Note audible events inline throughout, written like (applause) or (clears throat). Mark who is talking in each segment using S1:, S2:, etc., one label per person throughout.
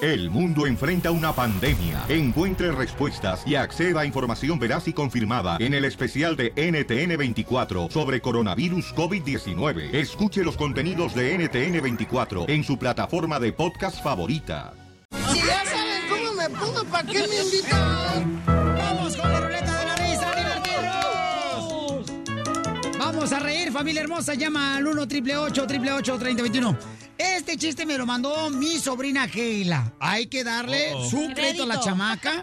S1: El mundo enfrenta una pandemia. Encuentre respuestas y acceda a información veraz y confirmada en el especial de NTN24 sobre coronavirus COVID-19. Escuche los contenidos de NTN24 en su plataforma de podcast favorita.
S2: Si ya saben cómo me pongo, ¿para qué me invitan?
S3: Vamos con la ruleta de la risa, divertirnos. Vamos a reír, familia hermosa. Llama al 1 triple 8 triple 3021. Este chiste me lo mandó mi sobrina Keila. Hay que darle
S4: Oh.
S3: su crédito a la
S4: Crédito.
S3: chamaca,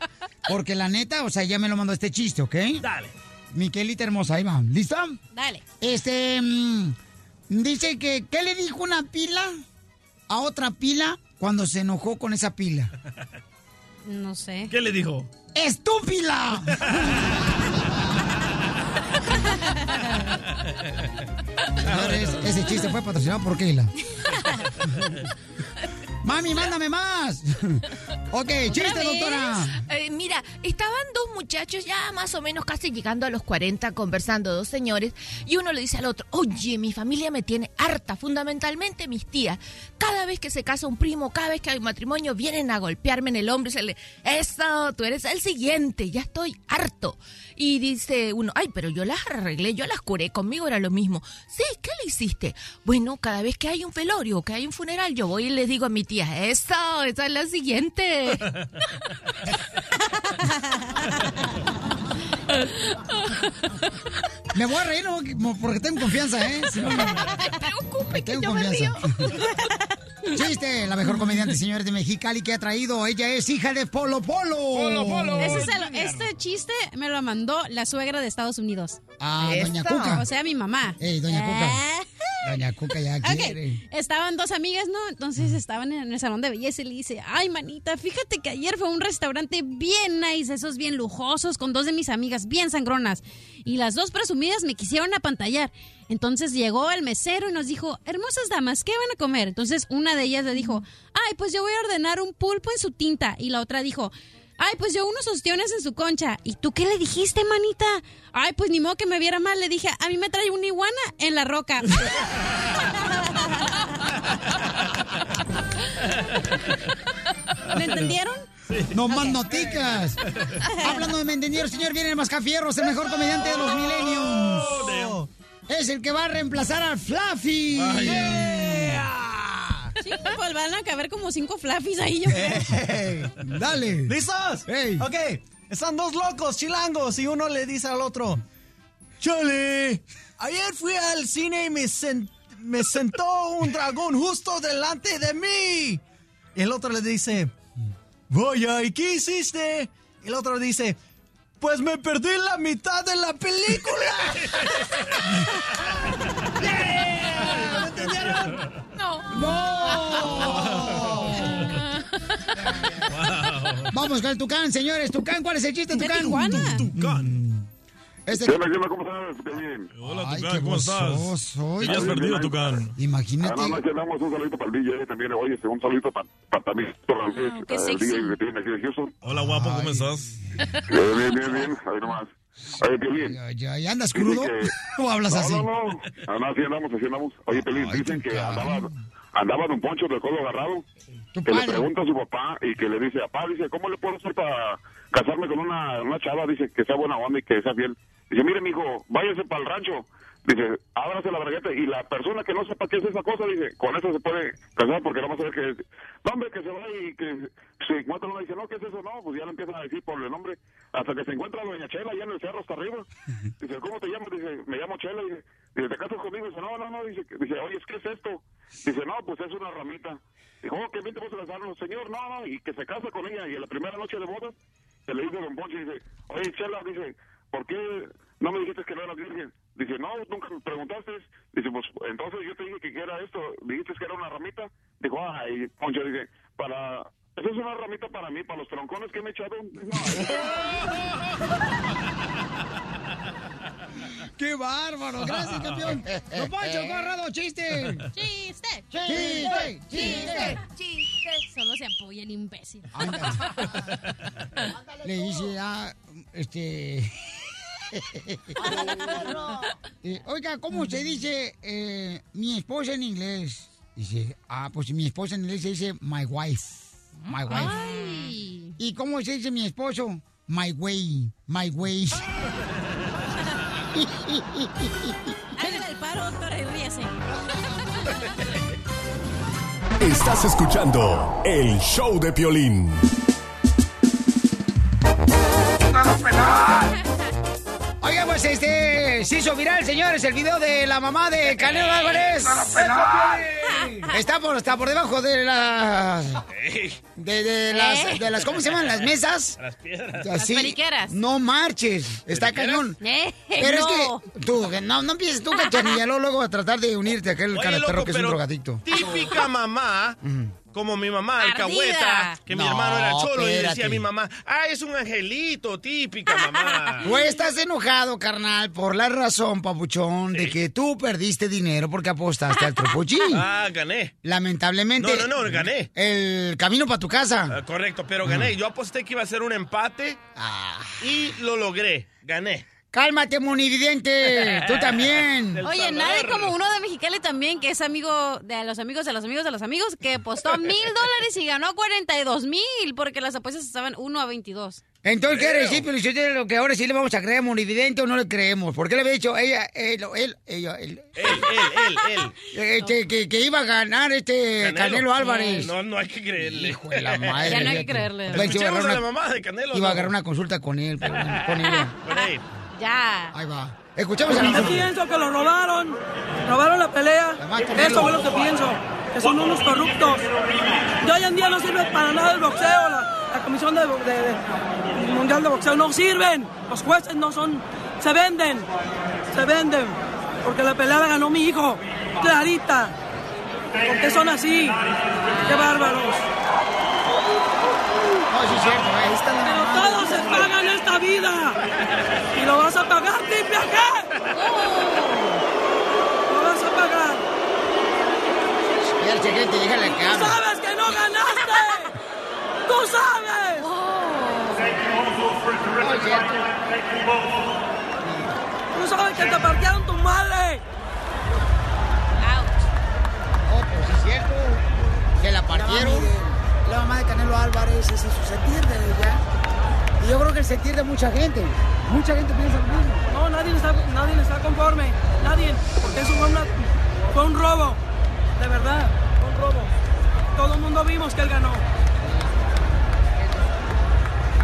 S3: porque la neta, o sea, ella me lo mandó este chiste, ¿ok?
S4: Dale.
S3: Mi Keilita hermosa, ahí va. ¿Lista?
S5: Dale.
S3: Este. mm, dice que. ¿Qué le dijo una pila a otra pila cuando se enojó con esa pila?
S5: No sé.
S4: ¿Qué le dijo? (laughs)
S3: ¡Estúpila! Señores, ese chiste fue patrocinado por Keila. Mami, mándame
S4: (laughs)
S3: más. ok, chiste,
S6: ¿Otra vez?
S3: doctora.
S6: Eh, mira, estaban dos muchachos ya más o menos casi llegando a los 40 conversando, dos señores, y uno le dice al otro, oye, mi familia me tiene harta, fundamentalmente mis tías. Cada vez que se casa un primo, cada vez que hay un matrimonio, vienen a golpearme en el hombro y se le, eso, tú eres el siguiente, ya estoy harto. Y dice uno, ay, pero yo las arreglé, yo las curé, conmigo era lo mismo. Sí, ¿qué le hiciste? Bueno, cada vez que hay un velorio, que hay un funeral, yo voy y les digo a mi tía, eso, esa es la siguiente.
S3: Me voy a reír ¿no? Como porque tengo confianza, ¿eh? Si no, no me preocupe, tengo
S4: yo me
S3: (laughs) Chiste, la mejor comediante, señores de Mexicali, que ha traído. Ella es hija de Polo Polo.
S5: Ese es el- este chiste me lo mandó la suegra de Estados Unidos.
S3: Ah, doña Esto. Cuca.
S5: O sea, mi mamá.
S3: Ey, doña Cuca.
S5: Ah.
S3: Doña Cuca ya
S5: Ok,
S3: quiere.
S5: Estaban dos amigas, ¿no? Entonces estaban en el salón de belleza y le dice, ay, manita, fíjate que ayer fue a un restaurante bien nice, esos bien lujosos, con dos de mis amigas bien sangronas. Y las dos presumidas me quisieron apantallar. Entonces llegó el mesero y nos dijo, hermosas damas, ¿qué van a comer? Entonces una de ellas le dijo, ay, pues yo voy a ordenar un pulpo en su tinta. Y la otra dijo... Ay, pues yo unos ostiones en su concha. ¿Y tú qué le dijiste, manita? Ay, pues ni modo que me viera mal. Le dije, a mí me trae una iguana en la roca. ¿Me entendieron?
S3: No más noticas. Hablando de me entendieron, señor, viene el Mascafierros, el mejor comediante de los millennials. es el que va a reemplazar al Fluffy.
S5: Sí, pues van a caber como cinco flaffies ahí, (laughs) yo creo.
S3: Dale.
S7: ¿Listos? Ok. Están dos locos chilangos y uno le dice al otro: ¡Chale! Ayer fui al cine y me, sen- me sentó un dragón justo delante de mí. Y el otro le dice: Vaya, ¿y qué hiciste? Y el otro dice: Pues me perdí la mitad de la película.
S5: ¡Eh!
S4: ¿Lo
S7: entendieron?
S4: No.
S3: Vamos con el Tucán, señores. Tucán, ¿cuál es el chiste, Tucán?
S8: Tucán.
S3: Este-
S9: ¿Qué onda, qué onda? ¿Cómo estás? Qué bien.
S8: Hola,
S3: Ay,
S8: Tucán,
S3: qué
S8: ¿cómo estás?
S3: gozoso.
S8: Te habías perdido, Tucán.
S3: Imagínate.
S9: Además, le damos un saludito para el DJ también. Oye, este, un saludito para, para también para el,
S8: Ah, qué
S9: eh, el
S8: sexy.
S9: DJ que tiene aquí de Houston.
S8: Hola, guapo, ¿cómo estás?
S9: Eh, bien, bien, bien. Ahí nomás. Oye, qué bien.
S3: Ya, ya andas
S9: Dicen
S3: crudo. (laughs)
S9: que-
S3: ¿O hablas
S9: no,
S3: así?
S9: No, no, Ah, no, así andamos, así andamos. Oye, Pelín, dicen que andaba, andaba Don Poncho de codo agarrado. Que le pregunta a su papá y que le dice, papá, dice, ¿cómo le puedo hacer para casarme con una, una chava? Dice, que sea buena onda y que sea fiel. Dice, mire, mijo, váyase para el rancho. Dice, ábrase la bragueta y la persona que no sepa qué es esa cosa, dice, con eso se puede casar porque no va a saber que es. No, hombre, que se va y que se encuentra una dice, no, ¿qué es eso? No, pues ya le empiezan a decir por el nombre hasta que se encuentra a Doña Chela allá en el cerro hasta arriba. Dice, ¿cómo te llamas? Dice, me llamo Chela. Dice, dice, ¿te casas conmigo? Dice, no, no, no. Dice, que- dice oye, ¿qué es esto? Dice, no, pues es una ramita. Dijo, oh, que bien te vas a casar. No, señor, no, no. Y que se casa con ella. Y en la primera noche de bodas, se le dice a Don Poncho, dice, oye, Chela, dice, ¿por qué no me dijiste que no eras virgen? Dice, no, nunca me preguntaste. Dice, pues entonces yo te dije que era esto. Dijiste que era una ramita. Dijo, ay, Poncho, dice, para... Eso es una ramita para mí, para los troncones que me he echado.
S3: (laughs) ¡Qué bárbaro! Gracias,
S5: (laughs)
S3: campeón. Don Poncho, agarrado chiste.
S5: Chiste,
S3: Chiste,
S5: chiste,
S3: chiste.
S5: chiste. Solo se apoya el imbécil.
S3: Le dice a. Este. Eh, (laughs) Oiga, ¿cómo se dice eh, mi esposa en inglés? Dice, ah, pues mi esposa en inglés se dice my wife. My wife. ¿Y cómo se dice mi esposo? My way, my way. (laughs)
S5: Hágale el paro, doctora, y ríase.
S8: Estás escuchando el show de Piolín.
S3: (laughs) Oiga, pues este se hizo viral, señores, el video de la mamá de Canelo Álvarez. (laughs) Está por, está por debajo de las. De, de las, de las. ¿Cómo se llaman? Las mesas.
S10: (laughs) Las piedras.
S3: Así. No marches. Está (laughs) cañón.
S5: ¿Eh?
S3: Pero es que. Tú, que no, no empieces tú, cachanilla, luego, luego a tratar de unirte a aquel
S10: Oye,
S3: caraperro
S10: loco,
S3: que es un
S10: pero
S3: drogadicto. Oh.
S10: Típica mamá, como mi mamá,
S3: Ardida.
S10: alcahueta, que mi
S3: Mm. No,
S10: hermano era cholo y
S3: espérate.
S10: decía a mi mamá, ah, es un angelito, típica
S3: (laughs)
S10: mamá.
S3: Tú estás enojado, carnal, por la razón, papuchón, de que tú perdiste dinero porque apostaste al tropochí.
S10: (laughs) Ah, gané.
S3: Lamentablemente.
S10: No, no, no, gané.
S3: El camino para tu casa.
S10: Ah, correcto, pero
S3: Mm.
S10: gané. Yo aposté que iba a ser un empate
S3: Ah.
S10: y lo logré. Gané.
S3: Cálmate, monividente. Tú
S10: (laughs)
S3: también.
S5: Oye, nadie como uno de Mexicali también, que es amigo de los amigos de los amigos de los amigos, que
S3: (laughs)
S5: apostó mil dólares y ganó 42 mil, porque las apuestas estaban 1 a 22.
S3: Entonces, ¿qué quiere decir, Pelichotero, lo que ahora sí le vamos a creer monividente o no le creemos? ¿Por qué le había dicho ella, él, o él, ella, él?
S10: Él, él, él.
S3: Este, que, que iba a ganar este Canelo, Álvarez.
S10: No, no hay que creerle. Hijo
S3: de la madre, Ya no hay que fíjate. creerle. Pensé que iba
S10: Escuchemos
S3: a
S10: a
S3: agarrar
S10: la
S3: una-
S10: mamá de Canelo.
S3: Iba a
S10: ¿no?
S3: agarrar una consulta con él, con, con ella.
S10: Con él.
S5: Ya.
S3: Ahí va. Escuchamos a la
S11: Yo pienso que lo robaron, robaron la pelea. Eso fue lo que pienso, que son unos corruptos. Y hoy en día no sirve para nada el boxeo, la, la comisión de, de- de- mundial de boxeo no sirven. Los jueces no son, se venden, se venden. Porque la pelea la ganó mi hijo, clarita. ¿Por qué son así? ¡Qué bárbaros!
S3: eh.
S11: Pero todos se pagan esta vida. Y lo vas a pagar, triple acá. Lo vas a pagar.
S3: Ya, chequete, déjale que
S11: ¡Tú
S3: hable.
S11: sabes que no ganaste! ¡Tú sabes!
S3: Oh.
S10: Oh,
S11: ¡Tú sabes que te partieron tu madre!
S3: Oh, pues es cierto. Se la partieron.
S12: La mamá de Canelo Álvarez ese es su sentir de ella. Y yo creo que el sentir de mucha gente. Mucha gente piensa lo mismo.
S11: No, nadie está, nadie está conforme. Nadie. Porque eso fue, una- fue un robo. De verdad, fue un robo. Todo el mundo vimos que él ganó.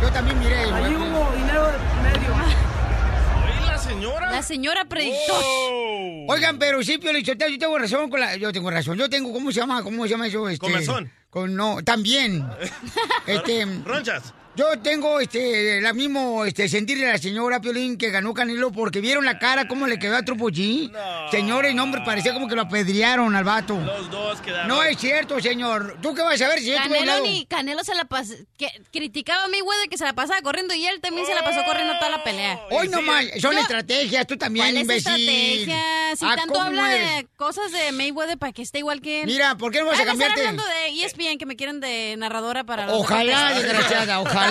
S3: Yo también miré.
S11: Allí hubo dinero de por medio.
S10: la señora? Oh.
S5: La señora predictó.
S3: Oigan, pero sí, Pio Lichotero, yo tengo razón con la... Yo tengo razón. Yo tengo, ¿cómo se llama? ¿Cómo se llama eso? Este,
S10: Comezón.
S3: Con, no,
S10: (laughs)
S3: también. este...
S10: Ronchas.
S3: Yo tengo este la mismo este sentir de la señora Piolín que ganó Canelo porque vieron la cara cómo le quedó a Trupo G. Señores, no, hombre, parecía como que lo apedrearon al vato.
S10: Los dos quedaron.
S3: No es cierto, señor. ¿Tú qué vas Pues a ver si yo estuve a un
S5: Canelo
S3: lado?
S5: ni Canelo se la pas que criticaba a Mayweather que se la pasaba corriendo y él también se la pasó corriendo toda la pelea.
S3: Oh, Hoy nomás, son estrategias, tú también,
S5: eh, ¿Cuál es
S3: imbécil.
S5: estrategia? Si
S3: Ah,
S5: tanto
S3: ¿cómo
S5: habla
S3: eres?
S5: de cosas de Mayweather para que esté igual que él.
S3: Mira, ¿por qué no vas a
S5: Ah, me están
S3: cambiarte?
S5: hablando de ESPN que me quieren de narradora para los
S3: Ojalá,
S5: deportes.
S3: desgraciada, ojalá.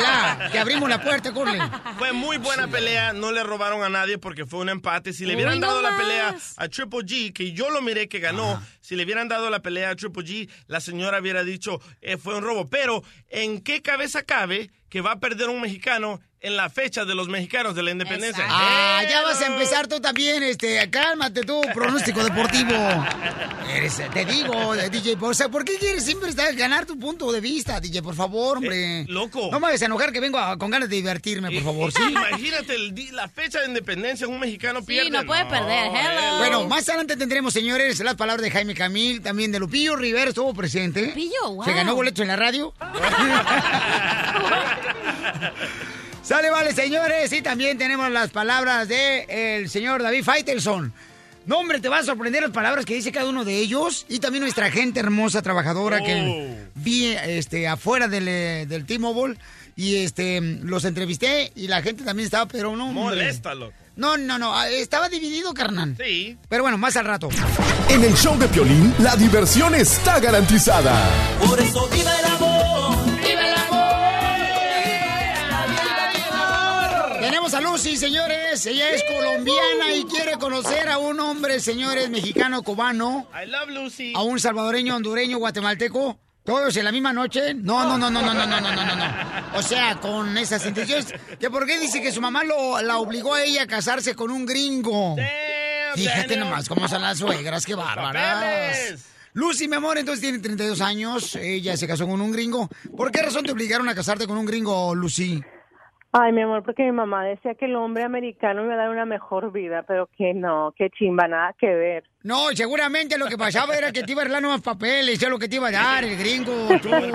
S3: Te abrimos la puerta, Curly.
S10: Fue muy buena pelea, no le robaron a nadie porque fue un empate. Si le
S3: Uy,
S10: hubieran
S3: no
S10: dado la
S3: más.
S10: pelea a Triple G, que yo lo miré que ganó, si le hubieran dado la pelea a Triple G, la señora hubiera dicho eh, fue un robo. Pero, ¿en qué cabeza cabe que va a perder un mexicano en la fecha de los mexicanos de la independencia?
S3: Ah, ya vas a empezar tú también, este, cálmate tú, pronóstico deportivo. Eres, te digo, eh, DJ, o sea, ¿por qué quieres siempre estar- ganar tu punto de vista, DJ? Por favor, hombre.
S10: loco. eh,
S3: No me vayas a enojar que vengo a- con ganas de divertirme, por favor, sí.
S10: Imagínate el di- la fecha de independencia, un mexicano pierde. Oh, hello.
S3: Bueno, más adelante tendremos, señores, las palabras de Jaime Camil, también de Lupillo Rivera estuvo presente.
S5: Lupillo, wow.
S3: Se ganó boleto en
S5: (laughs)
S3: la radio. Sale, vale, señores. Y también tenemos las palabras de el señor David Faitelson. No, hombre, te va a sorprender las palabras que dice cada uno de ellos. Y también nuestra gente hermosa, trabajadora,
S5: Oh.
S3: que vi este, afuera del, eh, del T-Mobile. Y este, los entrevisté y la gente también estaba, pero no. hombre.
S10: Moléstalo.
S3: No, no, no. ah, Estaba dividido, carnal.
S10: Sí.
S3: Pero bueno, más al rato.
S8: En el show de Piolín, la diversión está garantizada.
S3: Por eso viva el amor.
S13: ¡Viva el
S11: Oh.
S13: amor!
S3: Tenemos a Lucy, señores. Ella es colombiana y quiere conocer a un hombre, señores, mexicano, cubano,
S10: I love Lucy.
S3: a un salvadoreño, hondureño, guatemalteco, ¿Todos en la misma noche? No, no, no, no, no, no, no, no, no, no. O sea, con esas intenciones. ¿Que ¿Por qué dice que su mamá lo, la obligó a ella a casarse con un gringo? Fíjate
S13: Daniel.
S3: nomás cómo son las suegras, qué bárbaras.
S13: Papeles.
S3: Lucy, mi amor, entonces tiene 32 años, ella se casó con un gringo. ¿Por qué razón te obligaron a casarte con un gringo, Lucy?
S14: Ay, mi amor, porque mi mamá decía que el hombre americano me iba a dar una mejor vida, pero que no, que chimba, nada que ver.
S3: No, seguramente lo que pasaba era que te iba a arreglar nuevos papeles, ya lo que te iba a dar el gringo. tú, Lucy.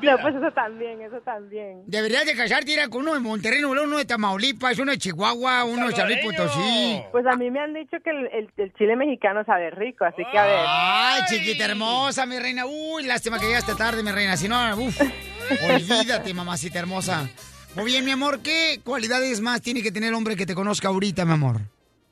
S14: No, pues eso también, eso también.
S3: Deberías de casarte, ir con uno de Monterrey, Nuevo León, uno de Tamaulipas, uno de Chihuahua, uno de San Luis Potosí.
S14: Pues a mí me han dicho que el, el- el chile mexicano sabe rico, así que a ver.
S3: Ay, chiquita hermosa, mi reina. Uy, lástima que llegaste tarde, mi reina. Si no,
S14: (laughs)
S3: uff, olvídate, mamacita hermosa. Muy bien, mi amor, ¿qué cualidades más tiene que tener el hombre que te conozca ahorita, mi amor?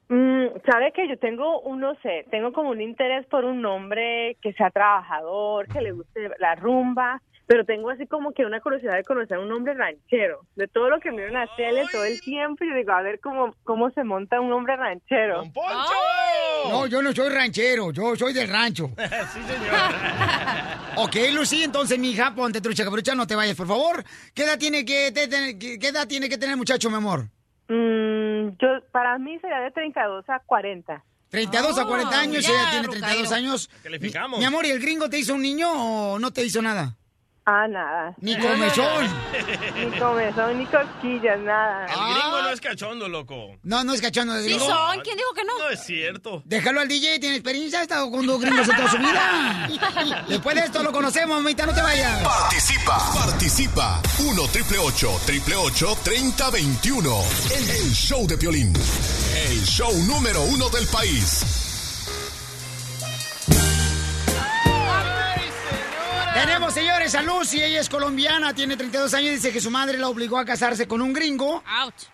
S14: Mm, ¿Sabe que yo tengo, un, no sé, tengo como un interés por un hombre que sea trabajador, que le guste la rumba, pero tengo así como que una curiosidad de conocer a un hombre ranchero. De todo lo que miro en la tele todo el tiempo, y digo, a ver cómo, cómo se monta un hombre ranchero. Oh.
S3: No, yo no soy ranchero, yo soy del rancho.
S10: sí, señor.
S3: Ok, Lucy, entonces, mi hija, ponte trucha cabrucha, no te vayas, por favor. ¿Qué edad tiene que, te- tener- qué- qué edad tiene que tener el muchacho, mi amor?
S14: Mm, yo, para mí sería de 32 a 40.
S3: 32 a 40 años,
S14: Oh, ya,
S3: ella tiene 32
S14: Rucairo.
S3: años.
S14: Calificamos.
S3: Mi, mi amor, ¿y el gringo te hizo un niño o no te hizo nada?
S14: Ah, nada.
S3: Ni comezón.
S14: (laughs)
S3: Ah.
S14: ni comezón, ni cosquillas, nada.
S10: El gringo no es cachondo, loco.
S3: No, no es cachondo de gringo.
S10: ¿quién dijo que no? No es cierto.
S3: Déjalo al DJ, tiene experiencia, ha estado con dos gringos en toda su vida. Después de esto lo conocemos, mamita, no te vayas.
S8: Participa, participa. 1 triple 8 triple 8 30 21. El, el show de Piolín. El show número uno del país.
S3: Tenemos, señores, a Lucy, ella es colombiana, tiene 32 años, dice que su madre la obligó a casarse con un gringo.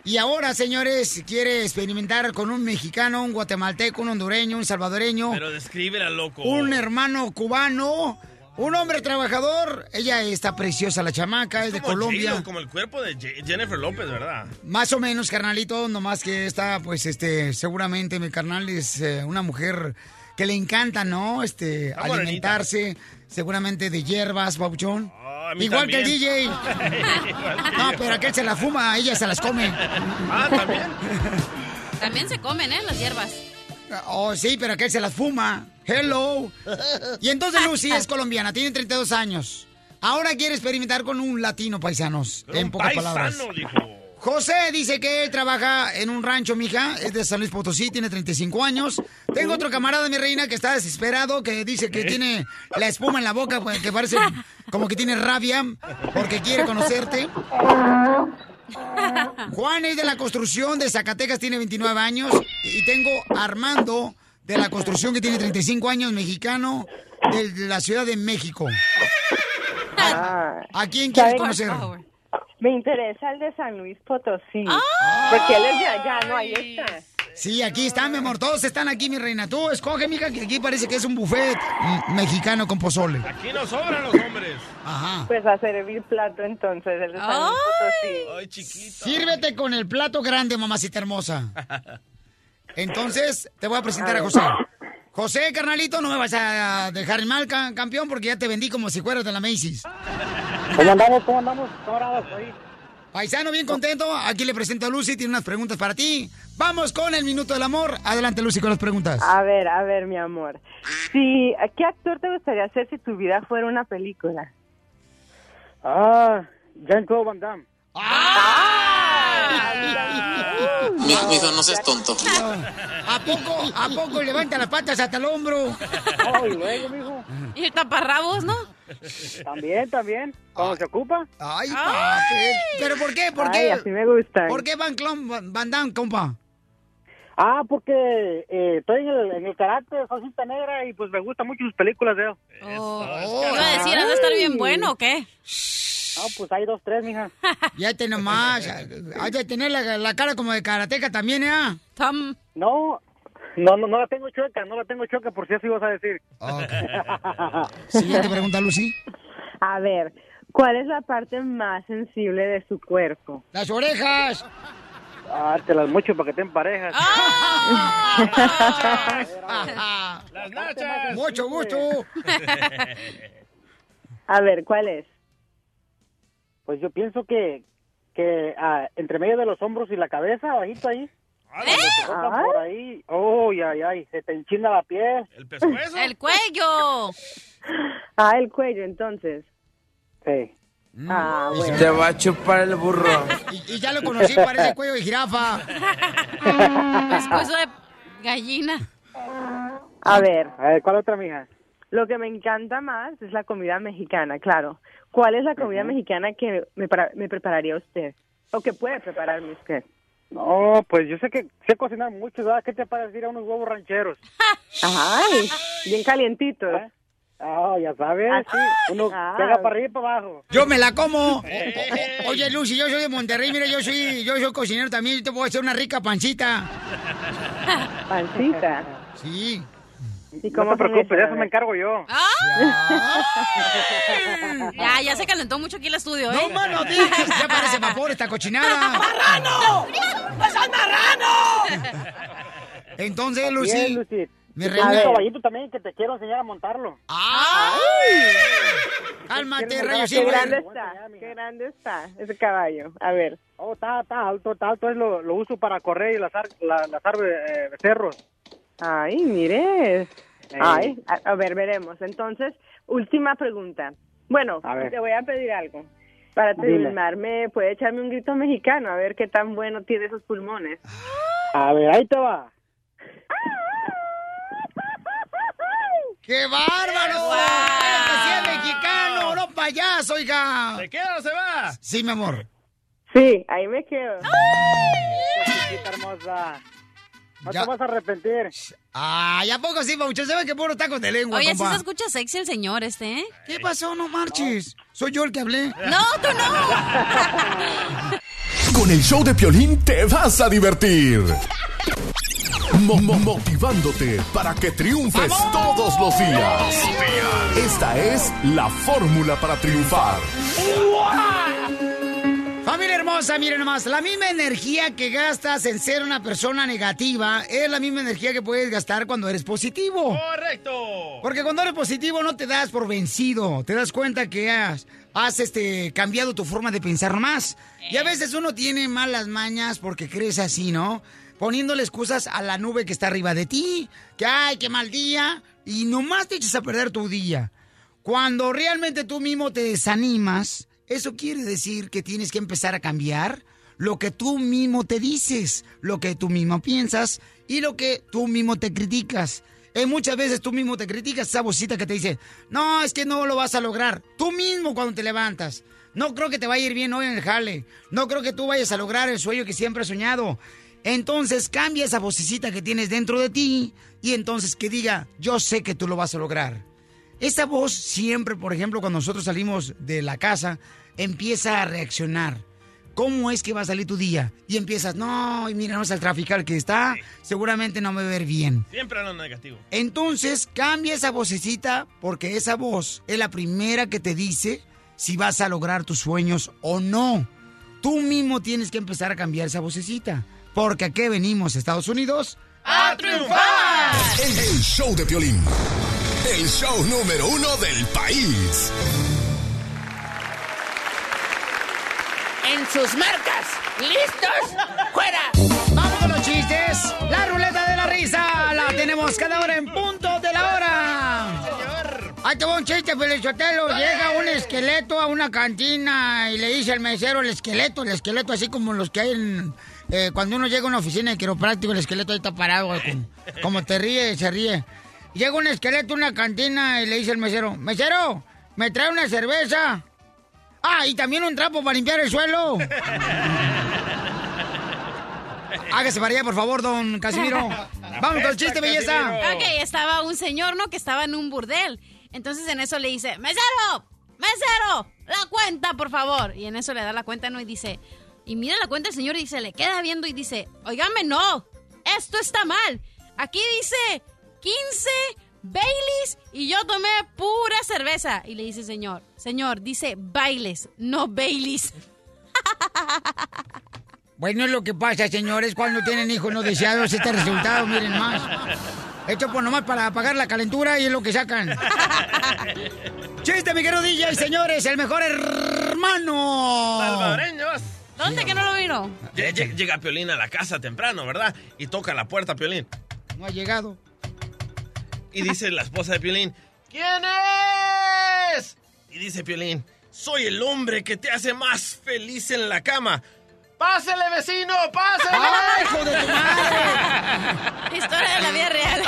S3: Y ahora, señores, quiere experimentar con un mexicano, un guatemalteco, un hondureño, un salvadoreño,
S10: Pero descríbela, loco.
S3: un hermano cubano, un hombre trabajador. Ella está preciosa, la chamaca, es, de
S10: Como
S3: Colombia.
S10: J-Lo, como el cuerpo de Je- Jennifer López, ¿verdad?
S3: Más o menos, carnalito, nomás que esta, pues, este, seguramente mi carnal es eh, una mujer que le encanta, ¿no? Este,
S10: morenita.
S3: alimentarse, seguramente de hierbas, babuchón.
S10: Ah, a mí
S3: Igual que el
S10: también. (laughs)
S3: DJ. no, pero aquel se la fuma, ella se las come.
S10: Ah, también.
S5: También se comen, ¿eh? Las hierbas.
S3: Oh, sí, pero aquel se las fuma. Hello.
S10: (laughs)
S3: Y entonces Lucy es colombiana, tiene 32 años. Ahora quiere experimentar con un latino, paisanos. En pocas palabras.
S10: Paisano, dijo.
S3: José dice que él trabaja en un rancho, mija, es de San Luis Potosí, tiene 35 años. Tengo otro camarada, mi reina, que está desesperado, que dice que tiene la espuma en la boca, pues, que parece como que tiene rabia, porque quiere conocerte. Juan es de la construcción de Zacatecas, tiene 29 años. Y tengo a Armando de la construcción, que tiene 35 años, mexicano, de la Ciudad de México.
S14: Ah.
S3: ¿A quién quieres
S14: ¿Sabe?
S3: conocer?
S14: Me interesa el de San Luis Potosí. Porque él es de allá, ¿no? Ahí está.
S3: Ah. Sí, aquí está, mi amor. Todos están aquí, mi reina. Tú escoge, mija, que aquí parece que es un buffet mm, mexicano con pozole.
S10: Aquí nos sobran los hombres.
S3: Ajá.
S14: Pues a servir plato entonces, el de San Luis Potosí.
S10: Ay, chiquito.
S3: Sírvete con el plato grande, mamacita hermosa. Entonces, te voy a presentar a José. José, carnalito, no me vas a dejar en mal, ca- campeón, porque ya te vendí como si fueras de la Macy's.
S15: ¿Cómo andamos? ¿Cómo andamos? camaradas? Ahí.
S3: Paisano, bien contento. Aquí le presento a Lucy, tiene unas preguntas para ti. Vamos con el Minuto del Amor. Adelante, Lucy, con las preguntas.
S14: A ver, a ver, mi amor. Si, ¿Qué actor te gustaría ser si tu vida fuera una película?
S15: Ah, Jean-Claude Van Damme.
S16: Mijo, mijo, no seas tonto.
S3: ¿A poco, a poco levanta las patas hasta el hombro?
S15: y luego, mijo.
S5: Y el taparrabos, ¿no?
S15: También, también. ¿Cómo se ocupa?
S3: Ay, papi. ¿Pero por qué? ¿Por
S15: Ay,
S3: qué?
S15: así me gustan.
S3: ¿Por qué Van, Clon, Van- Van Damme, compa?
S15: Ah, porque eh, estoy en el, en el karate, soy cinta negra y pues me gustan mucho sus películas de él.
S3: Oh,
S5: Te iba Oh, a decir, ¿has de estar bien bueno o qué?
S15: No, pues hay dos, tres,
S5: (laughs)
S15: mija.
S3: Ya te nomás. Hay que tener la, la cara como de karateca también, ¿eh?
S15: No, no, no, no la tengo chueca, no la tengo chueca, por si así vas a decir. (laughs)
S3: Siguiente pregunta, Lucy.
S14: (laughs) A ver, ¿cuál es la parte más sensible de su cuerpo?
S3: Las orejas.
S15: Ah, te las mucho para que estén parejas.
S5: Ah.
S15: (laughs)
S14: (laughs)
S3: Mucho gusto.
S14: A ver, ¿cuál es?
S15: Pues yo pienso que, que ah, entre medio de los hombros y la cabeza, bajito
S3: ¿Eh?
S15: ahí. Se toca
S14: ¿Ah?
S15: por ahí. Oh, ay, ay, se te enchina la piel.
S10: El
S5: El cuello.
S14: Ah, el cuello, entonces.
S15: Sí.
S14: Ah, bueno.
S17: Te va a chupar el burro.
S3: Y ya lo conocí, parece cuello de jirafa. Ah.
S5: Pescuezo de gallina.
S14: A ver.
S15: Ah, A ver, ¿cuál otra, mija?
S14: Lo que me encanta más es la comida mexicana, claro. ¿Cuál es la comida mexicana que me, para- me prepararía usted? ¿O que puede prepararme usted?
S15: No, pues yo sé que sé cocinar mucho, ¿verdad? ¿Qué te parece ir a unos huevos
S3: (laughs)
S15: rancheros?
S14: Ay, bien calientito.
S15: Ah, ya sabes, sí. Uno
S14: Ah.
S15: pega para arriba y para abajo.
S3: Yo me la como. O- o- Oye, Lucy, yo soy de Monterrey, mira, yo soy, yo soy cocinero también, yo te puedo hacer una rica pancita.
S14: Pancita.
S3: Sí.
S15: no te preocupes, de eso me encargo yo.
S5: Ya, ya se calentó mucho aquí el estudio, ¿eh?
S3: No, mano, ya parece vapor esta cochinada.
S5: ¡Marrano! ¡Pues al marrano!
S3: Entonces, Lucy.
S15: Bien, Lucy.
S3: Mi
S15: Y tengo
S3: reina.
S15: un caballito también que te quiero enseñar a montarlo.
S3: ¡Ay!
S15: Cálmate,
S14: Qué grande está, qué grande está ese caballo. A ver.
S15: Oh, está, está alto, está alto. Es lo, lo uso para correr y lazar, la, lazar eh, becerros.
S14: Ay, mire.
S15: Ey.
S14: Ay, a, a ver, veremos. Entonces, última pregunta. Bueno,
S15: A ver.
S14: te voy a pedir algo. Para
S15: Dime.
S14: terminarme, puede echarme un grito mexicano, a ver qué tan bueno tiene esos pulmones.
S15: A ver, ahí te va.
S3: ¡Qué bárbaro! ¡Que sea mexicano! ¡No payaso, oiga! ¿Se
S10: queda o se va?
S3: Sí, mi amor.
S14: Sí, ahí me quedo.
S15: Chiquita hermosa. No te vas a arrepentir.
S3: Ay, ¿a poco sí, Pauchón? ¿Saben que puro tacos de lengua,
S5: Oye, si
S3: compa?
S5: se escucha sexy el señor este, ¿eh?
S3: ¿Qué pasó? No marches. Soy yo el que hablé.
S5: No, tú no.
S8: Con el show de Piolín te vas a divertir. Mo- mo- motivándote para que triunfes todos los días. Esta es la fórmula para triunfar.
S3: Familia hermosa, miren nomás, la misma energía que gastas en ser una persona negativa es la misma energía que puedes gastar cuando eres positivo.
S10: Correcto.
S3: Porque cuando eres positivo no te das por vencido, te das cuenta que has, has, este, cambiado tu forma de pensar más. Y a veces uno tiene malas mañas porque crees así, ¿no? Poniéndole excusas a la nube que está arriba de ti, que ay, qué mal día, y nomás te echas a perder tu día. Cuando realmente tú mismo te desanimas, eso quiere decir que tienes que empezar a cambiar lo que tú mismo te dices, lo que tú mismo piensas y lo que tú mismo te criticas. Eh, muchas veces tú mismo te criticas esa vocita que te dice, no, es que no lo vas a lograr. Tú mismo cuando te levantas. No creo que te vaya a ir bien hoy en el jale. No creo que tú vayas a lograr el sueño que siempre has soñado. Entonces cambia esa vocecita que tienes dentro de ti y entonces que diga, yo sé que tú lo vas a lograr. Esa voz siempre, por ejemplo, cuando nosotros salimos de la casa, empieza a reaccionar. ¿Cómo es que va a salir tu día? Y empiezas, no, y míranos al traficar que está, seguramente no me va a ver bien.
S10: Siempre a lo negativo.
S3: Entonces cambia esa vocecita porque esa voz es la primera que te dice si vas a lograr tus sueños o no. Tú mismo tienes que empezar a cambiar esa vocecita. Porque ¿a qué venimos, Estados Unidos?
S8: ¡A triunfar! El, el show de Piolín. El show número uno del país.
S3: En sus marcas, listos, fuera. Vamos con los chistes. La ruleta de la risa la tenemos cada hora en punto de la hora. Ahí te va un chiste, Felizotelo. Llega un esqueleto a una cantina y le dice al mesero el esqueleto, el esqueleto así como los que hay en... eh, cuando uno llega a una oficina de quiropráctico, el esqueleto ahí está parado, como, como te ríe, se ríe. Llega un esqueleto a una cantina y le dice al mesero, mesero, ¿me trae una cerveza? Ah, y también un trapo para limpiar el suelo. Hágase para allá, por favor, don Casimiro. Vamos con el chiste, belleza.
S5: Ok, estaba un señor, ¿no? Que estaba en un burdel. Entonces en eso le dice, mesero, mesero, la cuenta, por favor. Y en eso le da la cuenta, ¿no? Y dice, y mira la cuenta el señor y se le queda viendo y dice, oígame, no, esto está mal. Aquí dice 15 baileys y yo tomé pura cerveza. Y le dice, señor, señor, dice bailes, no baileys.
S3: Bueno, es lo que pasa, señores, cuando tienen hijos no deseados, este resultado, miren este más. Esto pues nomás para apagar la calentura y es lo que sacan. Chiste, mi querido DJ, señores, el mejor hermano.
S10: Salvadoreños.
S5: ¿Dónde que no lo miro?
S10: Lle- lle- Llega Piolín a la casa temprano, ¿verdad? Y toca la puerta, Piolín.
S3: No ha llegado.
S10: Y dice la esposa de Piolín. ¿Quién es? Y dice Piolín. Soy el hombre que te hace más feliz en la cama. ¡Pásele, vecino! ¡Pásele!
S13: ¡Ay,
S3: hijo de tu madre!
S5: Historia de la vida
S3: (laughs)
S5: real.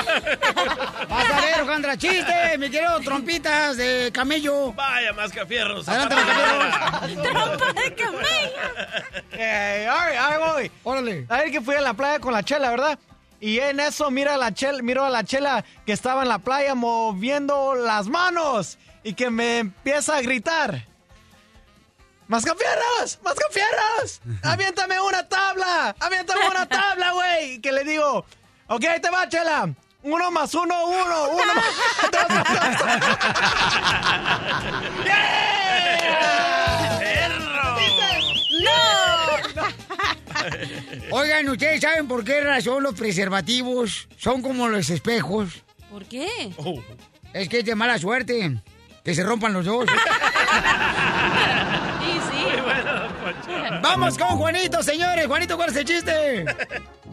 S3: Vas a ver, Alejandra, chiste, mi querido trompitas de camello.
S10: Vaya, más que fierros.
S3: Adelante,
S10: (laughs)
S7: Trompa
S5: de camello.
S7: Eh, ahí, ahí voy.
S3: Órale.
S7: A ver que fui a la playa con la chela, ¿verdad? Y en eso mira a la chela, miro a la chela que estaba en la playa moviendo las manos y que me empieza a gritar. ¡Mascafierros!
S10: (laughs)
S7: ¡Mascafierros! ¡Aviéntame una tabla! ¡Aviéntame una tabla, güey! Y que le digo, ok, ahí te va, chela. Uno más uno, uno, uno más
S3: Oigan, ¿ustedes saben por qué razón los preservativos son como los espejos?
S5: ¿Por qué?
S3: Oh. Es que es de mala suerte que se rompan los dos.
S5: Sí, sí.
S3: Vamos con Juanito, señores. Juanito, ¿cuál es el chiste?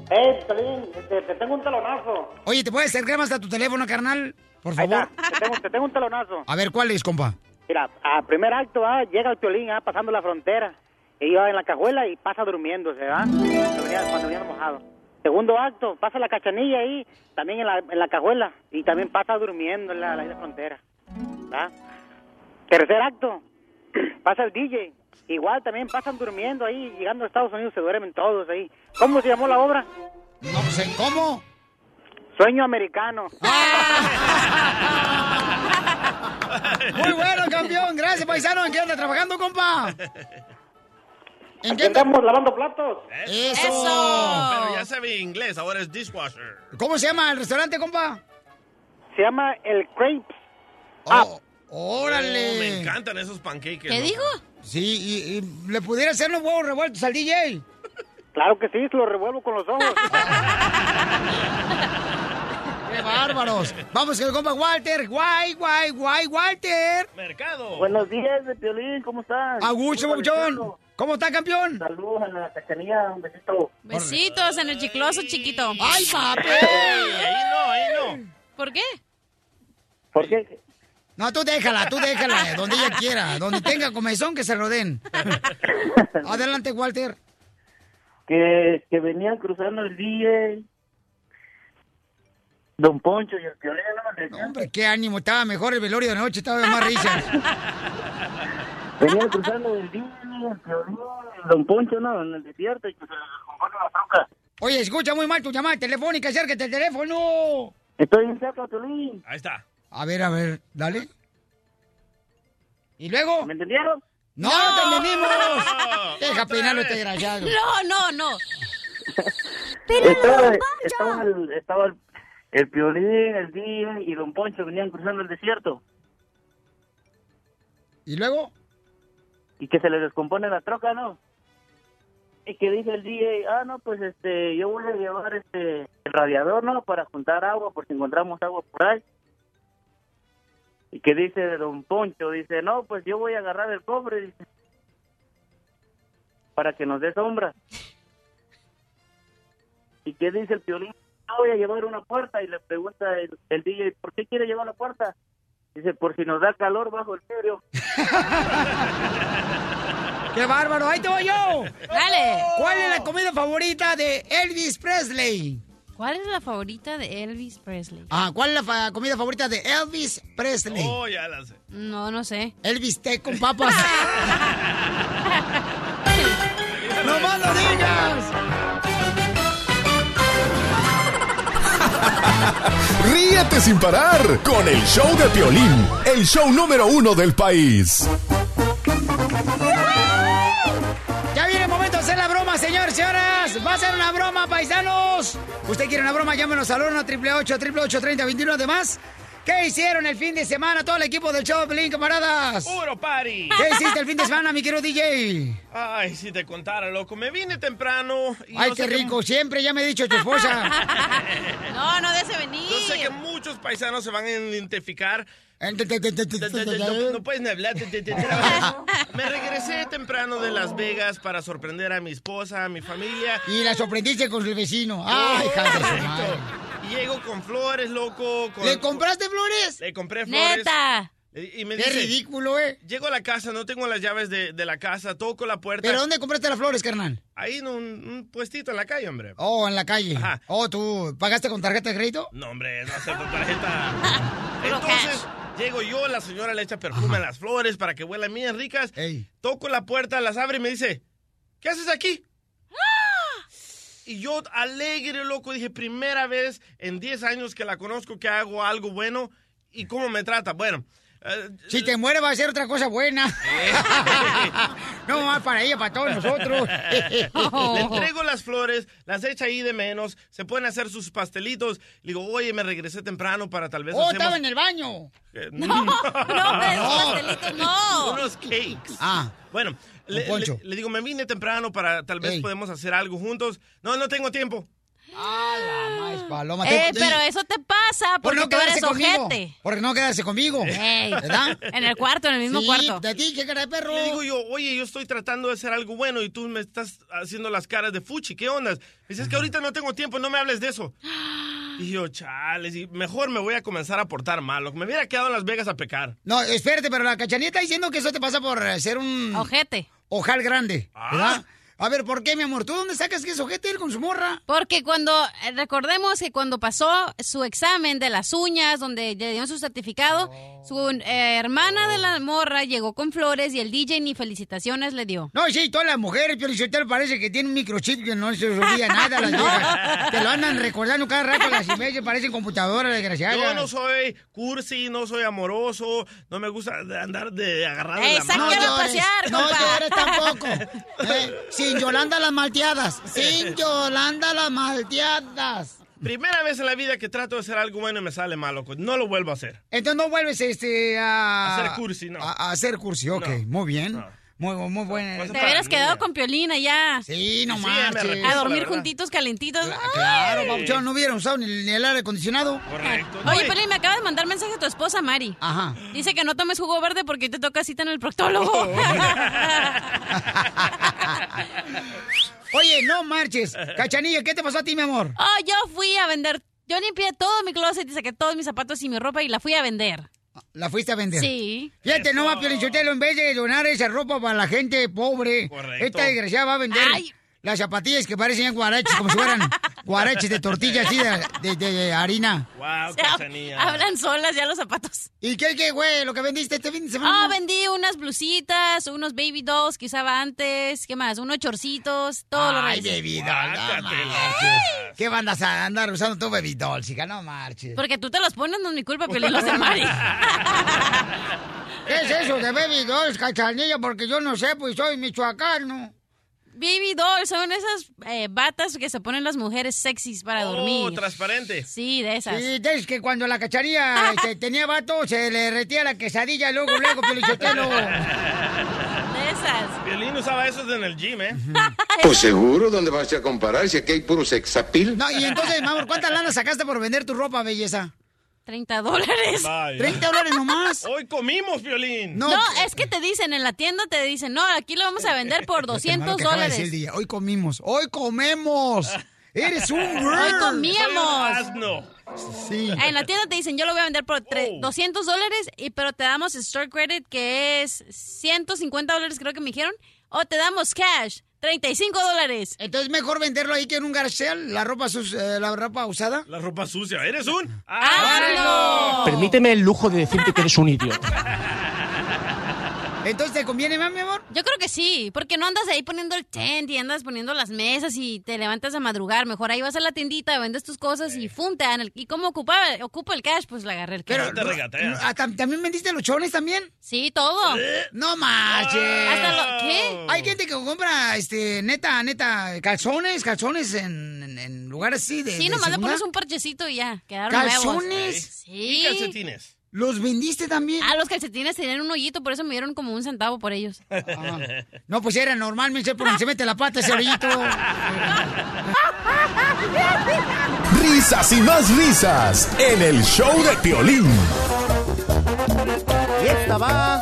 S15: Hey, Pelín, te, te tengo un talonazo.
S3: Oye, ¿te puedes acercar más a tu teléfono, carnal? Por favor.
S15: Te tengo, te tengo un talonazo.
S3: A ver, ¿cuál es, compa?
S15: Mira, a primer acto ah, llega el Piolín ah, pasando la frontera. Y va en la cajuela y pasa durmiéndose, ¿va? Cuando venía- Cuando venía mojado. Segundo acto, pasa la cachanilla ahí, también en la, en la cajuela. Y también pasa durmiendo en la, la isla frontera, ¿va? Tercer acto, (clears throat) pasa el DJ. Igual también pasan durmiendo ahí, llegando a Estados Unidos se duermen todos ahí. ¿Cómo se llamó la obra?
S3: No sé, ¿cómo? Ah,
S15: Sueño americano.
S3: Muy bueno, campeón. Gracias, paisano. ¿En qué anda trabajando, compa? ¿En
S15: Aquí andamos lavando platos.
S3: Eso.
S10: Pero ya sabe inglés, ahora es dishwasher.
S3: ¿Cómo se llama el restaurante, compa?
S15: Se llama el Crepes.
S3: órale.
S10: Oh, me encantan esos pancakes.
S3: ¿Qué
S10: ¿no?
S3: dijo? Sí, y, y le pudiera hacer los huevos revueltos al DJ.
S15: (laughs) Claro que sí, se lo revuelvo con los ojos.
S3: (laughs) ¡Qué bárbaros! Vamos con el compa Walter. Guay, guay, guay, Walter.
S10: Mercado.
S18: Buenos días, de Piolín, ¿cómo estás?
S3: Agucho, Bauchón. ¿Cómo está, campeón?
S18: Saludos a la cachanilla, un besito.
S5: Besitos en el chicloso, chiquito.
S3: ¡Ay, papi!
S10: Ahí no, ahí no.
S5: ¿Por qué?
S18: ¿Por qué?
S3: No, tú déjala, tú déjala, eh, donde ella quiera, donde tenga comezón que se lo
S18: (laughs)
S3: den. Adelante, Walter.
S18: Que, que venían cruzando el DJ. Don Poncho y el Piolín.
S3: No, hombre, qué ánimo, estaba mejor el velorio de noche, estaba más risas.
S18: (laughs) Venían cruzando el DJ, el Piolín, el Don Poncho, no, en el desierto. Y que se les compone la troca.
S3: Oye, escucha muy mal tu llamada telefónica, acércate al teléfono.
S18: Estoy en cerca, Piolín.
S10: Ahí está.
S3: A ver, a ver, dale. ¿Y luego?
S18: ¿Me entendieron?
S3: ¡No, no te
S10: (laughs)
S18: (laughs)
S3: entendimos! Deja peinarlo este desgraciado.
S5: No, no, no.
S18: estaba, estaba el, estaba el, el Piolín, el DJ y Don Poncho venían cruzando el desierto.
S3: ¿Y luego?
S18: Y que se les descompone la troca, ¿no? Y que dice el DJ, ah, no, pues este, yo voy a llevar este el radiador, ¿no? Para juntar agua, por si encontramos agua por ahí. Y que dice Don Poncho, dice, no, pues yo voy a agarrar el cobre, dice, para que nos dé sombra. Y que dice el piolín, "Ah, voy a llevar una puerta. Y le pregunta el, el DJ, ¿por qué quiere llevar la puerta? Dice, por si nos da calor bajo el vidrio.
S3: ¡Qué bárbaro! ¡Ahí te voy yo!
S5: Dale.
S3: ¿Cuál es la comida favorita de Elvis Presley?
S5: ¿Cuál es la favorita de Elvis Presley?
S3: Ah, ¿cuál es la fa- comida favorita de Elvis Presley?
S10: Oh, ya la
S3: (laughs)
S10: sé.
S5: No, no sé.
S3: Elvis té con
S5: (laughs)
S3: papas. (laughs) ¡No más lo digas!
S8: Ríete sin parar con el show de Piolín, el show número uno del país.
S3: Ya viene el momento de hacer la broma, señores, señoras. Va a ser una broma, paisanos. ¿Usted quiere una broma? Llámenos al 1 888 3021 Además, ¿Qué hicieron el fin de semana todo el equipo del show, Pelín, camaradas?
S10: Puro party.
S3: ¿Qué hiciste el fin de semana, mi querido DJ?
S10: Ay, si te contara, loco. Me vine temprano. y
S3: Ay,
S10: yo
S3: qué
S10: sé que-
S3: rico, siempre ya me ha dicho tu esposa.
S5: No, no dese venir.
S10: Yo sé que muchos paisanos se van a identificar. No no puedes ni hablar.
S5: (laughs)
S10: Me regresé temprano de Las Vegas para sorprender a mi esposa, a mi familia. Oh,
S3: Y la sorprendiste con su vecino. Ay, hija de su madre.
S10: Y Llego con flores, loco. con-
S3: ¿Le compraste flores?
S10: Le compré flores.
S3: ¡Neta!
S10: Y y me
S3: Qué
S10: dice,
S3: ridículo, eh.
S10: Llego a la casa, no tengo las llaves de, de la casa, toco la puerta.
S3: ¿Pero dónde compraste las flores, carnal?
S10: Ahí en un, un puestito en la calle, hombre.
S3: Oh, en la calle. Oh, ¿tú pagaste con tarjeta de crédito?
S10: No, hombre, no acepto tarjeta. Entonces, llego yo, la señora le echa perfume a las flores para que huelan bien ricas. Toco la puerta, las abre y me dice, ¿qué haces aquí? Y yo, alegre, loco, dije, primera vez en 10 años que la conozco que hago algo bueno. ¿Y cómo me trata? Bueno. eh,
S3: Si te muere va a ser otra
S10: (laughs)
S3: cosa buena. no más para ella, para todos nosotros.
S10: (laughs) Le traigo las flores, las echa ahí de menos, se pueden hacer sus pastelitos. Le digo, oye, me regresé temprano para tal vez
S3: Oh,
S10: Pues hacemos-
S3: estaba en el baño.
S10: Eh,
S3: No, no,
S5: pues,
S3: hombre, esos pastelitos no.
S10: Unos cakes.
S3: Ah.
S10: Bueno, le,
S3: poncho.
S10: le- le digo, me vine temprano para tal vez
S3: Ey.
S10: podemos hacer algo juntos. No, no tengo tiempo.
S3: Ay, paloma.
S5: Eh,
S3: te-
S5: pero eso te pasa
S3: Por
S5: porque
S3: no
S5: tú eres
S3: quedarse conmigo.
S5: ojete.
S3: Por no quedarse conmigo.
S10: Eh.
S5: Ey.
S3: ¿Verdad?
S5: En el cuarto, en el mismo
S3: Sí,
S5: cuarto.
S3: de ti, qué cara de perro.
S10: Le digo yo, oye, yo estoy tratando de hacer algo bueno y tú me estás haciendo las caras de fuchi, ¿qué onda? Me dices que ahorita no tengo tiempo, no me hables de
S5: (gasps)
S10: eso. Y yo, chales, y mejor me voy a comenzar a portar malo. Me hubiera quedado en Las Vegas a pecar.
S3: No, espérate, pero la cachanilla está diciendo que eso te pasa por eh, ser un...
S5: Ojete.
S3: Ojal grande,
S10: Ah.
S3: ¿verdad? A ver, ¿por qué, mi amor? ¿Tú dónde sacas que es ojete él con su morra?
S5: Porque cuando, eh, recordemos que cuando pasó su examen de las uñas, donde le dieron su certificado,
S3: Oh.
S5: su eh, hermana de la morra llegó con flores y el DJ ni felicitaciones le dio.
S3: No, sí, todas las mujeres, pero si usted parece que tiene un microchip que no se les
S10: (laughs)
S3: olvida nada a las viejas. Te lo andan recordando cada rato las imágenes, parecen computadoras desgraciadas.
S10: Yo no soy cursi, no soy amoroso, no me gusta de andar de agarrar
S3: Ey,
S10: de la mano.
S3: sáquelo a No llores, pasear, no compa. llores tampoco. (laughs) Eh, sin Yolanda las malteadas. (laughs) Sin Yolanda las malteadas.
S10: Primera vez en la vida que trato de hacer algo bueno y me sale malo. No lo vuelvo a hacer.
S3: Entonces no vuelves este, a...
S10: Hacer cursi, no.
S3: A, a hacer cursi, ok. Muy bien. Muy, muy buena.
S10: Pues,
S5: Te hubieras quedado con Piolina ya.
S3: Sí, no Sí, marches. me arrepiento,
S5: A
S3: la
S5: dormir
S3: verdad.
S5: juntitos, calentitos.
S3: Claro,
S5: Ay.
S3: papuchón, no hubieran usado ni, ni el aire acondicionado.
S10: Correcto.
S5: Oye, Piolín, me acaba de mandar mensaje a tu esposa, Mari.
S3: Ajá.
S5: Dice que no tomes jugo verde porque te toca cita en el proctólogo.
S3: (laughs) Oye, no marches. Cachanilla, ¿qué te pasó a ti, mi amor?
S5: Oh, yo fui a vender. Yo limpié todo mi closet y saqué todos mis zapatos y mi ropa y la fui a vender.
S3: ¿La fuiste a vender?
S5: Sí.
S3: Fíjate, no va Pielichotelo, en vez de donar esa ropa para la gente pobre,
S5: Correcto.
S3: esta desgraciada va a vender las zapatillas que parecen ya guaraches, como
S5: (laughs)
S3: si fueran guaraches de tortilla así de, de- de harina.
S10: Wow,
S5: sea, Hablan solas ya los zapatos.
S3: ¿Y qué, qué, güey, lo que vendiste este fin de
S5: Ah,
S3: semana?
S5: vendí unas blusitas, unos baby dolls que usaba antes, ¿qué más? Unos chorcitos, todo lo
S3: Ay,
S5: revisé.
S3: baby doll, no marches. ¿Qué bandas a andar usando tú, baby doll, chica? No marches.
S5: Porque tú te los pones, no es mi culpa, Piolín, los de Mari.
S3: (laughs) ¿Qué es eso de baby dolls, cachanilla? Porque yo no sé, pues soy michoacano.
S5: Baby dolls son esas eh, batas que se ponen las mujeres sexys para
S10: Oh,
S5: dormir.
S10: transparente.
S5: Sí, de esas.
S3: Sí, es que cuando la cacharilla
S5: (laughs)
S3: este, tenía vato, se le retía la quesadilla y luego, luego,
S10: (laughs)
S3: Pielichotelo.
S5: (laughs) esas.
S10: Violín usaba esos en el gym, ¿eh?
S19: Pues seguro, ¿dónde vas a comparar? Si aquí hay puro sexapil.
S3: No, y entonces, mi amor, ¿cuántas lanas sacaste por vender tu ropa, belleza?
S5: 30 dólares.
S10: Vaya.
S3: 30 dólares nomás.
S10: (laughs)
S3: pues,
S10: Hoy comimos, Violín.
S5: No, es que te dicen, en la tienda te dicen, no, aquí lo vamos a vender
S3: (laughs)
S5: por 200
S3: Qué malo Este, que acaba de decir el
S5: dólares.
S3: día. Hoy comimos, hoy comemos. Eres un girl.
S5: Hoy comíamos.
S10: No.
S3: Sí.
S5: En la tienda te dicen, yo lo voy a vender por tre- 200 dólares, y- pero te damos store credit, que es 150 dólares, creo que me dijeron, o te damos cash, 35 dólares.
S3: Entonces, mejor venderlo ahí que en un garage sale la ropa, sus- eh, la ropa usada.
S10: La ropa sucia. ¿Eres un?
S5: Ah.
S6: Permíteme el lujo de decirte que eres un idiota.
S3: Entonces, ¿te conviene más, mi amor?
S5: Yo creo que sí, porque no andas ahí poniendo el tent y andas poniendo las mesas y te levantas a madrugar. Mejor ahí vas a la tiendita, vendes tus cosas y fum, te dan el... ¿Y cómo ocupaba, ocupa el cash? Pues le agarré el cash.
S3: Pero, Ah, tam- ¿También vendiste los chones también?
S5: Sí, todo.
S3: No manches.
S5: Hasta lo- ¿Qué?
S3: Hay gente que compra, este, neta, neta, calzones, calzones en, en- en lugares así de
S5: Sí,
S3: de
S5: nomás le
S3: segunda.
S5: pones un parchecito y ya, quedaron nuevos.
S3: ¿Calzones?
S5: Sí.
S3: ¿Los vendiste también?
S5: Ah, los calcetines tenían un hoyito, por eso me dieron como un centavo por ellos.
S3: (laughs) No, pues era normal, me sé por donde se mete la pata ese orillito.
S8: Risas y más risas en el show de Piolín.
S3: (laughs) Y esta va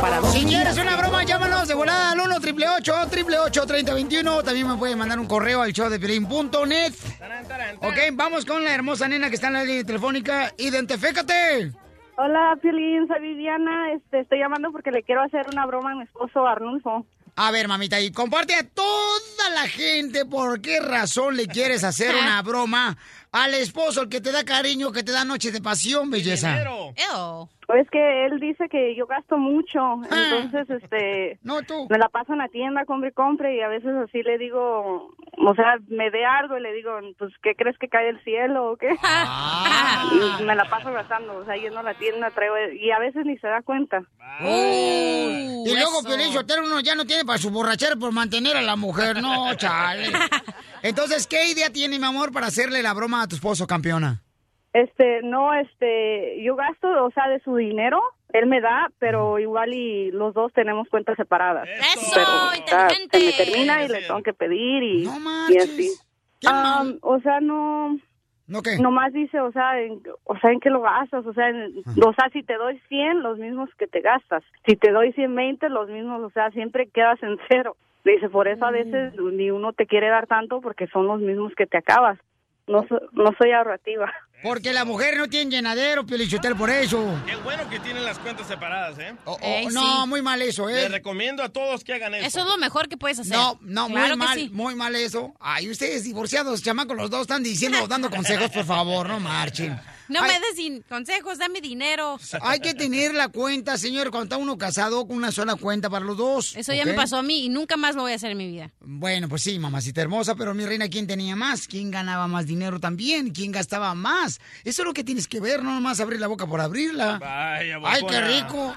S3: para Si quieres una broma, llámanos de volada al 1 triple 888 3021 También me pueden mandar un correo al show de Piolín.net. Ok, vamos con la hermosa nena que está en la línea telefónica. ¡Identifícate!
S20: Hola, Piolín, soy Viviana. Este, estoy llamando porque le quiero hacer una broma a mi esposo Arnulfo.
S3: A ver, mamita, y comparte a toda la gente por qué razón le quieres hacer una broma al esposo, el que te da cariño, que te da noches de pasión, belleza.
S20: Pues Es que él dice que yo gasto mucho, entonces este me la paso en la tienda, compre y compre, y a veces así le digo, o sea, me dé algo y le digo, pues, ¿qué crees que cae del cielo o qué? (laughs) Y me la paso gastando, o sea, yo no la tienda, traigo, y a veces ni se da cuenta.
S3: Oh, y luego Piolín Sotelo uno ya no tiene para su borrachera por mantener a la mujer,
S5: (laughs)
S3: no, chale. Entonces, ¿qué idea tiene, mi amor, para hacerle la broma a tu esposo, campeona?
S20: Este, no, este, yo gasto, o sea, de su dinero, él me da, pero igual y los dos tenemos cuentas separadas. ¡Eso! se me termina y le tengo que pedir y, y así. Ah, o sea, no...
S3: ¿No
S20: Nomás dice, o sea, en, o sea, ¿en qué lo gastas? O sea, en- o sea, si te doy 100, los mismos que te gastas. Si te doy 120, los mismos, o sea, siempre quedas en (laughs) cero. Dice, por eso a veces ni uno te quiere dar tanto porque son los mismos que te acabas. No, so- no soy ahorrativa.
S3: Porque la mujer no tiene llenadero, Piolín Sotelo, por eso.
S10: Qué bueno que tienen las cuentas separadas, ¿eh?
S3: Ey, Oh, no, sí. muy mal eso, ¿eh?
S10: Les recomiendo a todos que hagan eso.
S5: Eso es lo mejor que puedes hacer.
S3: No, no,
S5: Claro que
S3: muy mal,
S5: sí.
S3: muy mal eso. Ay, ustedes divorciados, chamacos, los dos están diciendo, dando consejos, por favor, no marchen.
S5: No
S3: Ay,
S5: me des sin consejos, dame dinero.
S3: Hay que tener la cuenta, señor, cuando está uno casado con una sola cuenta para los dos.
S5: Eso ya me pasó a mí y nunca más lo voy a hacer en mi vida.
S3: Bueno, pues sí, mamacita hermosa, pero mi reina, ¿quién tenía más? ¿Quién ganaba más dinero también? ¿Quién gastaba más? Eso es lo que tienes que ver, no nomás abrir la boca por abrirla.
S10: Vaya,
S3: Ay, qué
S10: bocona.
S3: rico.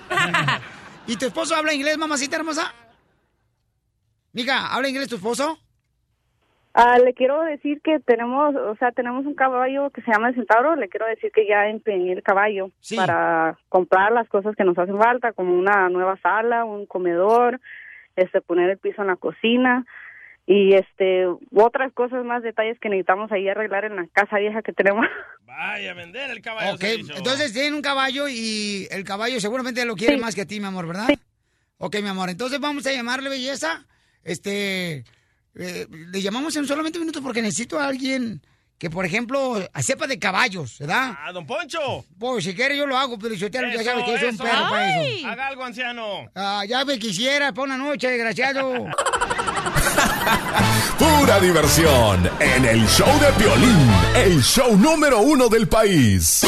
S3: ¿Y tu esposo habla inglés, mamacita hermosa? Mica, ¿habla inglés tu esposo?
S20: Ah, le quiero decir que tenemos, o sea, tenemos un caballo que se llama el centauro. Le quiero decir que ya empeñé el caballo para comprar las cosas que nos hacen falta, como una nueva sala, un comedor, este, poner el piso en la cocina y este otras cosas más detalles que necesitamos ahí arreglar en la casa vieja que tenemos. (laughs)
S10: Vaya, vender el caballo.
S3: Ok, entonces tienen un caballo y el caballo seguramente lo quiere más que a ti, mi amor, ¿verdad? Ok, mi amor, entonces vamos a llamarle belleza. Este, eh, le llamamos en solamente un minuto porque necesito a alguien que, por ejemplo, sepa de caballos, ¿verdad?
S10: Ah, don Poncho.
S3: Pues si quiere yo lo hago, pero yo te, ya
S10: Eso,
S3: sabes que yo soy un
S10: eso.
S3: perro para eso.
S10: Haga algo, anciano.
S3: Ah, ya me quisiera para una
S10: (laughs)
S3: noche, desgraciado.
S8: Pura diversión en el show de Piolín, el show número uno del país.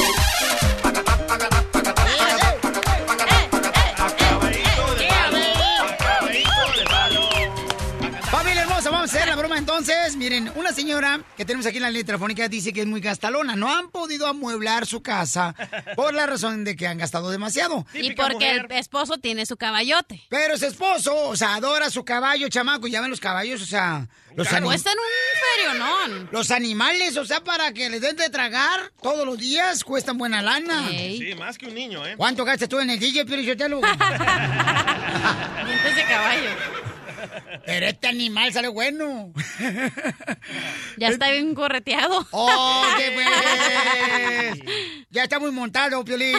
S3: Familia hermosa, vamos a hacer la broma entonces. Miren, una señora que tenemos aquí en la línea telefónica dice que es muy gastalona. No han podido amueblar su casa por la razón de que han gastado demasiado.
S5: Y porque el esposo tiene su caballote.
S3: Pero su esposo, o sea, adora su caballo, chamaco. Ya ven los caballos, o sea, los,
S5: Claro,
S3: ani-
S5: cuestan un ferionón.
S3: los animales, o sea, para que les den de tragar todos los días, cuestan buena lana.
S10: Sí, más que un niño, ¿eh?
S3: ¿Cuánto gastas tú en el
S5: (laughs)
S3: DJ, Pirichotelo?
S5: Dientes de caballo.
S3: Pero este animal sale bueno.
S5: Ya está bien correteado.
S3: ¡Oh, qué pues! Ya está muy montado, Piolín.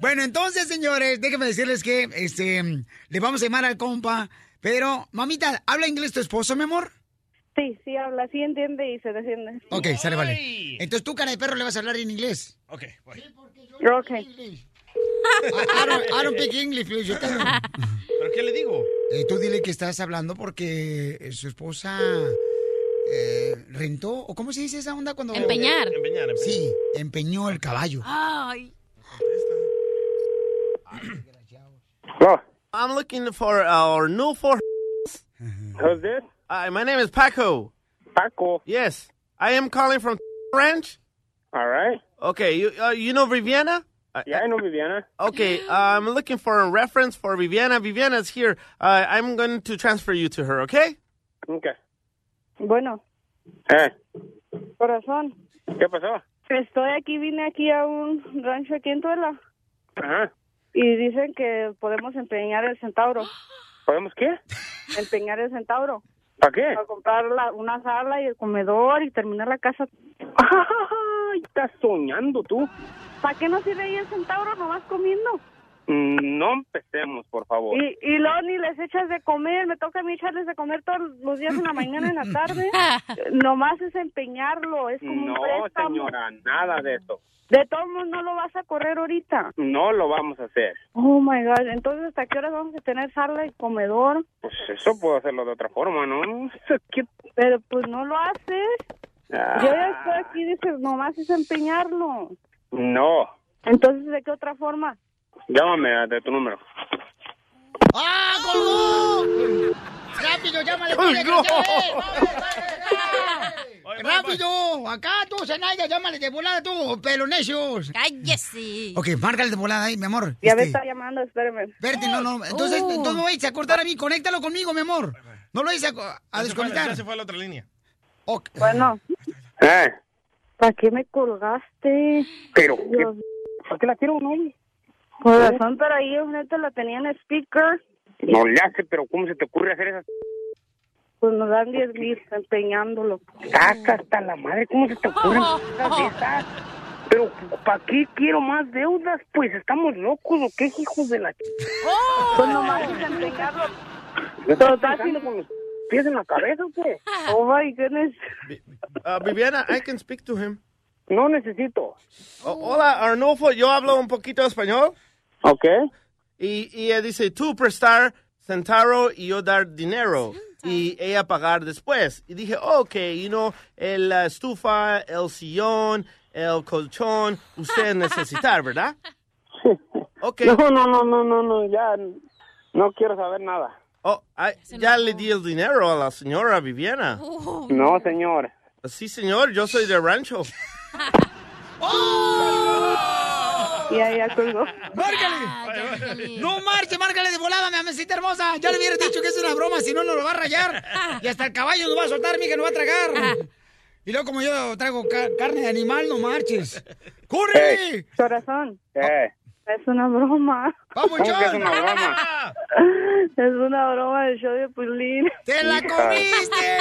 S3: bueno, entonces, señores, déjenme decirles que este, le vamos a llamar al compa. Pero, mamita, ¿habla inglés tu esposo, mi amor?
S20: Sí, sí habla, sí entiende y se defiende.
S3: Ok, sale, vale. Entonces tú, cara de perro, le vas a hablar en inglés. Ah,
S10: Ok,
S20: Ok.
S3: I don't, I don't speak English, Piolín (laughs) Sotelo.
S10: ¿Pero qué le digo?
S3: Eh, tú dile que estás hablando porque eh, su esposa eh, rentó, o cómo se dice esa onda cuando...
S5: Empeñar.
S10: Empeñar, empeñar.
S3: Sí, empeñó el caballo.
S5: Ay.
S2: I'm looking for our new four. (laughs) Who's this? Uh, my name is Paco. Paco. Yes, I am calling from Ranch. All right. Okay, you uh, you know Riviana? Yeah, I
S15: know Viviana.
S2: (laughs) Okay, I'm looking for a reference for Viviana. Viviana's here. Uh, I'm going to transfer you to her, okay?
S15: Okay.
S20: Bueno,
S2: Hey.
S20: corazón,
S15: ¿Qué pasó?
S20: estoy aquí, vine aquí a un rancho aquí en Tuela
S15: Ajá.
S20: y dicen que podemos empeñar el centauro.
S15: ¿Podemos qué?
S20: Empeñar el centauro.
S15: ¿Para qué?
S20: Para comprar la- una sala y el comedor (laughs) y terminar la casa.
S15: Ay, estás soñando tú.
S20: ¿Para qué nos sirve ahí el centauro nomás comiendo?
S15: Mm, No empecemos, por favor.
S20: Y, y luego ni les echas de comer, me toca a mí echarles de comer todos los días en la mañana y en la tarde. Nomás es empeñarlo, es como
S15: No,
S20: un préstamo.
S15: señora, nada de eso.
S20: De todos modos no lo vas a correr ahorita.
S15: No lo vamos a hacer.
S20: Oh my god, entonces hasta qué horas vamos a tener sala y comedor?
S15: Pues eso puedo hacerlo de otra forma, ¿no?
S20: Pero pues no lo haces. Yo ya
S15: Ah,
S20: estoy aquí, dices, nomás es empeñarlo.
S15: no,
S20: Entonces, ¿de qué otra forma?
S15: llámame de tu número.
S3: ¡Ah, colgó! ¡Rápido, llámale!
S15: Colgó.
S3: ¡Rápido! Acá tú, Zenaida, llámale de volada tú, pelonecios. ¡Cállese! Ok, márcale de volada ahí, mi amor.
S20: Ya me
S3: Este,
S20: está llamando, espérame.
S3: Espérate, no, no. Entonces,
S20: Oh.
S3: entonces no vais a cortar a mí. Conéctalo conmigo, mi amor. No lo hice a, a desconectar.
S10: Ya se fue a la otra línea.
S20: Bueno,
S15: Eh,
S20: ¿para qué me colgaste?
S15: pero,
S20: Dios.
S15: ¿por qué la quiero no?
S20: Corazón, pero ahí neta la tenían en speaker.
S15: No le hace, pero ¿cómo se te ocurre hacer esas
S20: Pues nos dan 10 mil empeñándolo.
S15: cacas Ah, hasta la madre? ¿Cómo se te ocurren cosas de esas? Pero, ¿para qué quiero más deudas? Pues estamos locos, ¿o qué hijos de la ch...
S20: Pues nomás es empeñarlo.
S15: ¿Me estás pensando con los pies en la cabeza o qué?
S20: Oh my goodness.
S2: Uh, Viviana, I can speak to him. Oh,
S15: No necesito.
S2: hola, Arnulfo. Yo hablo un poquito español.
S15: Ok.
S2: Y, y ella dice, tú prestar centavo y yo dar dinero. Y ella pagar después. Y dije, ok, you know, el, la estufa, el sillón, el colchón, usted necesitar, ¿verdad? Ok.
S15: No, no, no, no, no, no, ya no quiero saber nada.
S2: Oh, ay, ya le di el dinero a la señora Viviana.
S15: No, señor.
S2: Sí, señor, yo soy de rancho.
S5: Oh.
S20: Ya, ya colgó.
S3: ¡Márcale! ¡No marche! ¡Márcale de volada, mi amecita hermosa! Ya le hubiera dicho que es una broma, si no, no lo va a rayar. Y hasta el caballo lo va a soltar, mija, no va a tragar. Y luego, como yo traigo ca- carne de animal, no marches. ¡Corre!
S20: Corazón.
S15: Eh,
S20: Es una broma.
S3: ¡Vamos,
S15: ¿Cómo que es una broma?
S20: Es una broma del show de Pulín.
S3: ¡Te
S15: la comiste!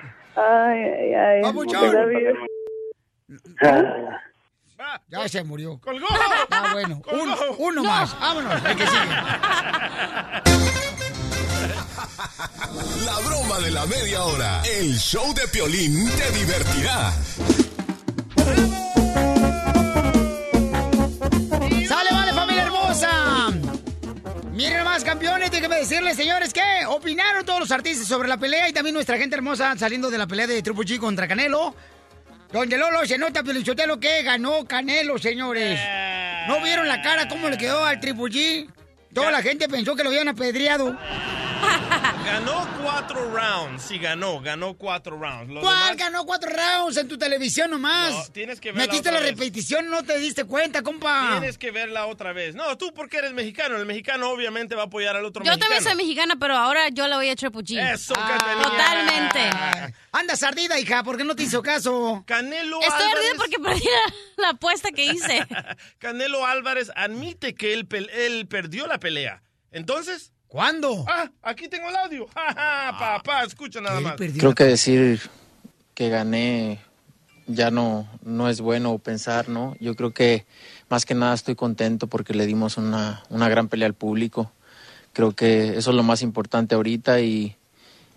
S20: (laughs) Ay, ay, ay.
S3: Papuchón.
S20: Te la vi.
S3: Ya se murió.
S10: ¡Colgó!
S3: Ah, bueno. Un- uno más. Vámonos. el que sigue.
S8: La broma de la media hora. El show de Piolín te divertirá.
S3: ¡Sale, vale, familia hermosa! Miren más, campeones, déjenme decirles, señores, que opinaron todos los artistas sobre la pelea y también nuestra gente hermosa saliendo de la pelea de Triple G contra Canelo. Donde Lolo se nota, Pelichotelo, que ganó Canelo, señores. ¿No vieron la cara cómo le quedó al Triple G? Toda la gente pensó que lo habían apedreado.
S10: Ganó cuatro rounds. Sí, ganó. Ganó cuatro rounds. Los demás-
S3: ¿Cuál ganó cuatro rounds en tu televisión nomás?
S10: No, tienes que verla
S3: Metiste la,
S10: otra vez.
S3: repetición, no te diste cuenta, compa.
S10: Tienes que verla otra vez. No, tú porque eres mexicano. El mexicano obviamente va a apoyar al otro
S5: Yo
S10: mexicano.
S5: también soy mexicana, pero ahora yo la voy a Triple G. Ah.
S10: Eso, Catalina. Ah.
S5: Totalmente.
S3: Ah. Andas ardida, hija, ¿por qué no te hizo caso?
S10: Canelo
S5: Estoy
S10: Álvarez-
S5: ardida porque perdí la, la apuesta que hice.
S10: (laughs) Canelo Álvarez admite que él, pel- él perdió la pelea. Entonces...
S3: ¿Cuándo? Ah,
S10: Ah, aquí tengo el audio. (laughs) Ja, ja, papá, escucha nada más.
S21: Creo que decir que gané ya no, no es bueno pensar, ¿no? Yo creo que más que nada estoy contento porque le dimos una, una gran pelea al público. Creo que eso es lo más importante ahorita y,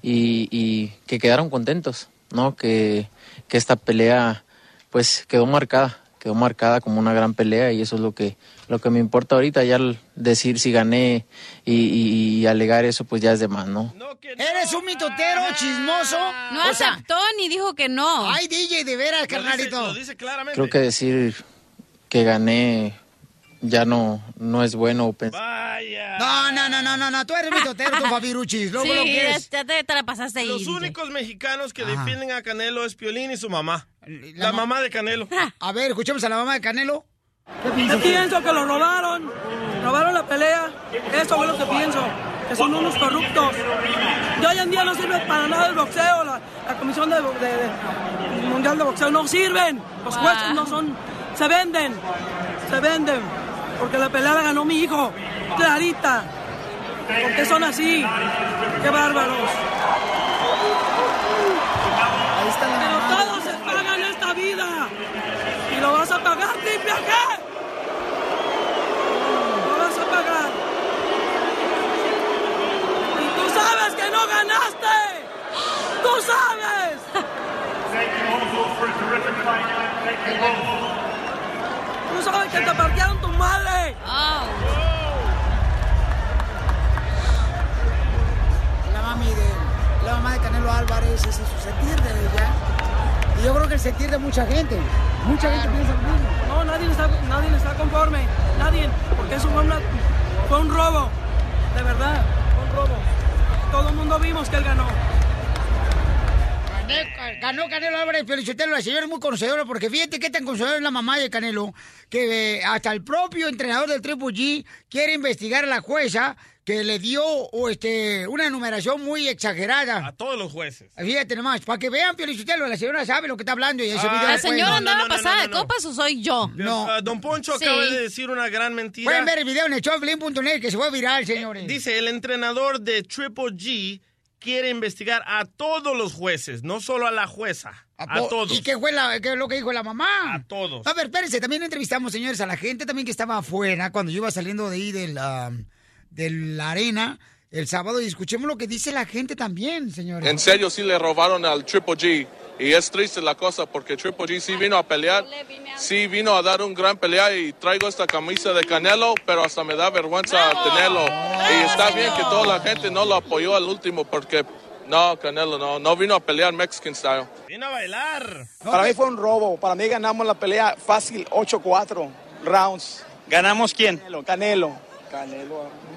S21: y, y que quedaron contentos, ¿no? Que, que esta pelea pues quedó marcada, quedó marcada como una gran pelea y eso es lo que, lo que me importa ahorita, ya el decir si gané y, y- y alegar eso pues ya es de más, ¿no?
S3: Eres un mitotero chismoso.
S5: No aceptó ni dijo que no.
S3: Ay, DJ, de veras,
S5: carnalito.
S10: Lo dice claramente.
S21: Creo que decir que gané ya no, no es bueno pues. pensar.
S3: No, no, no, no, no, no, tú eres mitotero,
S10: (laughs)
S3: tú, papiruchis. Luego lo
S5: sí,
S3: que es.
S5: ya te, te la pasaste ahí.
S10: Los
S5: DJ.
S10: únicos mexicanos que defienden a Canelo es Piolín y su mamá. La,
S3: ma-
S5: (laughs)
S10: mamá de Canelo.
S3: A ver, escuchemos a la mamá de Canelo.
S11: Yo pienso que lo robaron, robaron la pelea, eso es lo que pienso, que son unos corruptos. Y hoy en día no sirve para nada el boxeo, la, la comisión de, de- de- mundial de boxeo no sirven, los jueces no son, se venden, se venden, porque la pelea la ganó mi hijo, clarita, porque son así, qué bárbaros. Pero todos se pagan esta vida y lo vas a pagar, triple G. Lo vas a pagar. Y tú sabes que no ganaste. Tú sabes. Tú sabes que te partieron tu madre.
S5: Ah.
S12: La mami de la mamá de Canelo Álvarez, ese es su sentir de ella. Y yo creo que el sentir de mucha gente. Mucha gente piensa lo mismo.
S11: No, nadie está, nadie está conforme. Nadie. Porque eso fue, una- fue un robo. De verdad, fue un robo. Todo el mundo vimos que él ganó.
S3: Gané- Ganó Canelo Álvarez Felicitelo, la señora es muy conocedora, porque fíjate qué tan conocedora es la mamá de Canelo, que eh, hasta el propio entrenador del Triple G quiere investigar a la jueza que le dio o, este, una enumeración muy exagerada.
S10: A todos los jueces.
S3: Fíjate nomás, para que vean Felicitelo, la señora sabe lo que está hablando y ese
S10: Ah,
S3: video
S10: la
S3: es bueno.
S10: señora andaba No, no, no, pasada
S5: de copas o soy yo?
S10: Ah, don Poncho
S5: Sí.
S10: acaba de decir una gran mentira.
S3: Pueden ver el video en el showblin.net que se fue viral, señores.
S10: Eh, Dice, el entrenador de Triple G quiere investigar a todos los jueces, no solo a la jueza, a,
S3: Po-
S10: todos.
S3: ¿Y qué fue la- qué es lo que dijo la mamá? A
S10: todos.
S3: A ver, espérense, también entrevistamos, señores, a la gente también que estaba afuera cuando yo iba saliendo de ahí de la, de la arena el sábado y escuchemos lo que dice la gente también, señores.
S22: En serio, sí le robaron al Triple G. Y es triste la cosa porque Triple G sí vino a pelear, sí vino a dar un gran pelea y traigo esta camisa de Canelo, pero hasta me da vergüenza tenerlo. Y está bien que toda la gente no lo apoyó al último porque no, Canelo no, no vino a pelear Mexican Style.
S10: Vino a bailar.
S23: Para mí fue un robo. Para mí ganamos la pelea fácil 8-4 rounds. ¿Ganamos quién? Canelo. Canelo.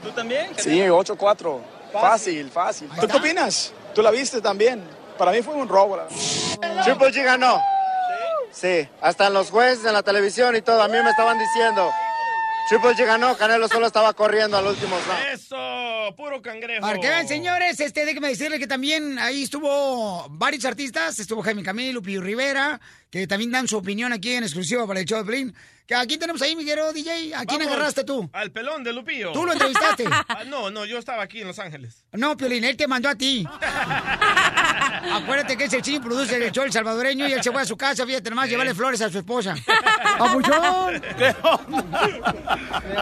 S24: ¿Tú también?
S23: Sí, 8-4. Fácil, fácil. ¿Tú qué opinas? Tú la viste también. Para mí fue un robo. la-
S24: Triple G ganó. Sí, hasta en los jueces, en la televisión y todo, a mí me estaban diciendo. Triple G ganó, Canelo solo estaba corriendo al último round.
S10: Eso, puro cangrejo.
S3: Para que vean, señores, este, déjenme decirles que también ahí estuvo varios artistas, estuvo Jaime Camilo, Pío Rivera, que también dan su opinión aquí en exclusiva para el show de Pelín. Que aquí tenemos ahí, mi querido DJ, ¿a quién
S10: Vamos
S3: agarraste tú?
S10: Al pelón de Lupillo.
S3: ¿Tú lo entrevistaste?
S10: (laughs) Ah, no, no, yo estaba aquí en Los Ángeles.
S3: No, Piolín, él te mandó a ti. Acuérdate que es el chino produce el show el salvadoreño y él se fue a su casa, fíjate nomás, llevarle flores a su esposa. ¡Papuchón!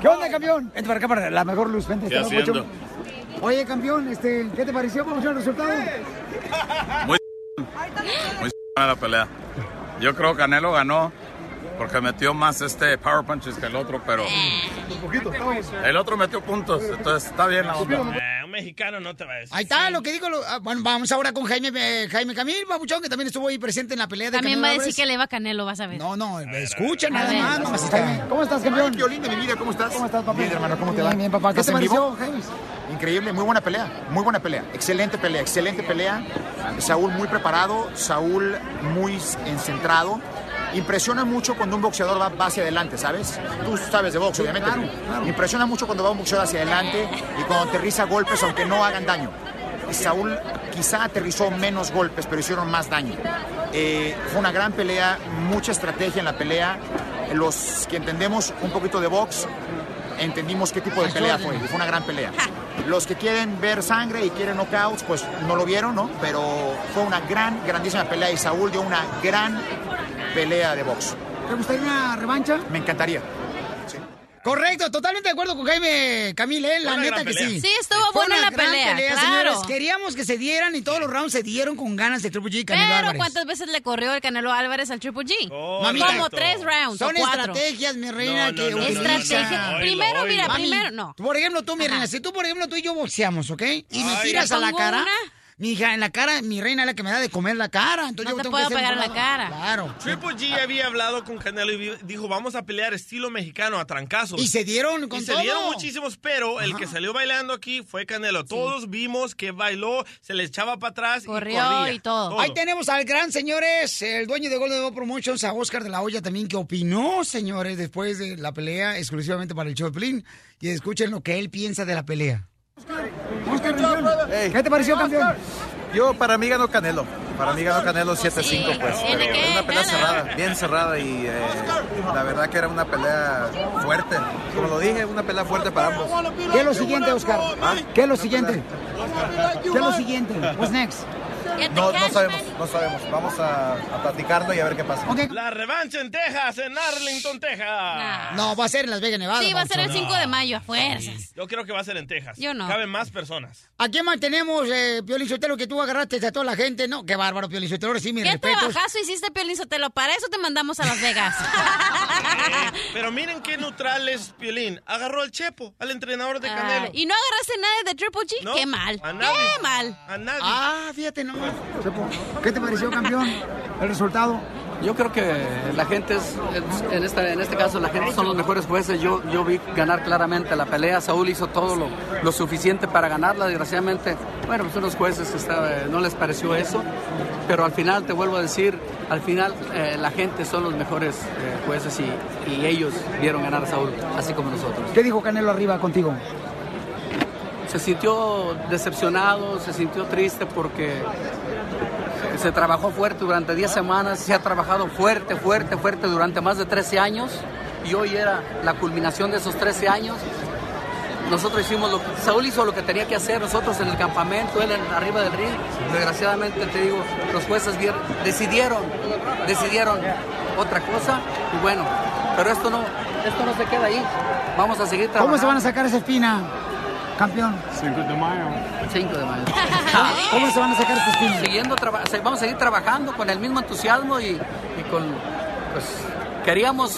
S3: ¿Qué onda, campeón? Vente para acá, para la mejor luz, vente.
S25: ¿Qué
S3: está,
S25: haciendo?
S3: Papuchón. Oye, campeón, este, ¿qué te pareció, Papuchón, el resultado?
S25: Muy, muy buena la pelea. Yo creo que Canelo ganó porque metió más este power punches que el otro, pero el otro metió puntos, entonces está bien la onda.
S10: Eh, un mexicano no te va a decir.
S3: Ahí está, lo que digo. lo- ah, bueno, vamos ahora con Jaime, eh, Jaime Camil, Papuchón, que también estuvo ahí presente en la pelea de
S5: También
S3: Canelo
S5: va a decir
S3: Álvarez.
S5: que le va a Canelo, vas a ver.
S3: No, no, escucha
S5: A
S3: nada
S5: ver.
S3: más, mamacita. ¿Cómo estás, campeón? Violín de mi vida, ¿cómo estás? ¿Cómo estás, papá?
S26: Bien, hermano, ¿cómo te va?
S3: Bien, bien, papá. ¿Qué
S26: ¿Estás
S3: te
S26: en
S3: pareció,
S26: vivo? Increíble, muy buena pelea, muy buena pelea, excelente pelea, excelente pelea. Saúl muy preparado, Saúl muy centrado. Impresiona mucho cuando un boxeador va, va hacia adelante, ¿sabes? Tú sabes de box, obviamente.
S24: claro,
S26: pero Impresiona mucho cuando va un boxeador hacia adelante y cuando aterriza golpes, aunque no hagan daño. Saúl quizá aterrizó menos golpes, pero hicieron más daño. Eh, fue una gran pelea, mucha estrategia en la pelea. Los que entendemos un poquito de box, entendimos qué tipo de pelea fue. y Fue una gran pelea. Los que quieren ver sangre y quieren knockouts, pues no lo vieron, ¿no? Pero fue una gran, grandísima pelea y Saúl dio una gran pelea de box.
S3: ¿Te gustaría una revancha?
S26: Me encantaría.
S3: Correcto, totalmente de acuerdo con Jaime Camil, ¿eh? la
S26: Fue una
S3: neta
S26: gran
S3: que
S26: pelea.
S3: sí.
S26: Sí, estuvo
S3: Fue
S5: buena
S3: una
S5: la
S3: gran
S5: pelea, claro.
S3: señores. Queríamos que se dieran y todos los rounds se dieron con ganas de Triple G y Canelo
S5: Pero
S3: Álvarez.
S5: ¿cuántas veces le corrió el Canelo Álvarez al Triple G?
S3: Mamita.
S5: Como tres rounds.
S3: Son
S5: o cuatro.
S3: estrategias, mi reina,
S5: No, no,
S3: que
S5: no, no, Estrategia. no, no. Primero, Oilo, mira, oilo. primero, no.
S3: Por ejemplo, tú, mi reina, si tú, por ejemplo, tú y yo boxeamos, ¿ok? Y me
S5: Ay.
S3: tiras
S5: ¿Te
S3: a la
S5: pongo
S3: cara.
S5: una?
S3: Mi hija, en la cara, mi reina es la que me da de comer la cara. Entonces yo tengo que ser brava. Claro.
S10: Triple G había hablado con Canelo y vi- dijo, vamos a pelear estilo mexicano a trancazos.
S3: Y se (laughs) dieron con
S10: Y se
S3: todo.
S10: dieron muchísimos, pero el que salió bailando aquí fue Canelo. Todos vimos que bailó, se le echaba para atrás y corría.
S3: Ahí tenemos al gran, señores, el dueño de Golden Boy Promotions, a Oscar de la Hoya también, que opinó, señores, después de la pelea exclusivamente para el show de Pelín. Y escuchen lo que él piensa de la pelea. ¿Qué te pareció, campeón?
S27: Yo, para mí ganó Canelo. Para mí ganó Canelo 7-5, pues.
S5: tiene
S27: Eh,
S5: que
S27: una pelea cerrada, bien cerrada y eh, la verdad que era una pelea fuerte. Como lo dije, una pelea fuerte para ambos. ¿Ah?
S3: ¿Qué es lo siguiente, Oscar? ¿Qué es lo siguiente? ¿Qué es lo siguiente? What's next?
S27: No, no sabemos, no sabemos. Vamos a, a platicarlo y a ver qué pasa.
S10: La revancha en Texas, en Arlington, Texas.
S3: No, va a ser en Las Vegas, Nevada.
S5: Sí, va a ser el
S3: Pabuchón.
S5: 5 de mayo, a fuerzas.
S10: Yo creo que va a ser en Texas.
S5: Yo no.
S10: Caben más personas.
S3: ¿A quién más tenemos, eh, Piolín Sotelo, que tú agarraste a toda la gente? No, qué bárbaro, Piolín Sotelo, ahora sí, mis
S5: ¿Qué
S3: respetos.
S5: trabajazo hiciste, Piolín Sotelo? Para eso te mandamos a Las
S3: (laughs)
S5: Vegas.
S10: Pero miren qué neutral es Piolín. Agarró al Chepo, al entrenador de Canelo.
S5: Ah, y no agarraste nada de Triple G. Qué mal.
S10: a nadie.
S5: Qué mal.
S10: A nadie.
S3: Ah, fíjate nomás. Chepo, ¿Qué te pareció, campeón? El resultado.
S28: Yo creo que la gente es, es- en, esta- en este caso, la gente son los mejores jueces. Yo, yo vi ganar claramente la pelea. Saúl hizo todo lo, lo suficiente para ganarla. Desgraciadamente, bueno, pues unos jueces estaba- no les pareció eso. Pero al final, te vuelvo a decir, al final eh, la gente son los mejores eh, jueces y, y ellos vieron ganar a Saúl, así como nosotros.
S3: ¿Qué dijo Canelo arriba contigo?
S28: se sintió decepcionado, se sintió triste porque se trabajó fuerte durante 10 semanas, se ha trabajado fuerte, fuerte, fuerte durante más de 13 años y hoy era la culminación de esos 13 años. Nosotros hicimos lo que, Saúl hizo lo que tenía que hacer, nosotros en el campamento, él en- arriba del ring. Desgraciadamente, te digo, los jueces vier- decidieron, decidieron otra cosa y bueno, pero esto no, esto no se queda ahí. Vamos a seguir trabajando.
S3: ¿Cómo se van a sacar esa espina, campeón?
S28: 5 de mayo. 5 de mayo.
S3: (laughs) ¿Cómo se van a sacar estos pinos?
S28: Siguiendo traba- se- vamos a seguir trabajando con el mismo entusiasmo y, y con. Pues queríamos.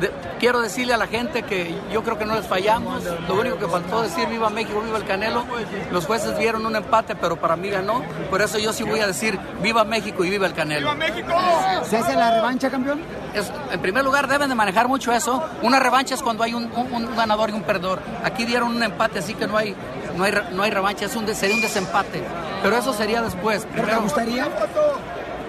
S28: de- quiero decirle a la gente que yo creo que no les fallamos. Lo único que faltó decir viva México, viva el Canelo. Los jueces vieron un empate, pero para mí ganó. Por eso yo sí voy a decir viva México y viva el Canelo.
S3: ¿Se hace la revancha, campeón?
S28: Es- en primer lugar, deben de manejar mucho eso. Una revancha es cuando hay un, un- un ganador y un perdedor. Aquí dieron un empate, así que no hay, no hay, re- no hay revancha, es un, de- sería un desempate. Pero eso sería después. Primero,
S3: gustaría?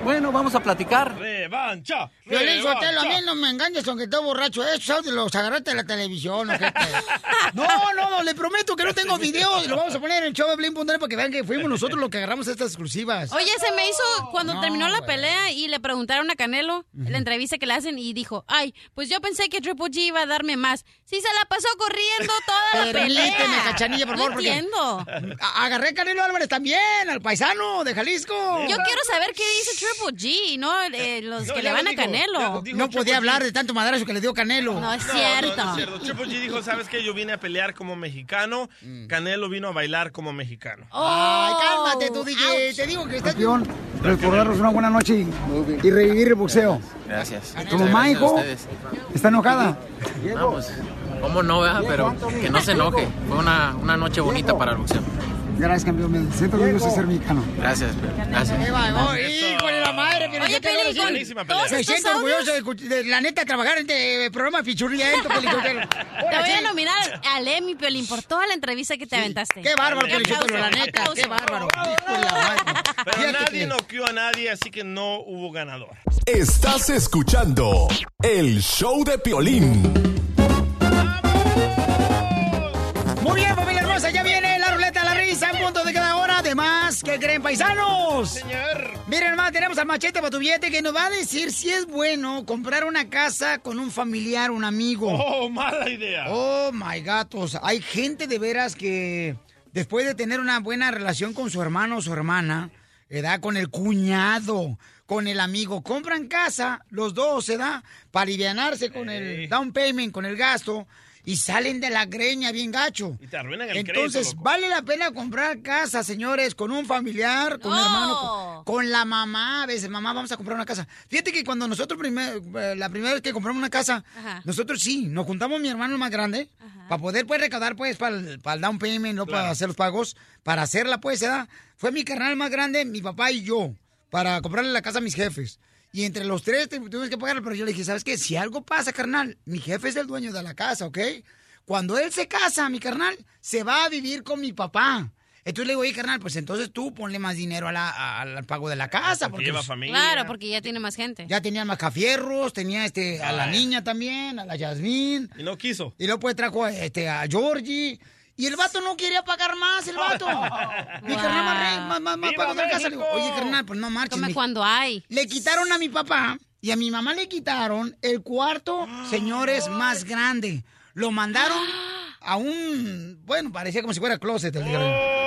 S28: Bueno, vamos a platicar.
S10: Revancha.
S3: Violín Sotelo, a mí no me engañes aunque esté borracho. Esos audios los agarraste de la televisión, ojete.
S5: (laughs)
S3: No, no, no, le prometo que no tengo videos. Lo vamos a poner en showblin.net para que vean que fuimos nosotros los que agarramos estas exclusivas.
S5: Oye, se me hizo cuando
S3: No,
S5: terminó la
S3: güey.
S5: pelea y le preguntaron a Canelo la entrevista que le hacen y dijo, ay, pues yo pensé que Triple G iba a darme más. Sí, se la pasó corriendo toda la pelea.
S3: Permíteme, cachanilla, por favor.
S5: No
S3: porque
S5: entiendo.
S3: a- Agarré a Canelo Álvarez también, al paisano de Jalisco.
S5: Yo quiero saber qué dice Triple G, no eh, los que le van a Canelo.
S3: No podía hablar de tanto madrazo que le dio Canelo.
S5: No, es
S10: No, no, no es cierto. Triple G dijo, ¿sabes qué? Yo vine a pelear como mexicano,
S3: Mm.
S10: Canelo vino a bailar como mexicano.
S3: Oh, Ay,
S5: Oh,
S3: cálmate tú, DJ. Te digo que estás...
S10: Campeón,
S3: recordaros una buena noche y, revivir el boxeo.
S21: Gracias.
S3: Tu mamá, hijo, está enojada.
S21: No, pues, ¿cómo no, verdad? Pero que no se enoje. Fue una, una noche bonita para el boxeo.
S3: Gracias, campeón. Me siento orgulloso de ser mexicano.
S21: Gracias, Piolín, gracias.
S3: ¡Híjole la madre! Piolín,
S5: Oye,
S3: te adoro,
S5: Piolín,
S3: sí.
S5: Buenísima pelea.
S3: Me
S5: ¿todos
S3: siento
S5: estos
S3: orgulloso de, escuch- de, la neta, trabajar en este eh, programa Pichurría.
S5: (laughs)
S3: Te
S5: Te voy a nominar al Emmy, Piolín, por toda la entrevista que te aventaste.
S3: Qué bárbaro,
S5: Un
S3: Piolín Sotelo,
S5: aplauso,
S3: la neta,
S5: aplauso.
S3: qué bárbaro.
S10: Pero nadie
S27: que-
S10: noqueó a nadie, así que no hubo ganador.
S8: Estás escuchando el show de Piolín.
S3: Muy bien, familia hermosa, ya viene la ruleta de la risa en punto de cada hora. Además, ¿qué creen, paisanos?
S10: Señor.
S3: Miren, hermano, tenemos al machete para tu billete que nos va a decir si es bueno comprar una casa con un familiar, un amigo.
S10: Oh, mala idea.
S3: Oh, my gatos. Hay gente de veras que después de tener una buena relación con su hermano o su hermana, ¿edad? Con el cuñado, con el amigo, compran casa, los dos, ¿edad? Para alivianarse con el down payment, con el gasto. y salen de la greña bien gacho.
S10: Y te arruinan el
S3: Entonces,
S10: crédito.
S3: vale la pena comprar casa, señores, con un familiar, con un
S10: No.
S3: hermano, con, con la mamá. A veces, mamá, vamos a comprar una casa. Fíjate que cuando nosotros, primer- eh, la primera vez que compramos una casa,
S5: Ajá.
S3: nosotros sí, nos juntamos mi hermano el más grande, para poder pues recaudar pues para el, para el down payment, no para hacer los pagos, para hacerla pues, ¿verdad? Fue mi carnal más grande, mi papá y yo, para comprarle la casa a mis jefes. Y entre los tres te- tuvimos que pagarla, pero yo le dije, ¿sabes qué? Si algo pasa, carnal, mi jefe es el dueño de la casa, ¿ok? Cuando él se casa, mi carnal, se va a vivir con mi papá. Entonces le digo, oye, carnal, pues entonces tú ponle más dinero a la- a- al pago de la casa. Porque pues,
S5: Claro, porque ya tiene más gente.
S3: ya tenía Macafierros, tenía este, a la
S5: Ay.
S3: niña también, a la Yasmín.
S10: Y no quiso.
S3: Y luego pues trajo a, este, a Georgie. Y el vato no quería pagar más, el vato.
S10: (laughs)
S3: Mi carnal más, re- más, más, más
S5: ¡Viva
S3: pagó otra casa. Le digo,
S5: México!
S3: oye, carnal, pues no marches.
S5: Come
S3: cuando hay. Le quitaron a mi papá y a mi mamá le quitaron el cuarto, señores, más grande. Lo mandaron a un, bueno, parecía como si fuera closet el día.
S5: Oh.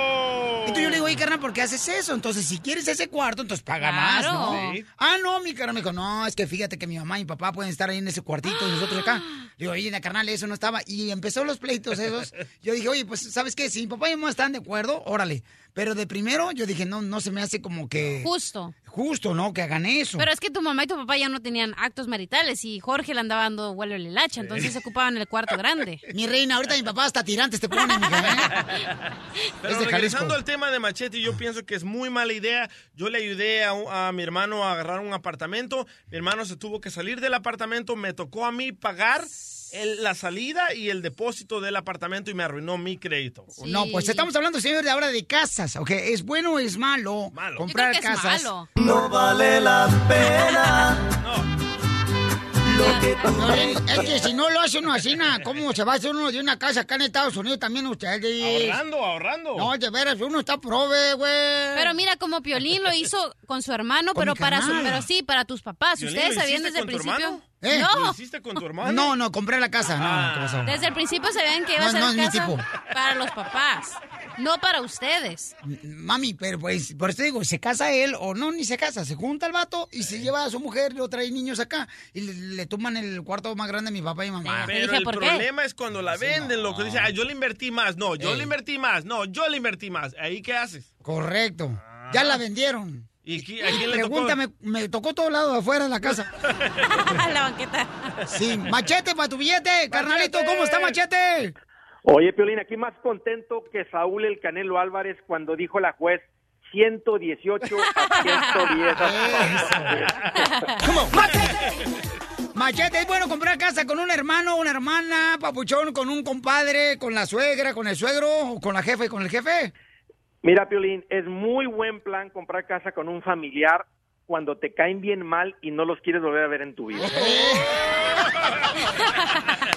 S3: Entonces yo le digo, oye, carnal, ¿por qué haces eso? Entonces, si quieres ese cuarto, entonces paga más,
S5: Claro.
S3: ¿no?
S5: Sí.
S3: Ah, no, mi carnal me dijo, no, es que fíjate que mi mamá y mi papá pueden estar ahí en ese cuartito y nosotros acá. Le digo, oye, na, carnal, eso no estaba. Y empezó los pleitos esos. Yo dije, oye, pues, ¿sabes qué? Si mi papá y mi mamá están de acuerdo, órale. Pero de primero yo dije, no, no se me hace como que...
S5: Justo.
S3: Justo, ¿no? Que hagan eso.
S5: Pero es que tu mamá y tu papá ya no tenían actos maritales y Jorge le andaba dando vuelo el hacha, entonces se ocupaban el cuarto grande.
S3: (laughs) Mi reina, ahorita mi papá hasta tirantes te
S5: (laughs)
S3: pone, mija,
S10: Pero
S3: Es de
S10: regresando
S3: Jalisco.
S10: al tema de Machete, yo pienso que es muy mala idea. Yo le ayudé a, un- a mi hermano a agarrar un apartamento. Mi hermano se tuvo que salir del apartamento. Me tocó a mí pagar el- la salida y el depósito del apartamento y me arruinó mi crédito.
S3: No, pues estamos hablando, señor, de ahora de casas, ¿ok? ¿Es bueno o es malo, comprar
S10: Yo creo que es
S3: casas?
S10: malo.
S3: No vale la pena. es que si no lo hace uno así, na, ¿cómo se va a hacer uno de una casa acá en Estados Unidos también ustedes?
S10: Ahorrando, ahorrando.
S3: No, de veras, uno está prove, güey.
S5: Pero mira, como Piolín lo hizo con su hermano,
S3: Con
S5: pero
S3: mi
S5: para su,
S3: carnal.
S5: pero sí, para tus papás.
S3: Piolín,
S5: Ustedes
S3: ¿lo
S5: sabían
S3: hiciste
S5: desde el
S3: con tu
S5: principio.
S3: hermano? ¿Eh?
S5: No.
S3: ¿Lo hiciste No, no, compré la casa. No, ¿qué pasó?
S5: Desde el principio sabían que iba
S3: No,
S5: a ser
S3: no es mi
S5: casa
S3: tipo.
S5: para los papás, no para ustedes.
S3: Mami, pero pues, por eso te digo, se casa él o no, ni se casa, se junta el vato y se lleva a su mujer, lo trae niños acá y le, le toman el cuarto más grande a mi papá y mamá.
S10: Pero el problema es cuando la venden, lo que dice, "Ah, yo le invertí más, no, yo
S3: Ey.
S10: le invertí más, no, yo le invertí más. ¿Ahí qué haces?
S3: Correcto, ya la vendieron.
S10: ¿Y qui- a quién le tocó?
S3: Pregúntame, me tocó todo lado de afuera de
S10: (laughs)
S3: la casa.
S5: la banqueta.
S3: Sí, machete para tu billete, carnalito, ¿cómo está
S10: (laughs)
S3: machete?
S13: Oye, Piolín, aquí más contento que Saúl el Canelo Álvarez cuando dijo la juez 118
S3: (laughs) Eh,
S13: a 110.
S3: Machete, es bueno comprar casa con un hermano, una hermana, papuchón, con un compadre, con la suegra, con el suegro, o con la jefa y con el jefe.
S13: Mira, Piolín, es muy buen plan comprar casa con un familiar cuando te caen bien mal y no los quieres volver a ver en tu vida.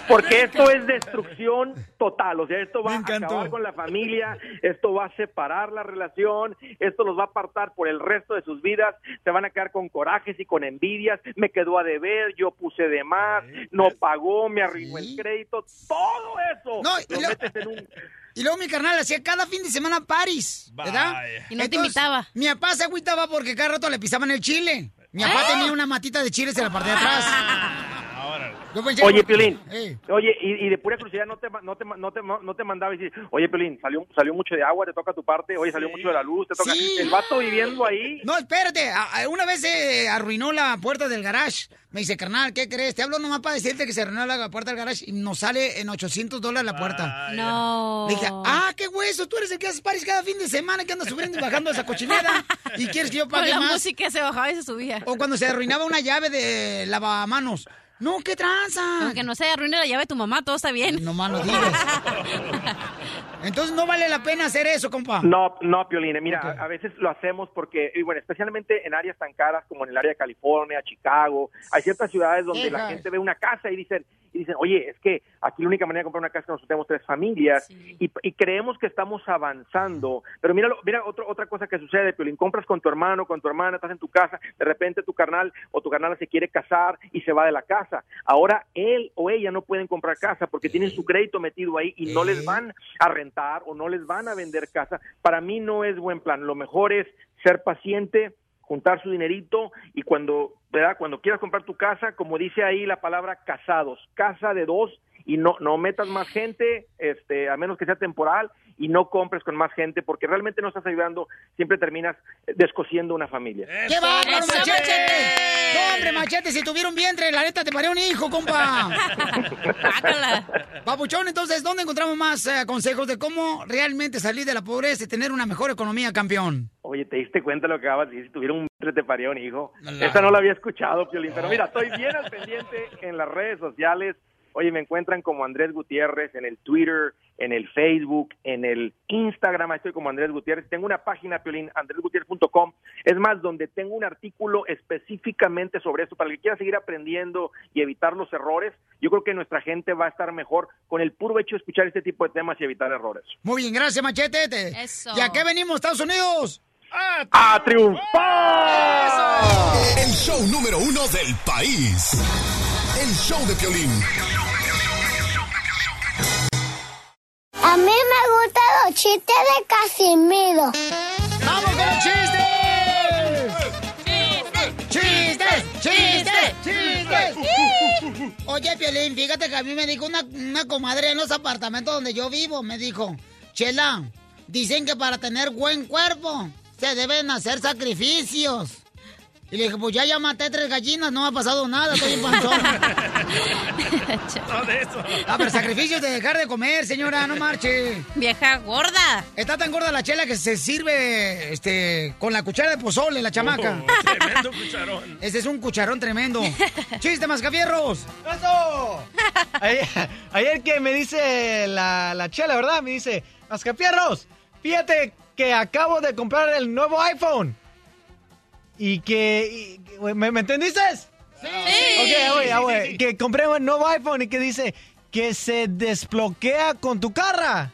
S13: Porque esto es destrucción total, o sea, esto va a acabar con la familia, esto va a separar la relación, esto los va a apartar por el resto de sus vidas, se van a quedar con corajes y con envidias, me quedó a deber, yo puse de más, no pagó, me arruinó el crédito, todo eso
S3: No, y
S13: lo
S3: lo-
S13: metes en un
S3: Y luego mi carnal hacía cada fin de semana París, ¿verdad?
S13: Vaya.
S5: Y no te
S3: invitaba. Mi papá se agüitaba porque cada rato le pisaban el chile. Mi
S5: ¿Eh?
S3: papá
S13: ¿Ah?
S3: tenía una matita de chiles en la parte de atrás.
S13: (laughs)
S3: Yo pensé-
S13: Oye, Piolín,
S3: Eh.
S13: oye, y, y de pura curiosidad, ¿no te, ma- no te, ma- no te, ma- no te mandaba a decir, oye, Piolín, salió, salió mucho de agua, te toca tu parte, oye, salió mucho de la luz, te toca...
S3: Sí.
S13: El vato viviendo ahí...
S3: No, espérate. a- a- Una vez se arruinó la puerta del garage. Me dice, carnal, ¿qué crees? Te hablo nomás para decirte que se arruinó la puerta del garage y nos sale en 800 dólares la puerta.
S5: No.
S3: Le dije, ah, qué hueso, tú eres el que haces paris cada fin de semana, que andas subiendo y bajando
S5: (laughs)
S3: esa cochinera. ¿Y quieres que yo
S5: Con
S3: pague
S5: la
S3: más?
S5: música se bajaba y se subía.
S3: O cuando se arruinaba una llave de lavamanos. No, qué tranza.
S5: Aunque no se arruine la llave de tu mamá, todo está bien.
S3: No más lo
S5: (laughs)
S3: digas. Entonces no vale la pena hacer eso, compa.
S13: No, no, Piolín, mira, a- a veces lo hacemos porque, y bueno, especialmente en áreas tan caras como en el área de California, Chicago, hay ciertas ciudades donde la
S7: Texas.
S13: gente ve una casa y dicen, y dicen, oye, es que aquí la única manera de comprar una casa es que nosotros tenemos tres familias y, y creemos que estamos avanzando, pero mira, lo- mira otro- otra cosa que sucede, Piolín, compras con tu hermano, con tu hermana, estás en tu casa, de repente tu carnal o tu carnal se quiere casar y se va de la casa, ahora él o ella no pueden comprar casa porque tienen su crédito metido ahí y no les van a rentar o no les van a vender casa. Para mí no es buen plan. Lo mejor es ser paciente, juntar su dinerito y cuando, ¿verdad? Cuando quieras comprar tu casa, como dice ahí la palabra casados, casa de dos y no, no metas más gente, este, a menos que sea temporal, y no compres con más gente, porque realmente no estás ayudando, siempre terminas descosiendo una familia.
S3: ¡Qué bárbaro, machete! No, hombre, machete, si tuviera un vientre, la neta te paré un hijo, compa. Papuchón, entonces, ¿dónde encontramos más eh, consejos de cómo realmente salir de la pobreza y tener una mejor economía, campeón?
S13: Oye, ¿te diste cuenta lo que acabas de decir? Si tuviera un vientre, te paría un hijo. Esa no la había escuchado, Piolín, pero mira, estoy bien al pendiente en las redes sociales. Oye, me encuentran como Andrés Gutiérrez en el Twitter, en el Facebook, en el Instagram. Ahí Estoy como Andrés Gutiérrez. Tengo una página, Piolín, andresgutierrez.com. Es más, donde tengo un artículo específicamente sobre esto para el que quiera seguir aprendiendo y evitar los errores. Yo creo que nuestra gente va a estar mejor con el puro hecho de escuchar este tipo de temas y evitar errores.
S3: Muy bien, gracias, machete. Te- ¿Y a qué venimos, Estados Unidos?
S13: ¡A triunfar!
S8: El show número uno del país. El show de Piolín.
S7: A mí me gustan los chistes de Casimiro.
S3: ¡Vamos con los chistes! ¡Chistes! ¡Chistes! ¡Chistes! (laughs) Oye, Piolín, fíjate que a mí me dijo una, una comadre en los apartamentos donde yo vivo, me dijo, Chela, dicen que para tener buen cuerpo se deben hacer sacrificios. Y le dije, pues ya ya maté tres gallinas, no me ha pasado nada, estoy en (laughs) panzón.
S10: No de eso.
S3: Ah, pero sacrificios de dejar de comer, señora, no marche. Vieja gorda. Está tan gorda la chela que se sirve este, con la cuchara de pozole, la chamaca.
S10: Tremendo cucharón.
S3: Este es un
S5: (laughs)
S3: cucharón tremendo. ¡Chiste, mascafierros!
S14: ¡Eso! Ayer, ayer que me dice la, la chela, ¿verdad? Me dice, Mascapierros, fíjate que acabo de comprar el nuevo iPhone. Y que... y- ¿me, me entendiste? Sí. Ok, oye, oye, que compré un nuevo iPhone y que dice que se desbloquea con tu cara.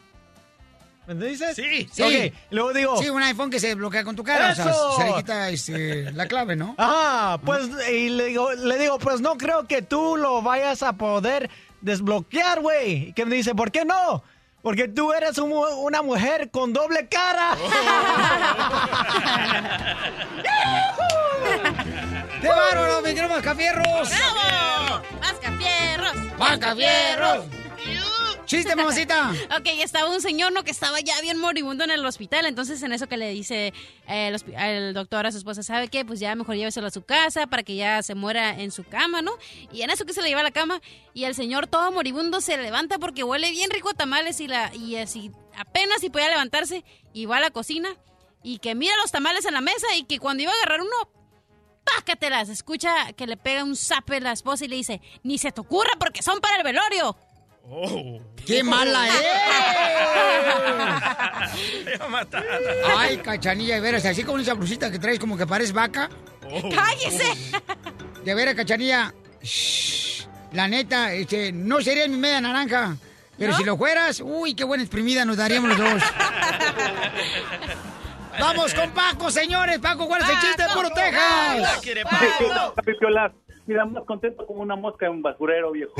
S14: ¿Me entendiste? Sí,
S3: Sí.
S14: Ok, luego digo...
S3: Sí, un iPhone que se bloquea con tu cara. o sea,
S14: ¡Eso!
S3: se le quita este, la clave, ¿no?
S14: Ah, pues y le digo, le digo, pues no creo que tú lo vayas a poder desbloquear, güey. Y que me dice, ¿por qué no? Porque tú eres un mu- una mujer con doble cara.
S3: ¡Qué bárbaro, mi querido mascafierros!
S5: ¡Bravo! ¡Mascafierros!
S3: ¡Mascafierros!
S5: (laughs)
S3: ¡Chiste, mamacita!
S5: Ok, estaba un señor, ¿no? Que estaba ya bien moribundo en el hospital. Entonces, en eso que le dice eh, el, hospi- el doctor a su esposa, ¿sabe qué? Pues ya mejor lléveselo a su casa para que ya se muera en su cama, ¿no? Y en eso que se le lleva a la cama y el señor todo moribundo se levanta porque huele bien rico a tamales y, la, y así apenas si podía levantarse y va a la cocina y que mira los tamales en la mesa y que cuando iba a agarrar uno, pácatelas. Escucha que le pega un zape a la esposa y le dice, ni se te ocurra porque son para el velorio.
S10: ¡Oh!
S3: ¡Qué mala es!
S10: Te va a matar.
S3: Ay, cachanilla, de veras, así como esa blusita que traes como que pares vaca.
S5: Oh. ¡Cállese!
S3: De veras, cachanilla. shh, La neta, este, no sería mi media naranja. Pero
S5: ¿No?
S3: si lo fueras, uy, qué buena exprimida nos daríamos los dos. Vamos con Paco, señores. Paco, ¿cuál es el chiste de Puro Texas?
S16: Papi Piolas, mira, más contento como una mosca en un basurero, viejo.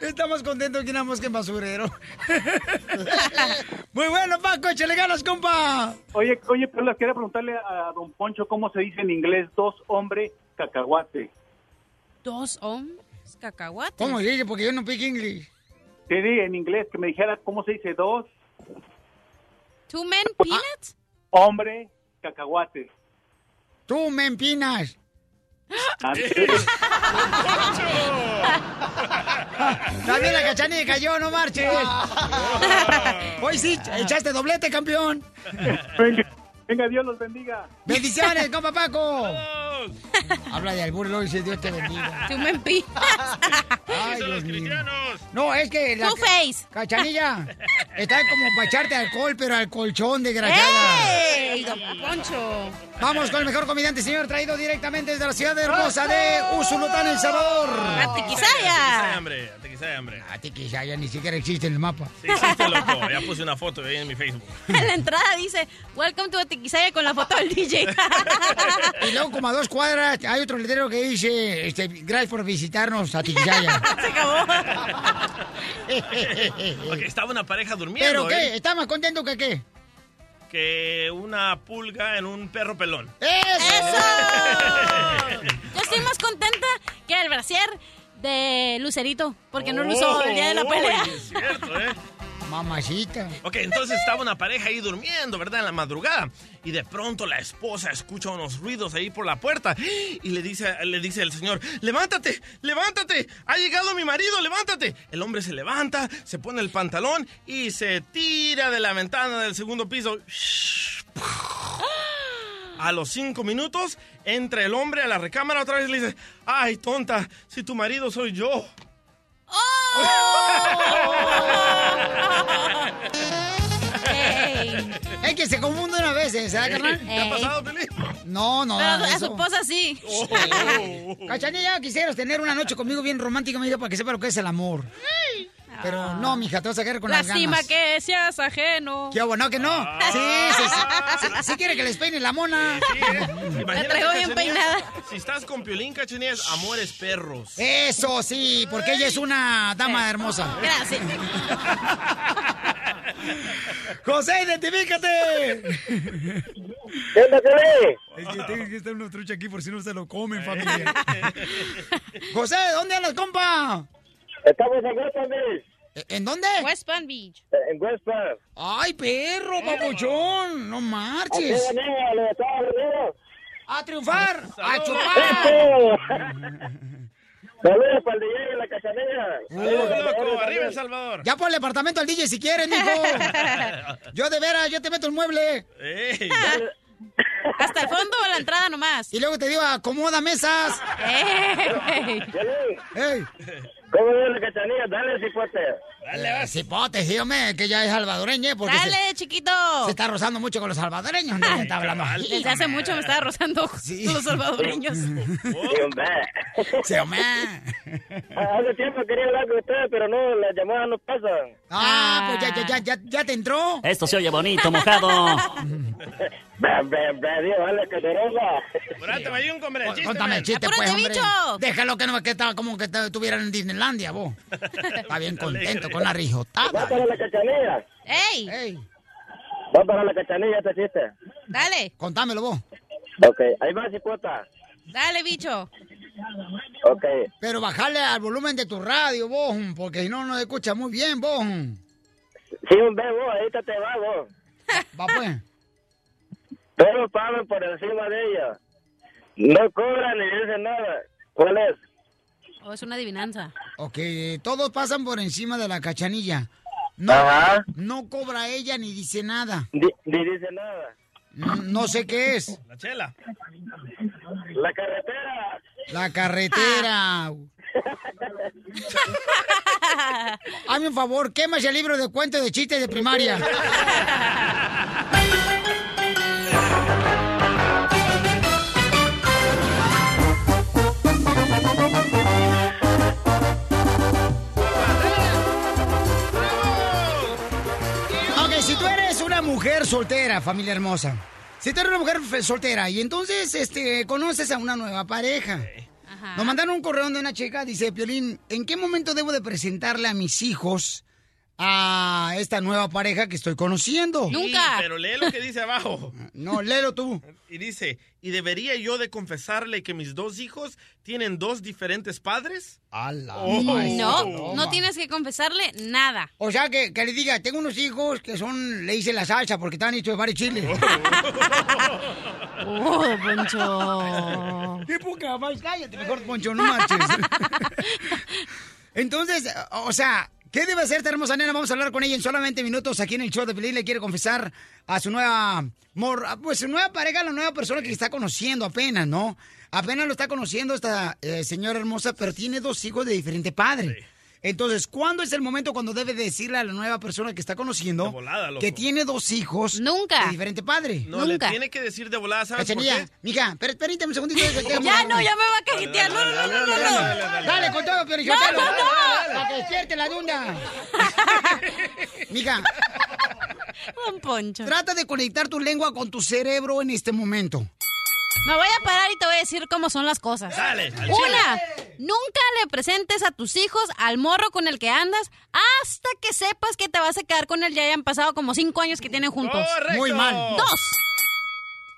S3: Estamos contentos que una mosca en basurero. (laughs) Muy bueno, Paco, échale ganas, compa.
S16: Oye, oye, Piolas, quería preguntarle a don Poncho cómo se dice en inglés dos hombre cacahuate.
S5: Dos hombres cacahuates.
S3: ¿Cómo se dice? Porque yo no pico inglés.
S16: Te di en inglés que me dijera cómo se dice dos
S5: Two men peanuts.
S3: Ah.
S16: hombre cacahuate.
S3: Tú me empinas. También la cachanilla cayó, no marches. Hoy sí, echaste doblete, campeón.
S16: Venga, venga, Dios los bendiga.
S3: Bendiciones, compa Paco. Habla de albur, luego dice Dios te bendiga.
S5: Tú me empinas.
S3: Ay, Dios mío. No, es que la
S5: Two face.
S3: cachanilla está como para echarte alcohol, pero al colchón, desgraciada.
S5: ¡Ey, don Poncho!
S3: Vamos con el mejor comediante, señor, traído directamente desde la ciudad de hermosa de Usulután, El Salvador.
S10: Atiquizaya, hombre. Atiquizaya, hombre.
S3: Atiquizaya ni siquiera existe en el mapa.
S10: Sí, sí, estoy loco. Ya puse una foto ahí en mi Facebook.
S5: (laughs) En la entrada dice, Welcome to Atiquizaya con la foto
S3: (laughs)
S5: del DJ.
S3: Y luego, como a dos cuadras, hay otro letrero que dice, este, gracias por visitarnos
S10: (laughs)
S3: a
S5: Se acabó.
S10: Ok, estaba una pareja durmiendo.
S3: ¿Pero qué?
S10: ¿eh?
S3: ¿Está más contento que qué?
S10: Que una pulga en un perro pelón.
S3: ¡Eso!
S5: Yo estoy más contenta que el brasier de Lucerito, porque no lo usó el día
S3: Oh,
S5: de la pelea.
S10: Oh, Es cierto, ¿eh?
S3: Mamacita.
S10: Ok, entonces estaba una pareja ahí durmiendo, ¿verdad? En la madrugada. Y de pronto la esposa escucha unos ruidos ahí por la puerta. Y le dice, le dice el señor, levántate, levántate. Ha llegado mi marido, levántate. El hombre se levanta, se pone el pantalón y se tira de la ventana del segundo piso. A los cinco minutos entra el hombre a la recámara otra vez y le dice, ay tonta, si tu marido soy yo. ¡Oh!
S3: Es que se confunden a veces,
S10: Eh,
S3: ¿verdad, ¿eh? carnal?
S5: ¿Te ha pasado,
S10: Felipe?
S3: No, no.
S5: Pero
S3: nada de
S5: a su
S3: eso.
S5: esposa sí.
S3: Oh. Cachanilla, quisieras tener una noche conmigo bien romántica, me dijo, para que sepa lo que es el amor. Pero no, mija, te vas a quedar con las
S5: Lástima
S3: ganas.
S5: que seas ajeno.
S3: Qué bueno que no.
S10: Ah.
S3: Sí, sí, sí. Sí, sí quiere que les peine la mona.
S10: eh.
S3: (laughs)
S10: Imagínate,
S3: traigo bien
S10: Cachanilla,
S3: peinada.
S10: Si estás con Piolín, Cachanilla, es amores perros.
S3: Eso sí, porque ella es una dama hermosa.
S5: Gracias.
S3: (laughs) José, identifícate.
S17: ¿Qué onda,
S3: Es que tiene que estar una trucha aquí por si no se lo
S17: Eh.
S3: comen, familia. José, ¿dónde andas, compa? ¿E,
S17: Estamos en West Palm Beach.
S3: ¿En dónde?
S5: West Palm Beach.
S17: (laughs) En West Palm.
S3: Ay, perro, papuchón. No marches.
S17: Aquí venimos, a levantar los dedos.
S3: A triunfar. A
S17: ¡Eso!
S3: chupar.
S17: (laughs) Saludos para el DJ y la cachanilla.
S10: arriba El Salvador.
S3: Ya por el apartamento al DJ si quieres,
S5: (laughs)
S3: mijo. (laughs) Yo de veras, yo te meto el mueble. (laughs)
S5: Hasta el fondo o la entrada nomás.
S3: Y luego te digo, acomoda mesas. ¡Ey!
S17: ¿Cómo es la cachanilla? Dale, cipote.
S3: Dale, cipote, Eh, sí, hombre, que ya es salvadoreña. Porque
S5: Dale, chiquito.
S3: Se, se está rozando mucho con los salvadoreños. ¿no? Se está hablando así,
S5: Desde hace
S3: hombre.
S5: mucho me estaba rozando los
S3: (laughs)
S5: salvadoreños.
S3: Oh. Sí, hombre.
S17: Ah, Hace tiempo quería hablar con ustedes, pero no, las llamadas no pasan.
S3: Ah, pues ya, ya, ya, ya, ya te entró.
S18: Esto se oye
S17: (laughs)
S18: bonito, mojado.
S17: Ven, ven, ven, Dios, dale, cacerola.
S10: Espérate, me un hombre.
S3: Pues, Contame el chiste, pues, hombre. Déjalo que no me quedaba como que te- estuviera en Disneylandia, vos. Está bien contento con la rijotada.
S17: Va para la cachanilla.
S5: ¡Ey!
S17: Va para la cachanilla este chiste.
S5: Dale,
S3: Contámelo vos.
S17: Ok, ahí va, cipota.
S5: dale, bicho.
S17: Ok.
S3: Pero bajarle al volumen de tu radio, vos, porque si no, no se escucha muy bien, vos.
S17: Sí, hombre, vos, ahorita te va, vos.
S3: (laughs) Va, pues.
S17: Pero pagan por encima de ella. No cobran ni dicen nada. ¿Cuál es?
S5: Oh, es una adivinanza.
S3: Ok, todos pasan por encima de la cachanilla. No,
S17: Ajá.
S3: no cobra ella ni dice nada.
S17: Ni dice nada.
S3: No, no sé qué es.
S10: La chela.
S17: La carretera.
S3: La carretera.
S17: (laughs)
S3: Hazme un favor, quemas el libro de cuentos de chistes de primaria. Ok, si tú eres una mujer soltera, familia hermosa. Si tú eres una mujer fe- soltera y entonces este, conoces a una nueva pareja. Nos mandaron un correo de una chica, dice, Piolín, ¿en qué momento debo de presentarle a mis hijos a esta nueva pareja que estoy conociendo?
S10: Sí, pero lee lo que dice abajo.
S3: Ah, No, léelo tú.
S10: Y dice, ¿y debería yo de confesarle que mis dos hijos tienen dos diferentes padres? Oh.
S5: no, no tienes que confesarle nada.
S3: O sea, que, que le diga, tengo unos hijos que son, le hice la salsa porque están hechos de
S10: (laughs)
S3: varios chiles.
S5: ¡Oh, Poncho!
S3: ¡Qué poca más! Cállate mejor, Poncho, no marches.
S10: (laughs)
S3: Entonces, o sea, ¿qué debe hacer esta hermosa nena? Vamos a hablar con ella en solamente minutos aquí en el show de Pelín. Le quiere confesar a su nueva mor... a, Pues su nueva pareja, la nueva persona que está conociendo apenas, ¿no? Apenas lo está conociendo esta eh, señora hermosa, pero tiene dos hijos de diferente padre. Entonces, ¿cuándo es el momento cuando debe decirle a la nueva persona que está conociendo
S10: volada, loco.
S3: que tiene dos hijos Nunca. de diferente padre?
S10: No, le tiene que decir de volada, ¿sabes por
S3: Cachanilla,
S10: qué?
S3: mija, pero permítame un segundito.
S10: (laughs) Ya, no, ya me va a cajetear. No, no, no, no, no, no.
S3: Dale con todo, pero yo
S10: No,
S3: te lo-
S10: no, no.
S3: Para que despierte la dunda.
S10: (laughs)
S3: Mija.
S5: Un poncho.
S3: Trata de conectar tu lengua con tu cerebro en este momento.
S5: Me voy a parar y te voy a decir cómo son las cosas.
S3: Dale, al chile.
S5: Una, nunca le presentes a tus hijos al morro con el que andas hasta que sepas que te vas a quedar con él ya hayan pasado como cinco años que tienen juntos.
S3: Correcto. Muy mal.
S5: Dos,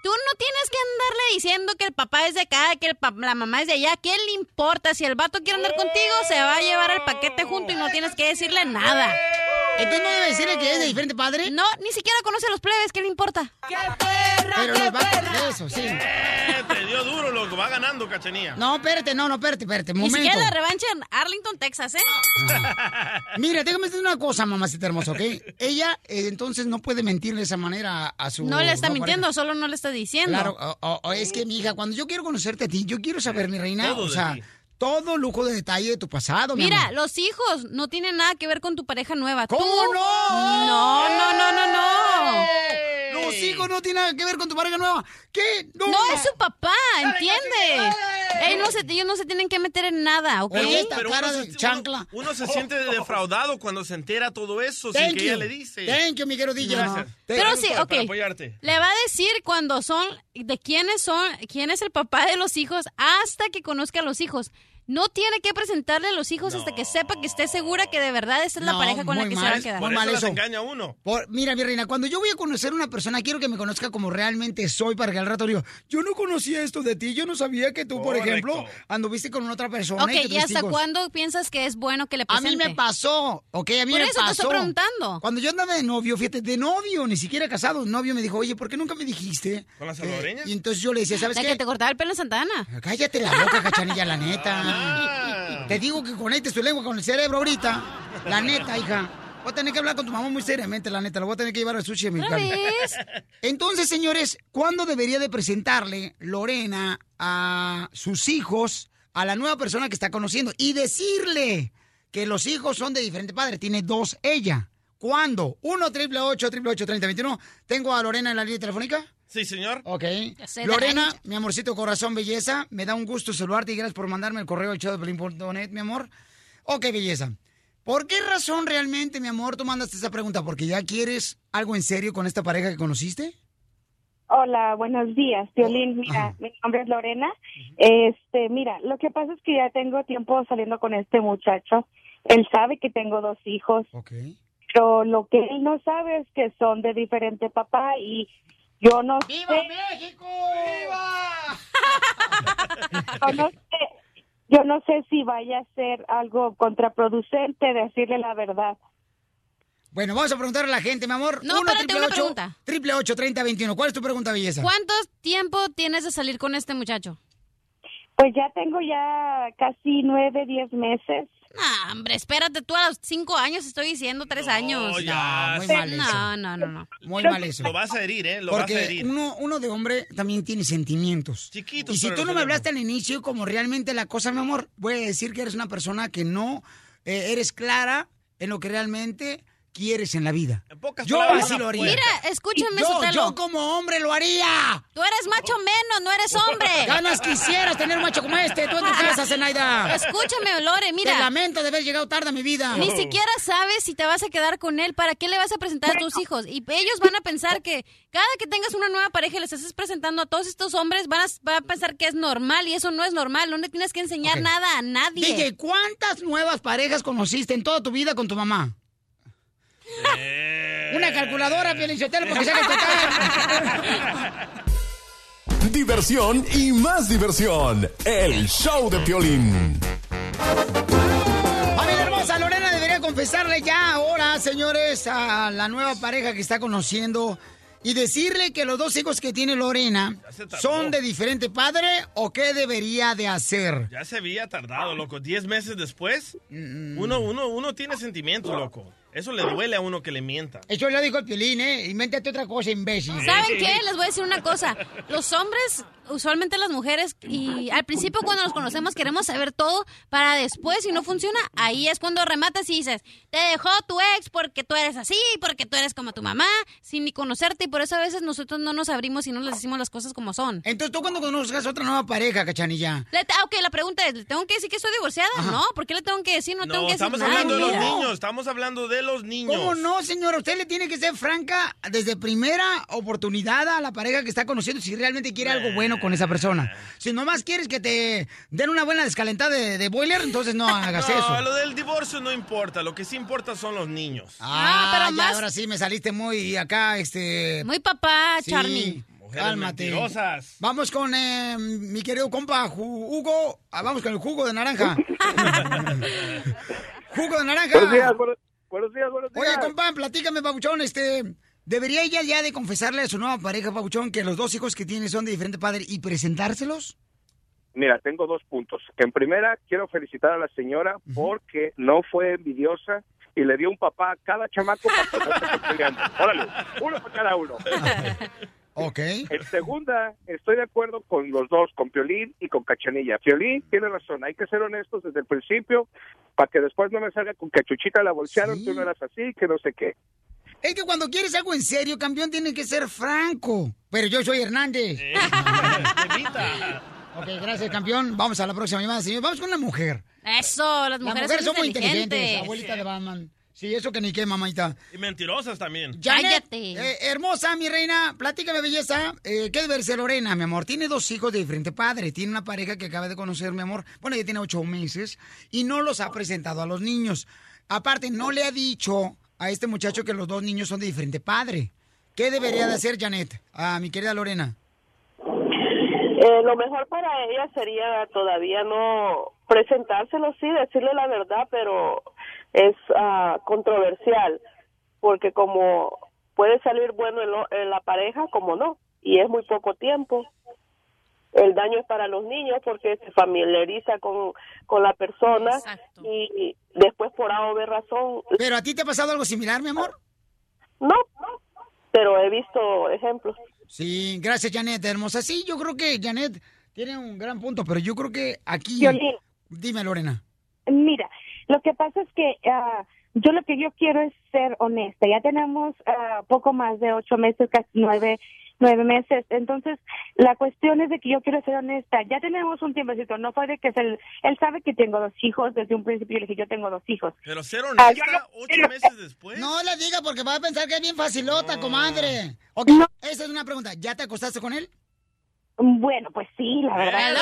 S5: Tú no tienes que andarle diciendo que el papá es de acá, que el pa- la mamá es de allá. ¿Qué le importa? Si el vato quiere andar contigo, se va a llevar el paquete junto y no tienes que decirle nada.
S3: ¿Entonces no debe decirle que es de diferente padre?
S5: No, ni siquiera conoce a los plebes. ¿Qué le importa?
S3: Pero los vatos, eso, sí.
S10: Eh, te dio duro, loco. Va ganando, cachanía.
S3: No, espérate, no, no, espérate, espérate,
S5: Ni
S3: momento.
S5: siquiera la revancha en Arlington, Texas, ¿eh?
S3: Mira, déjame decirte una cosa, mamacita hermosa, ¿ok? Ella, eh, entonces, no puede mentir de esa manera a, a su...
S5: No le está
S3: nueva
S5: mintiendo, solo no le está
S3: pareja.
S5: diciendo.
S3: Claro, Ah, o- o- o es que, mi hija, cuando yo quiero conocerte a ti, yo quiero saber, mi reina,
S5: Todo
S3: o
S5: de
S3: sea,
S5: ti.
S3: todo lujo de detalle de tu pasado, mi
S5: Mira,
S3: amor.
S5: los hijos no tienen nada que ver con tu pareja nueva. ¿Cómo
S3: no?
S5: No, no, no, no, no.
S3: Los hijos no tienen nada que ver con tu pareja nueva. ¿Qué?
S5: No, es su papá, ¿entiendes? Ey, no se- ellos no se tienen que meter en nada, ¿ok?
S10: se- Uno, se
S5: (laughs)
S10: siente defraudado cuando se entera todo eso sin
S5: Thank
S10: que
S5: you.
S10: ella le dice.
S5: Thank you, mi querido DJ.
S10: Gracias.
S5: No. Pero sí,
S10: Gracias
S5: ok.
S10: Para apoyarte.
S5: Le va a decir cuando son, de quiénes son, quién es el papá de los hijos, hasta que conozca a los hijos. No tiene que presentarle a los hijos hasta que sepa que esté segura que de verdad esta es la
S3: No,
S5: pareja con la
S3: muy
S5: que se
S3: mal,
S5: va a quedar.
S3: muy mal eso.
S10: uno.
S3: Por- mira, mi reina, cuando yo voy a conocer a una persona, quiero que me conozca como realmente soy para que al rato le digo, yo no conocía esto de ti, yo no sabía que tú, por
S5: Correcto.
S3: ejemplo, anduviste con otra persona.
S5: Ok,
S3: y, que
S5: ¿y
S3: tuviste
S5: hasta
S3: hijos".
S5: cuándo piensas que es bueno que le
S3: A
S5: presente?
S3: mí me pasó, ok, a mí
S5: Por
S3: me
S5: eso te estoy
S3: pasó.
S5: preguntando.
S3: Cuando yo andaba de novio, fíjate, de novio, ni siquiera casado, novio me dijo, oye, ¿por qué nunca me dijiste?
S10: ¿Con las
S3: Eh,
S10: salvadoreñas?
S3: y entonces yo le decía, ¿sabes
S5: La
S3: qué?
S5: que te cortaba el pelo en Santana.
S3: Cállate la boca, cachanilla, la
S10: Ah.
S3: neta. Te digo que conectes tu lengua con el cerebro ahorita. La neta, hija. Voy a tener que hablar con tu mamá muy seriamente, la neta. La voy a tener que llevar al sushi mexicano.
S5: ves?
S3: Entonces, señores, ¿cuándo debería de presentarle Lorena a sus hijos, a la nueva persona que está conociendo? Y decirle que los hijos son de diferente padre. Tiene dos ella. ¿Cuándo? 1 triple 8 triple 8 30 21. ¿Tengo a Lorena en la línea telefónica?
S10: Sí, señor.
S3: Ok.
S10: sé,
S3: Lorena,
S10: Dani.
S3: mi amorcito corazón, belleza, me da un gusto saludarte y gracias por mandarme el correo al showdepiolín.net, mi amor. Ok, belleza. ¿Por qué razón realmente, mi amor, tú mandaste esa pregunta? ¿Porque ya quieres algo en serio con esta pareja que conociste?
S15: Hola, buenos días, Violín. Mira, mi nombre es Lorena. Este, mira, lo que pasa es que ya tengo tiempo saliendo con este muchacho. Él sabe que tengo dos hijos. Pero lo que él no sabe es que son de diferente papá y yo no sé.
S3: México! ¡Viva!
S15: yo no sé, yo no sé si vaya a ser algo contraproducente decirle la verdad.
S3: Bueno, vamos a preguntarle a la gente, mi amor.
S5: No, espérate, una pregunta.
S3: Triple 8 30 21. ¿Cuál es tu pregunta, belleza?
S5: ¿Cuánto tiempo tienes de salir con este muchacho?
S15: Pues ya tengo ya casi nueve, diez meses.
S5: Nah, hombre, espérate, tú a los cinco años estoy diciendo tres años.
S15: ya,
S5: no,
S15: muy mal eso.
S5: No, no, no, no.
S3: Muy mal eso.
S10: Lo vas a herir, ¿eh? Lo
S3: Porque
S10: vas a herir.
S3: Uno, uno de hombre también tiene sentimientos.
S10: Chiquitos,
S3: Y si
S10: pero
S3: tú no
S10: los
S3: me
S10: tenemos.
S3: hablaste al inicio como realmente la cosa, mi amor, voy a decir que eres una persona que no eh, eres clara en lo que realmente quieres en la vida. yo
S5: palabras,
S3: así
S5: una
S3: lo haría.
S5: puerta. Mira, escúchame,
S3: yo,
S5: Sotelo.
S3: yo como hombre lo haría.
S5: Tú eres macho menos, no eres
S3: (laughs)
S5: hombre.
S3: Ganas quisieras tener un macho como este. ¿Tú en tu casa, Zenaida?
S5: Escúchame, Lore, mira.
S3: Te lamento de haber llegado tarde a mi vida.
S5: Ni siquiera sabes si te vas a quedar con él. ¿Para qué le vas a presentar a tus hijos? Y ellos van a pensar que cada que tengas una nueva pareja y les estás presentando a todos estos hombres, van a, van a pensar que es normal y eso no es normal. No le tienes que enseñar
S3: Ok.
S5: nada a nadie.
S3: DJ, ¿cuántas nuevas parejas conociste en toda tu vida con tu mamá?
S10: Eh.
S3: Una calculadora, Pielinchotelo, porque saca
S10: (laughs)
S3: el total.
S8: Diversión y más diversión. El show de Piolín.
S3: Familia hermosa, Lorena debería confesarle ya ahora, señores, a la nueva pareja que está conociendo y decirle que los dos hijos que tiene Lorena son de diferente padre o qué debería de hacer.
S10: Ya se había tardado, loco. Diez meses después,
S5: Mm.
S10: uno, uno, uno tiene sentimientos, loco. Eso le duele a uno que le mienta.
S3: Eso lo dijo el Piolín, ¿eh? Invéntate otra cosa, imbécil.
S5: ¿Saben qué? Les voy a decir una cosa. Los hombres, usualmente las mujeres, y al principio cuando nos conocemos queremos saber todo para después, si no funciona, ahí es cuando rematas y dices, te dejó tu ex porque tú eres así, porque tú eres como tu mamá, sin ni conocerte, y por eso a veces nosotros no nos abrimos y no les decimos las cosas como son.
S3: Entonces, ¿tú cuando conozcas otra nueva pareja, cachanilla?
S5: Le- ah, ok, la pregunta es, ¿le tengo que decir que estoy divorciada? No, ¿por qué le tengo que decir? No, tengo
S10: No,
S5: que decir
S10: estamos
S5: nada.
S10: hablando de los
S5: Mira.
S10: niños, estamos hablando de los niños.
S3: ¿Cómo no, señora? Usted le tiene que ser franca desde primera oportunidad a la pareja que está conociendo si realmente quiere algo bueno con esa persona. Si nomás quieres que te den una buena descalentada de, de boiler,
S10: (laughs)
S3: entonces no hagas
S10: No,
S3: eso.
S10: lo del divorcio no importa, lo que sí importa son los niños.
S3: Ah, ya, ahora sí me saliste muy acá, este...
S5: Muy papá,
S3: Sí.
S5: Charmy.
S10: Mujeres mentirosas.
S3: Vamos con eh, mi querido compa Ju- Hugo. Ah, vamos con el jugo de naranja. jugo de naranja.
S25: Buenos días, buenos, buenos días, buenos días.
S3: Oye, compa, platícame, Pabuchón, este... ¿Debería ella ya de confesarle a su nueva pareja, Pabuchón, que los dos hijos que tiene son de diferente padre y presentárselos?
S25: Mira, tengo dos puntos. En primera, quiero felicitar a la señora porque no fue envidiosa y le dio un papá a cada chamaco para que no se estén peleando. Órale, uno para cada uno.
S3: Ok.
S25: En segunda, estoy de acuerdo con los dos, con Piolín y con Cachanilla. Piolín tiene razón, hay que ser honestos desde el principio para que después no me salga con que a Chuchita la bolsearon, tú no eras así, que no sé qué.
S3: Es que cuando quieres algo en serio, campeón, tiene que ser franco. Pero yo soy Hernández. (laughs) ok, gracias, campeón. Vamos a la próxima llamada, señor. Vamos con una mujer.
S5: Eso, las
S3: Las
S5: mujeres,
S3: mujeres son muy
S5: inteligentes.
S3: inteligentes, abuelita de Batman. Sí, eso que ni qué, mamita.
S10: Y mentirosas también.
S3: Janet, eh, hermosa, mi reina, platícame, belleza. Eh, ¿Qué debe ser Lorena, mi amor? Tiene dos hijos de diferente padre. Tiene una pareja que acaba de conocer, mi amor. Bueno, ya tiene ocho meses y no los ha presentado a los niños. Aparte, no le ha dicho a este muchacho que los dos niños son de diferente padre. ¿Qué debería de hacer Janet, a mi querida Lorena?
S15: Oh.
S20: Eh, lo mejor para ella sería todavía no presentárselo, sí, decirle la verdad, pero es ah, controversial, porque como puede salir bueno en, lo- en la pareja, como no, y es muy poco tiempo. El daño es para los niños porque se familiariza con, con la persona y, y después por A o B razón.
S3: ¿Pero a ti te ha pasado algo similar, mi amor?
S20: No, pero he visto ejemplos.
S3: Sí, gracias, Janet, hermosa. Sí, yo creo que Janet tiene un gran punto, pero yo creo que aquí...
S15: Violín.
S3: Dime, Lorena.
S15: Mira, lo que pasa es que ah, yo lo que yo quiero es ser honesta. Ya tenemos ah, poco más de ocho meses, casi nueve, nueve meses. Entonces, la cuestión es de que yo quiero ser honesta. Ya tenemos un tiempecito. No fue de que es el, él sabe que tengo dos hijos. Desde un principio le dije, yo tengo dos hijos.
S10: Pero ser
S15: Ah, yo
S10: honesta,
S15: no-
S10: ocho meses después.
S3: No la diga porque va a pensar que es bien facilota, comadre. Ok, esa es una pregunta. ¿Ya te acostaste con él?
S15: Bueno, pues sí, la verdad.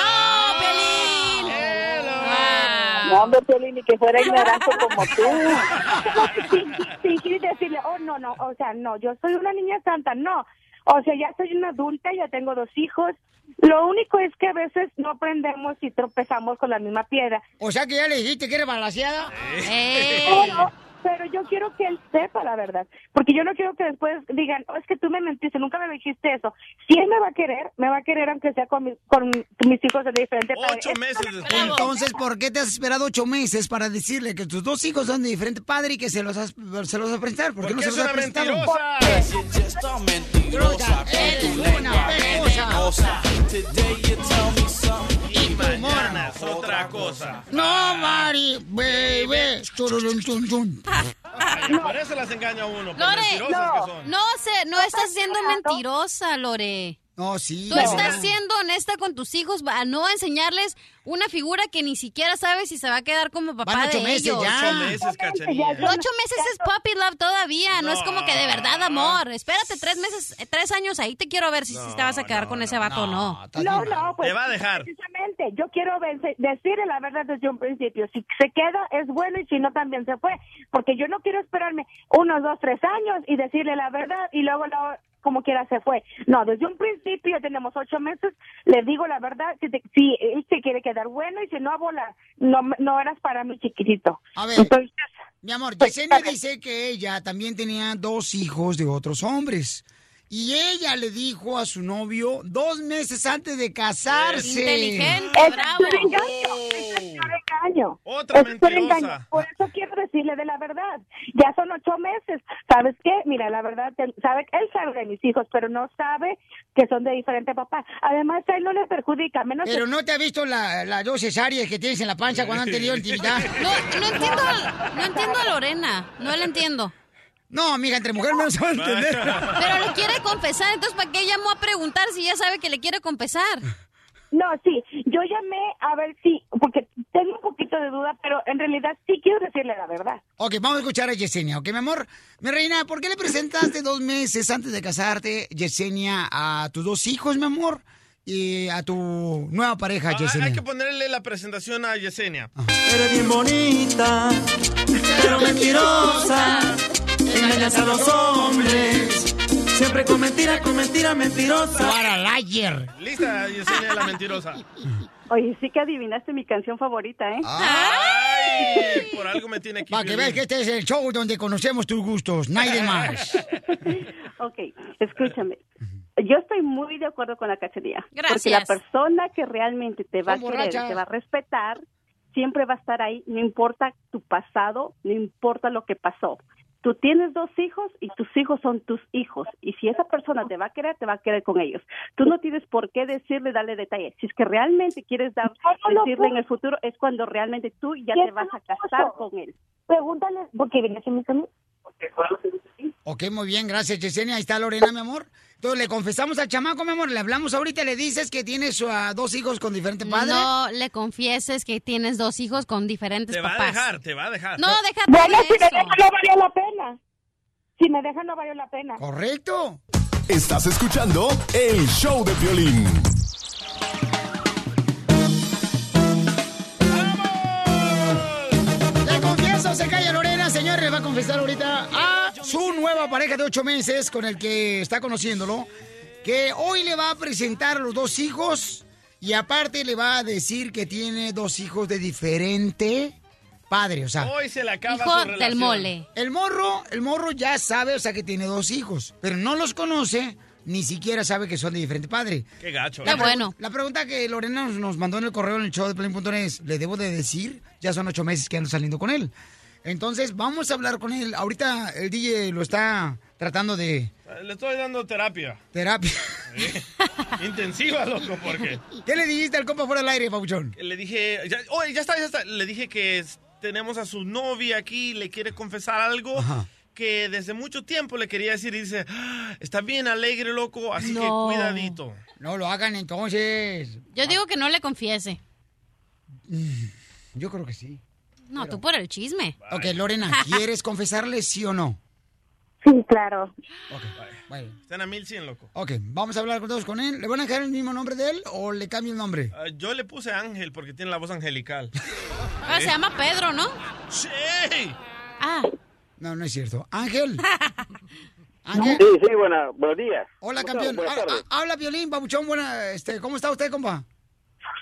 S20: No, hombre, Piolín, ni que fuera ignorante como tú.
S15: fingir y decirle, oh, no, no, o sea, no, yo soy una niña santa, no. O sea, ya soy una adulta, ya tengo dos hijos. Lo único es que a veces no aprendemos y tropezamos con la misma piedra.
S3: O sea, que ya le dijiste que eres balaseada. Eh.
S15: Pero, pero yo quiero que él sepa la verdad, porque yo no quiero que después digan, oh, es que tú me mentiste, nunca me dijiste eso. Si él me va a querer, me va a querer aunque sea con, mi- con mis hijos de diferente padre. Es-
S3: Entonces, ¿por qué te has esperado ocho meses para decirle que tus dos hijos son de diferente padre y que se los has, se los vas a presentar? ¿Por qué no
S2: Porque
S3: se los
S2: es
S3: has
S2: una
S3: presentado?
S2: mentirosa.
S3: Mentirosa, eres una pecosa.
S10: Y mañana es otra cosa.
S3: No, Mari, baby. Churulum, chun, chun.
S10: Ay, Por eso las engaña uno, por
S5: Lore,
S10: mentirosas que
S5: no,
S10: son.
S5: no, se- no estás siendo mentirosa, Lore.
S3: No, sí.
S5: Tú estás siendo honesta con tus hijos a no enseñarles una figura que ni siquiera sabes si se va a quedar como papá
S3: Van ocho
S5: de
S3: meses
S5: ellos.
S3: ya. Ocho meses, Cachanilla.
S5: Ocho meses es puppy love todavía, no, es como que de verdad amor. Espérate tres meses, eh, tres años ahí te quiero ver si, si te vas a quedar con ese vato o no.
S15: No, no, pues.
S5: Te va a dejar.
S15: Precisamente, yo quiero vencer- decirle la verdad desde un principio. Si se queda, es bueno y si no, también se fue. Porque yo no quiero esperarme unos dos, tres años y decirle la verdad y luego, luego, como quiera se fue. No, desde un principio tenemos ocho meses, le digo la verdad, si, te- si él se quiere quedar bueno y si no, a volar. No, no eras para mí chiquitito.
S3: A ver, mi amor, Yesenia dice que ella también tenía dos hijos de otros hombres. Y ella le dijo a su novio dos meses antes de casarse.
S15: Inteligente, Es bravo. un engaño, engaño.
S10: Otra
S15: Es por
S10: mentirosa.
S15: engaño. Por eso quiero decirle de la verdad. Ya son ocho meses. ¿Sabes qué? Mira, la verdad, él sabe, él sabe de mis hijos, pero no sabe que son de diferente papá. Además, a él no le perjudica. Menos
S3: Pero
S15: que-
S3: no te ha visto la- las dos cesáreas que tienes en la pancha cuando han tenido intimidad.
S5: No, no entiendo, no entiendo a Lorena, no la entiendo.
S3: No, amiga, entre mujeres no se va a entender.
S5: Pero le quiere confesar, entonces ¿para qué llamó a preguntar si ya sabe que le quiere confesar?
S15: No, sí. Yo llamé a ver si, porque tengo un poquito de duda, pero en realidad sí quiero decirle la verdad.
S3: Ok, vamos a escuchar a Yesenia, ¿ok, mi amor? Mi reina, ¿por qué le presentaste dos meses antes de casarte, Yesenia, a tus dos hijos, mi amor? Y a tu nueva pareja, Yesenia. Ah.
S10: Hay que ponerle la presentación a Yesenia.
S3: Eres bien bonita, pero
S10: mentirosa,
S3: engañas a los hombres,
S22: Siempre con mentiras, con mentiras mentirosas.
S3: Para liar.
S10: Lista, Yesenia la
S5: (laughs)
S10: mentirosa.
S15: (laughs) Oye, sí que adivinaste mi canción favorita, ¿eh?
S10: Ah. Ay, por algo me tiene aquí.
S3: Para que veas que este es el show donde conocemos tus gustos, nadie más.
S15: Ok, escúchame. Yo estoy muy de acuerdo con la cacería. Porque la
S5: Gracias.
S15: persona que realmente te va
S5: Son
S15: a querer,
S5: borrachas.
S15: te va a respetar, siempre va a estar ahí, no importa tu pasado, no importa lo que pasó. Tú tienes dos hijos y tus hijos son tus hijos. Y si esa persona te va a querer, te va a querer con ellos. Tú no tienes por qué decirle, darle detalles. Si es que realmente quieres dar, decirle en el futuro, es cuando realmente tú ya te vas a casar con él.
S11: Pregúntale, porque vienes en mi camino.
S3: Ok, muy bien, gracias, Yesenia. Ahí está Lorena, mi amor. Entonces le confesamos al chamaco, mi amor, le hablamos ahorita, le dices que tienes a dos hijos con diferente padre.
S5: No le confieses que tienes dos hijos con diferentes
S10: Te va
S5: papás.
S10: a dejar, te va a dejar.
S5: No, déjate
S11: Bueno,
S5: de
S11: si me
S5: eso.
S11: dejan, no valió la pena. Si me dejan, no valió la pena.
S3: Correcto.
S8: Estás escuchando el show de violín.
S3: Le confieso, se calla Lorena, señores, le va a confesar ahorita a su nueva pareja de ocho meses con el que está conociéndolo, que hoy le va a presentar a los dos hijos y aparte le va a decir que tiene dos hijos de diferente padre, o sea.
S10: Hoy se le acaba su relación.
S3: El morro, el morro ya sabe, o sea, que tiene dos hijos, pero no los conoce, ni siquiera sabe que son de diferente padre.
S10: Qué gacho.
S3: La
S10: ¿eh?
S3: pregu- La pregunta que Lorena nos, nos mandó en el correo en el show de Pelín.net es, ¿le debo de decir? Ya son ocho meses que ando saliendo con él. Entonces, vamos a hablar con él. Ahorita el DJ lo está tratando de
S10: Le estoy dando terapia.
S3: terapia. (laughs)
S10: Intensiva, loco, porque.
S3: ¿Qué le dijiste al compa fuera del aire, Pabuchón?
S10: Le dije. Ya, oye, ya está, ya está. Le dije que es- tenemos a su novia aquí, le quiere confesar algo. Que desde mucho tiempo le quería decir y dice, "Ah, está bien alegre, loco, así que
S5: No.
S10: cuidadito.
S3: No lo hagan entonces.
S5: Yo digo que no le confiese.
S3: Mm, Yo creo que sí.
S5: No, tú por el chisme.
S3: Ok, Lorena, ¿quieres confesarle sí o no?
S11: Sí, claro.
S3: Bueno.
S10: Están a 1100, loco.
S3: Ok, vamos a hablar con todos con él. ¿Le van a dejar el mismo nombre de él o le cambio el nombre?
S10: Ah, yo le puse Ángel porque tiene la voz angelical.
S5: Ah, se llama Pedro, ¿no?
S10: Sí.
S5: Ah,
S3: No, no es cierto. Ángel.
S17: Sí, sí, buena, buenos días.
S3: Hola,
S17: ¿Cómo estás?
S3: campeón.
S17: Buenas
S3: Ha-
S17: tardes.
S3: ha- Habla, Violín, babuchón. Buena, este, ¿Cómo está usted, compa?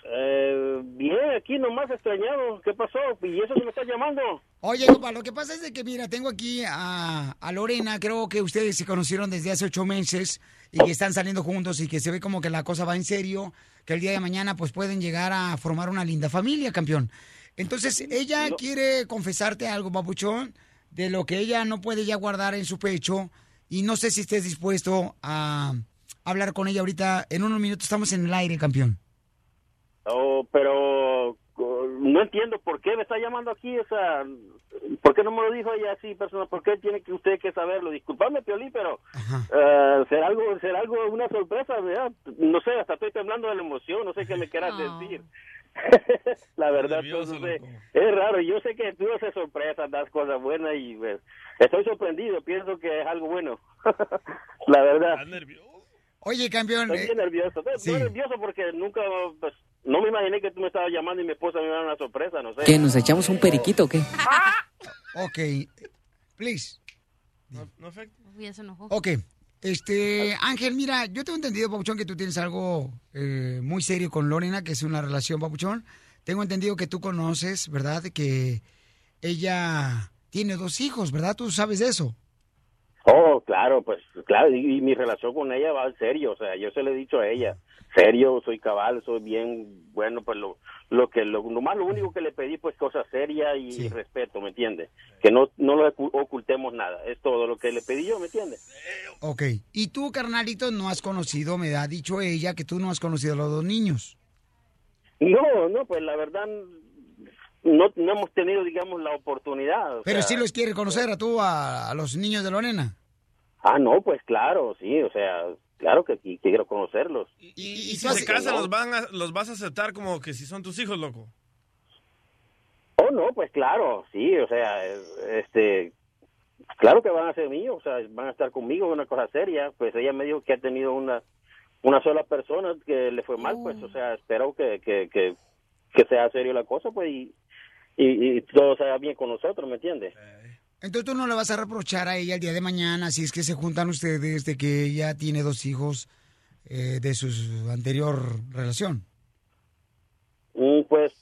S17: Eh, bien, aquí nomás extrañado. ¿Qué pasó? ¿Y eso que me estás llamando?
S3: Oye, compa, lo que pasa es de que, mira, tengo aquí a, a Lorena. Creo que ustedes se conocieron desde hace ocho meses y que están saliendo juntos y que se ve como que la cosa va en serio, que el día de mañana pues pueden llegar a formar una linda familia, campeón. Entonces, ella quiere confesarte algo, babuchón, de lo que ella no puede ya guardar en su pecho y no sé si estés dispuesto a hablar con ella ahorita. En unos minutos estamos en el aire, campeón.
S17: Oh, pero oh, no entiendo por qué me está llamando aquí. O sea, ¿por qué no me lo dijo ella así, persona? ¿Por qué tiene que usted que saberlo? Disculpadme, Piolín, pero eh, será algo, será algo, una sorpresa, ¿verdad? No sé, hasta estoy temblando de la emoción. No sé qué me quieras decir. (laughs) la verdad, entonces, es raro. Yo sé que tú haces sorpresas, das cosas buenas y pues, estoy sorprendido. Pienso que es algo bueno. (laughs) la verdad.
S3: Oye, campeón. eh,
S17: Estoy bien nervioso. Estoy estoy nervioso porque nunca, pues, no me imaginé que tú me estabas llamando y mi esposa me iba a dar una sorpresa, no sé.
S11: ¿Qué, nos echamos un periquito o
S17: (laughs)
S11: qué?
S3: Ok, please.
S10: No afecta.
S5: uy, ya se enojó.
S3: Ok. Este, Ángel, mira, yo tengo entendido, Papuchón, que tú tienes algo eh, muy serio con Lorena, que es una relación, Papuchón. Tengo entendido que tú conoces, ¿verdad? Que ella tiene dos hijos, ¿verdad? Tú sabes de eso.
S17: Oh, claro, pues, claro, y, y mi relación con ella va en serio, o sea, yo se lo he dicho a ella, serio, soy cabal, soy bien, bueno, pues lo, lo que, lo, nomás lo único que le pedí, pues, cosas serias y, y respeto, ¿me entiendes? Que no, no lo ocu- ocultemos nada, es todo lo que le pedí yo, ¿me entiendes?
S3: Ok. Y tú, carnalito, no has conocido, me ha dicho ella, que tú no has conocido a los dos niños.
S17: No, no, pues, la verdad, no, no hemos tenido, digamos, la oportunidad. o
S3: Pero
S17: sea,
S3: sí los quiere conocer a tú, a, a los niños de Lorena.
S17: Ah, no, pues claro, sí, o sea, claro que sí, quiero conocerlos.
S10: Y, si se
S17: tú haces-
S10: casan, los, van a- los vas a aceptar como que si son tus hijos, loco.
S17: Oh, no, pues claro, sí, o sea, es- este, claro que van a ser míos, o sea, van a estar conmigo, una cosa seria, pues ella me dijo que ha tenido una, una sola persona que le fue mal, pues, o sea, espero que, que, que, que sea serio la cosa, pues, y, y, y todo sea bien con nosotros, ¿me entiendes?
S3: Entonces tú no le vas a reprochar a ella el día de mañana si es que se juntan ustedes de que ella tiene dos hijos eh, de su anterior relación.
S17: Mm, Pues,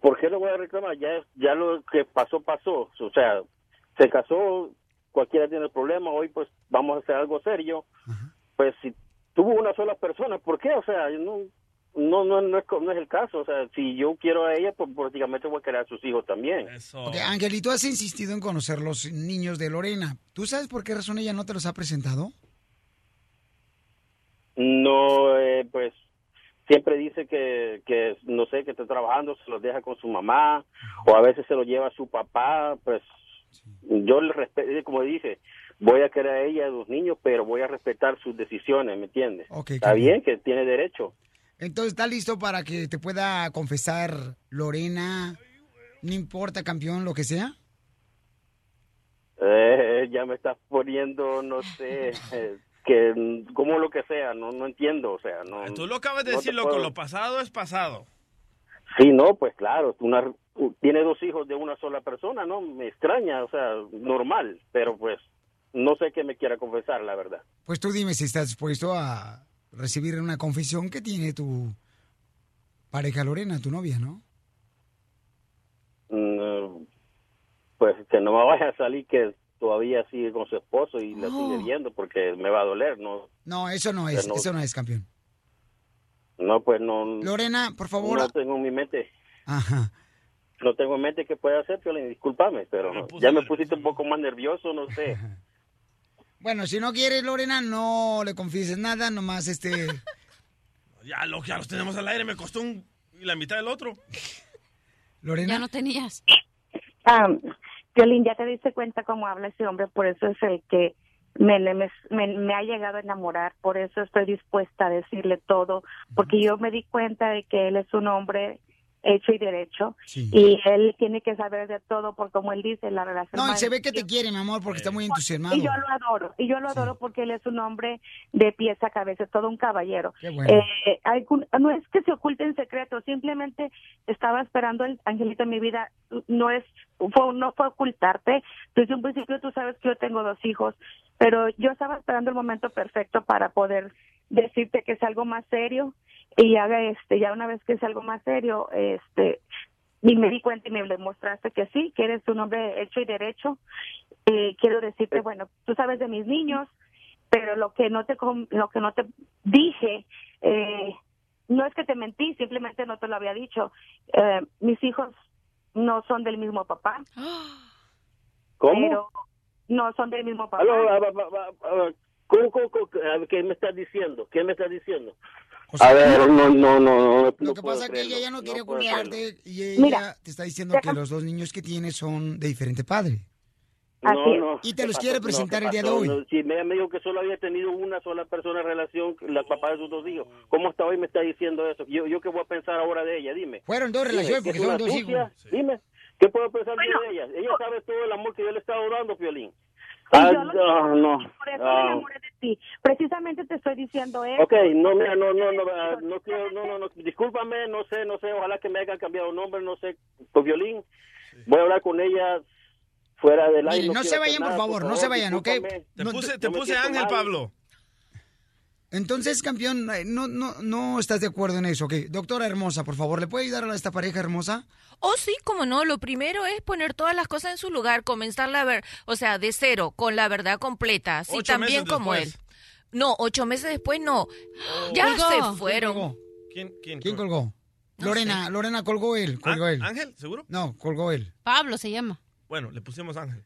S17: ¿por qué lo voy a reclamar? Ya, ya lo que pasó, pasó. O sea, se casó, cualquiera tiene el problema. Hoy, pues, vamos a hacer algo serio. Pues, si tuvo una sola persona, ¿por qué? O sea, yo no, no, no, no, es, co- no es el caso. O sea, si yo quiero a ella, pues, prácticamente voy a querer a sus hijos también.
S3: Ok, Angelito, has insistido en conocer los niños de Lorena. ¿Tú sabes por qué razón ella no te los ha presentado?
S17: No, eh, pues siempre dice que, que, no sé, que está trabajando, se los deja con su mamá, o a veces se los lleva a su papá, pues yo le respeto, como dice, voy a querer a ella, a los niños, pero voy a respetar sus decisiones, ¿me entiendes?
S3: Ok,
S17: está
S3: qué
S17: bien que tiene derecho.
S3: Entonces, ¿estás listo para que te pueda confesar Lorena? No importa, campeón, lo que sea.
S17: Eh, ya me estás poniendo, no sé, (laughs) eh, que mm, como lo que sea, no no entiendo, o sea, no...
S10: Ah, Tú lo acabas de
S17: no te
S10: decir, loco,
S17: puedo-
S10: lo pasado es pasado.
S17: Sí, no, pues claro, una, tiene dos hijos de una sola persona, ¿no? Me extraña, o sea, normal, pero pues no sé qué me quiera confesar, la verdad.
S3: Pues tú dime si estás dispuesto a recibir una confesión que tiene tu pareja Lorena, tu novia, ¿no?
S17: Mm, Pues que no me vaya a salir que todavía sigue con su esposo y la
S3: Oh.
S17: sigue viendo porque me va a doler, ¿no?
S3: No, eso no es,
S17: Pero no.
S3: eso no es, campeón.
S17: No, pues no...
S3: Lorena, por favor.
S17: No tengo en mi mente,
S3: Ajá.
S17: no tengo en mente qué puede hacer, Piolín, discúlpame, pero
S3: pues,
S17: ya me pusiste un poco más nervioso, no
S3: (laughs)
S17: sé.
S3: Bueno, si no quieres, Lorena, no le confieses nada, nomás
S15: (laughs)
S3: este.
S10: Ya, loco, ya los tenemos al aire, me costó un, y la mitad del otro.
S3: Lorena.
S5: Ya no tenías.
S15: Am, Ah, Piolín, ya te diste cuenta cómo habla ese hombre, por eso es el que me, le- me, me- me ha llegado a enamorar, por eso estoy dispuesta a decirle todo, porque yo me di cuenta de que él es un hombre hecho y derecho y él tiene que saber de todo, porque como él dice, la relación...
S3: No, y
S15: más-
S3: se ve que te quiere, mi amor, porque está muy entusiasmado.
S15: Y yo lo adoro, y yo lo adoro porque él es un hombre de pies a cabeza, es todo un caballero.
S3: Qué bueno.
S15: Eh, algún- no es que se oculte en secreto, simplemente estaba esperando el angelito en mi vida, no es, fue, no fue ocultarte. Desde un principio tú sabes que yo tengo dos hijos, pero yo estaba esperando el momento perfecto para poder decirte que es algo más serio y ya, este, ya una vez que es algo más serio, este, y me di cuenta y me demostraste que sí, que eres un hombre hecho y derecho. Eh, quiero decirte, bueno, tú sabes de mis niños, pero lo que no te com- lo que no te dije eh, no es que te mentí, simplemente no te lo había dicho. Eh, mis hijos no son del mismo papá.
S17: ¿Cómo?
S15: Pero no son del mismo papá.
S17: Aló, ah, a- a- a- a- ¿cómo- cómo- cómo- a- ¿Qué me estás diciendo? ¿Qué me estás diciendo?
S3: sea,
S17: a ver, no, no, no, no. no
S3: Lo que
S17: puedo
S3: pasa es que
S17: creerlo,
S3: ella ya no quiere
S17: puedo creerlo.
S3: ocultarte y ella
S15: Mira,
S3: te está diciendo que los dos niños que tiene son de diferente padre.
S17: No, no,
S3: Y te
S17: ¿qué
S3: los
S17: pasó?
S3: quiere
S17: No,
S3: presentar
S17: ¿qué
S3: el día de
S17: pasó?
S3: hoy.
S17: No, si me, me dijo que solo había tenido una sola persona en relación, la papá de sus dos hijos. ¿Cómo hasta hoy me está diciendo eso? ¿Yo, yo qué voy a pensar ahora de ella? Dime.
S3: Fueron dos
S17: Dime,
S3: relaciones
S17: ¿que
S3: porque
S17: es
S3: son
S17: una
S3: dos
S17: sucia?
S3: hijos.
S17: Dime, ¿qué puedo pensar yo de ella? Ella sabe todo el amor que yo le he estado dando, Piolín.
S15: Y
S17: Ah,
S15: yo lo-
S17: no, no.
S15: Por eso me
S17: Ah.
S15: enamoré de ti. Precisamente te estoy diciendo eso.
S17: Ok, no, mira, no, no, no, ah, no quiero, no, no, no, discúlpame, no sé, no sé, ojalá que me hayan cambiado nombre, no sé, con violín. Voy a hablar con ella fuera del aire.
S3: Miren, no
S17: quiero
S3: se
S17: hacer
S3: vayan, por
S17: nada,
S3: favor, no se vayan, ¿ok?
S17: discúlpame.
S3: Te No, puse-
S10: te
S17: yo me
S10: puse
S17: siento
S10: ángel,
S17: mal.
S10: Pablo.
S3: Entonces, campeón, eh, no, no, no estás de acuerdo en eso. Ok, doctora hermosa, por favor, ¿le puede ayudar a esta pareja hermosa?
S6: (laughs) Oh, sí, como no. Lo primero es poner todas las cosas en su lugar, comenzarla a ver, o sea, de cero, con la verdad completa. Sí,
S10: Ocho
S6: también
S10: meses
S6: como
S10: después.
S6: él. No, ocho meses después no.
S3: Oh.
S6: Ya
S10: Colgó.
S6: se fueron.
S10: ¿Quién, quién,
S3: ¿Quién colgó? Lorena, Lorena colgó él, colgó él.
S10: Ah, ¿Ángel? ¿Seguro?
S3: No, colgó él.
S5: Pablo se llama.
S10: Bueno, le pusimos Ángel.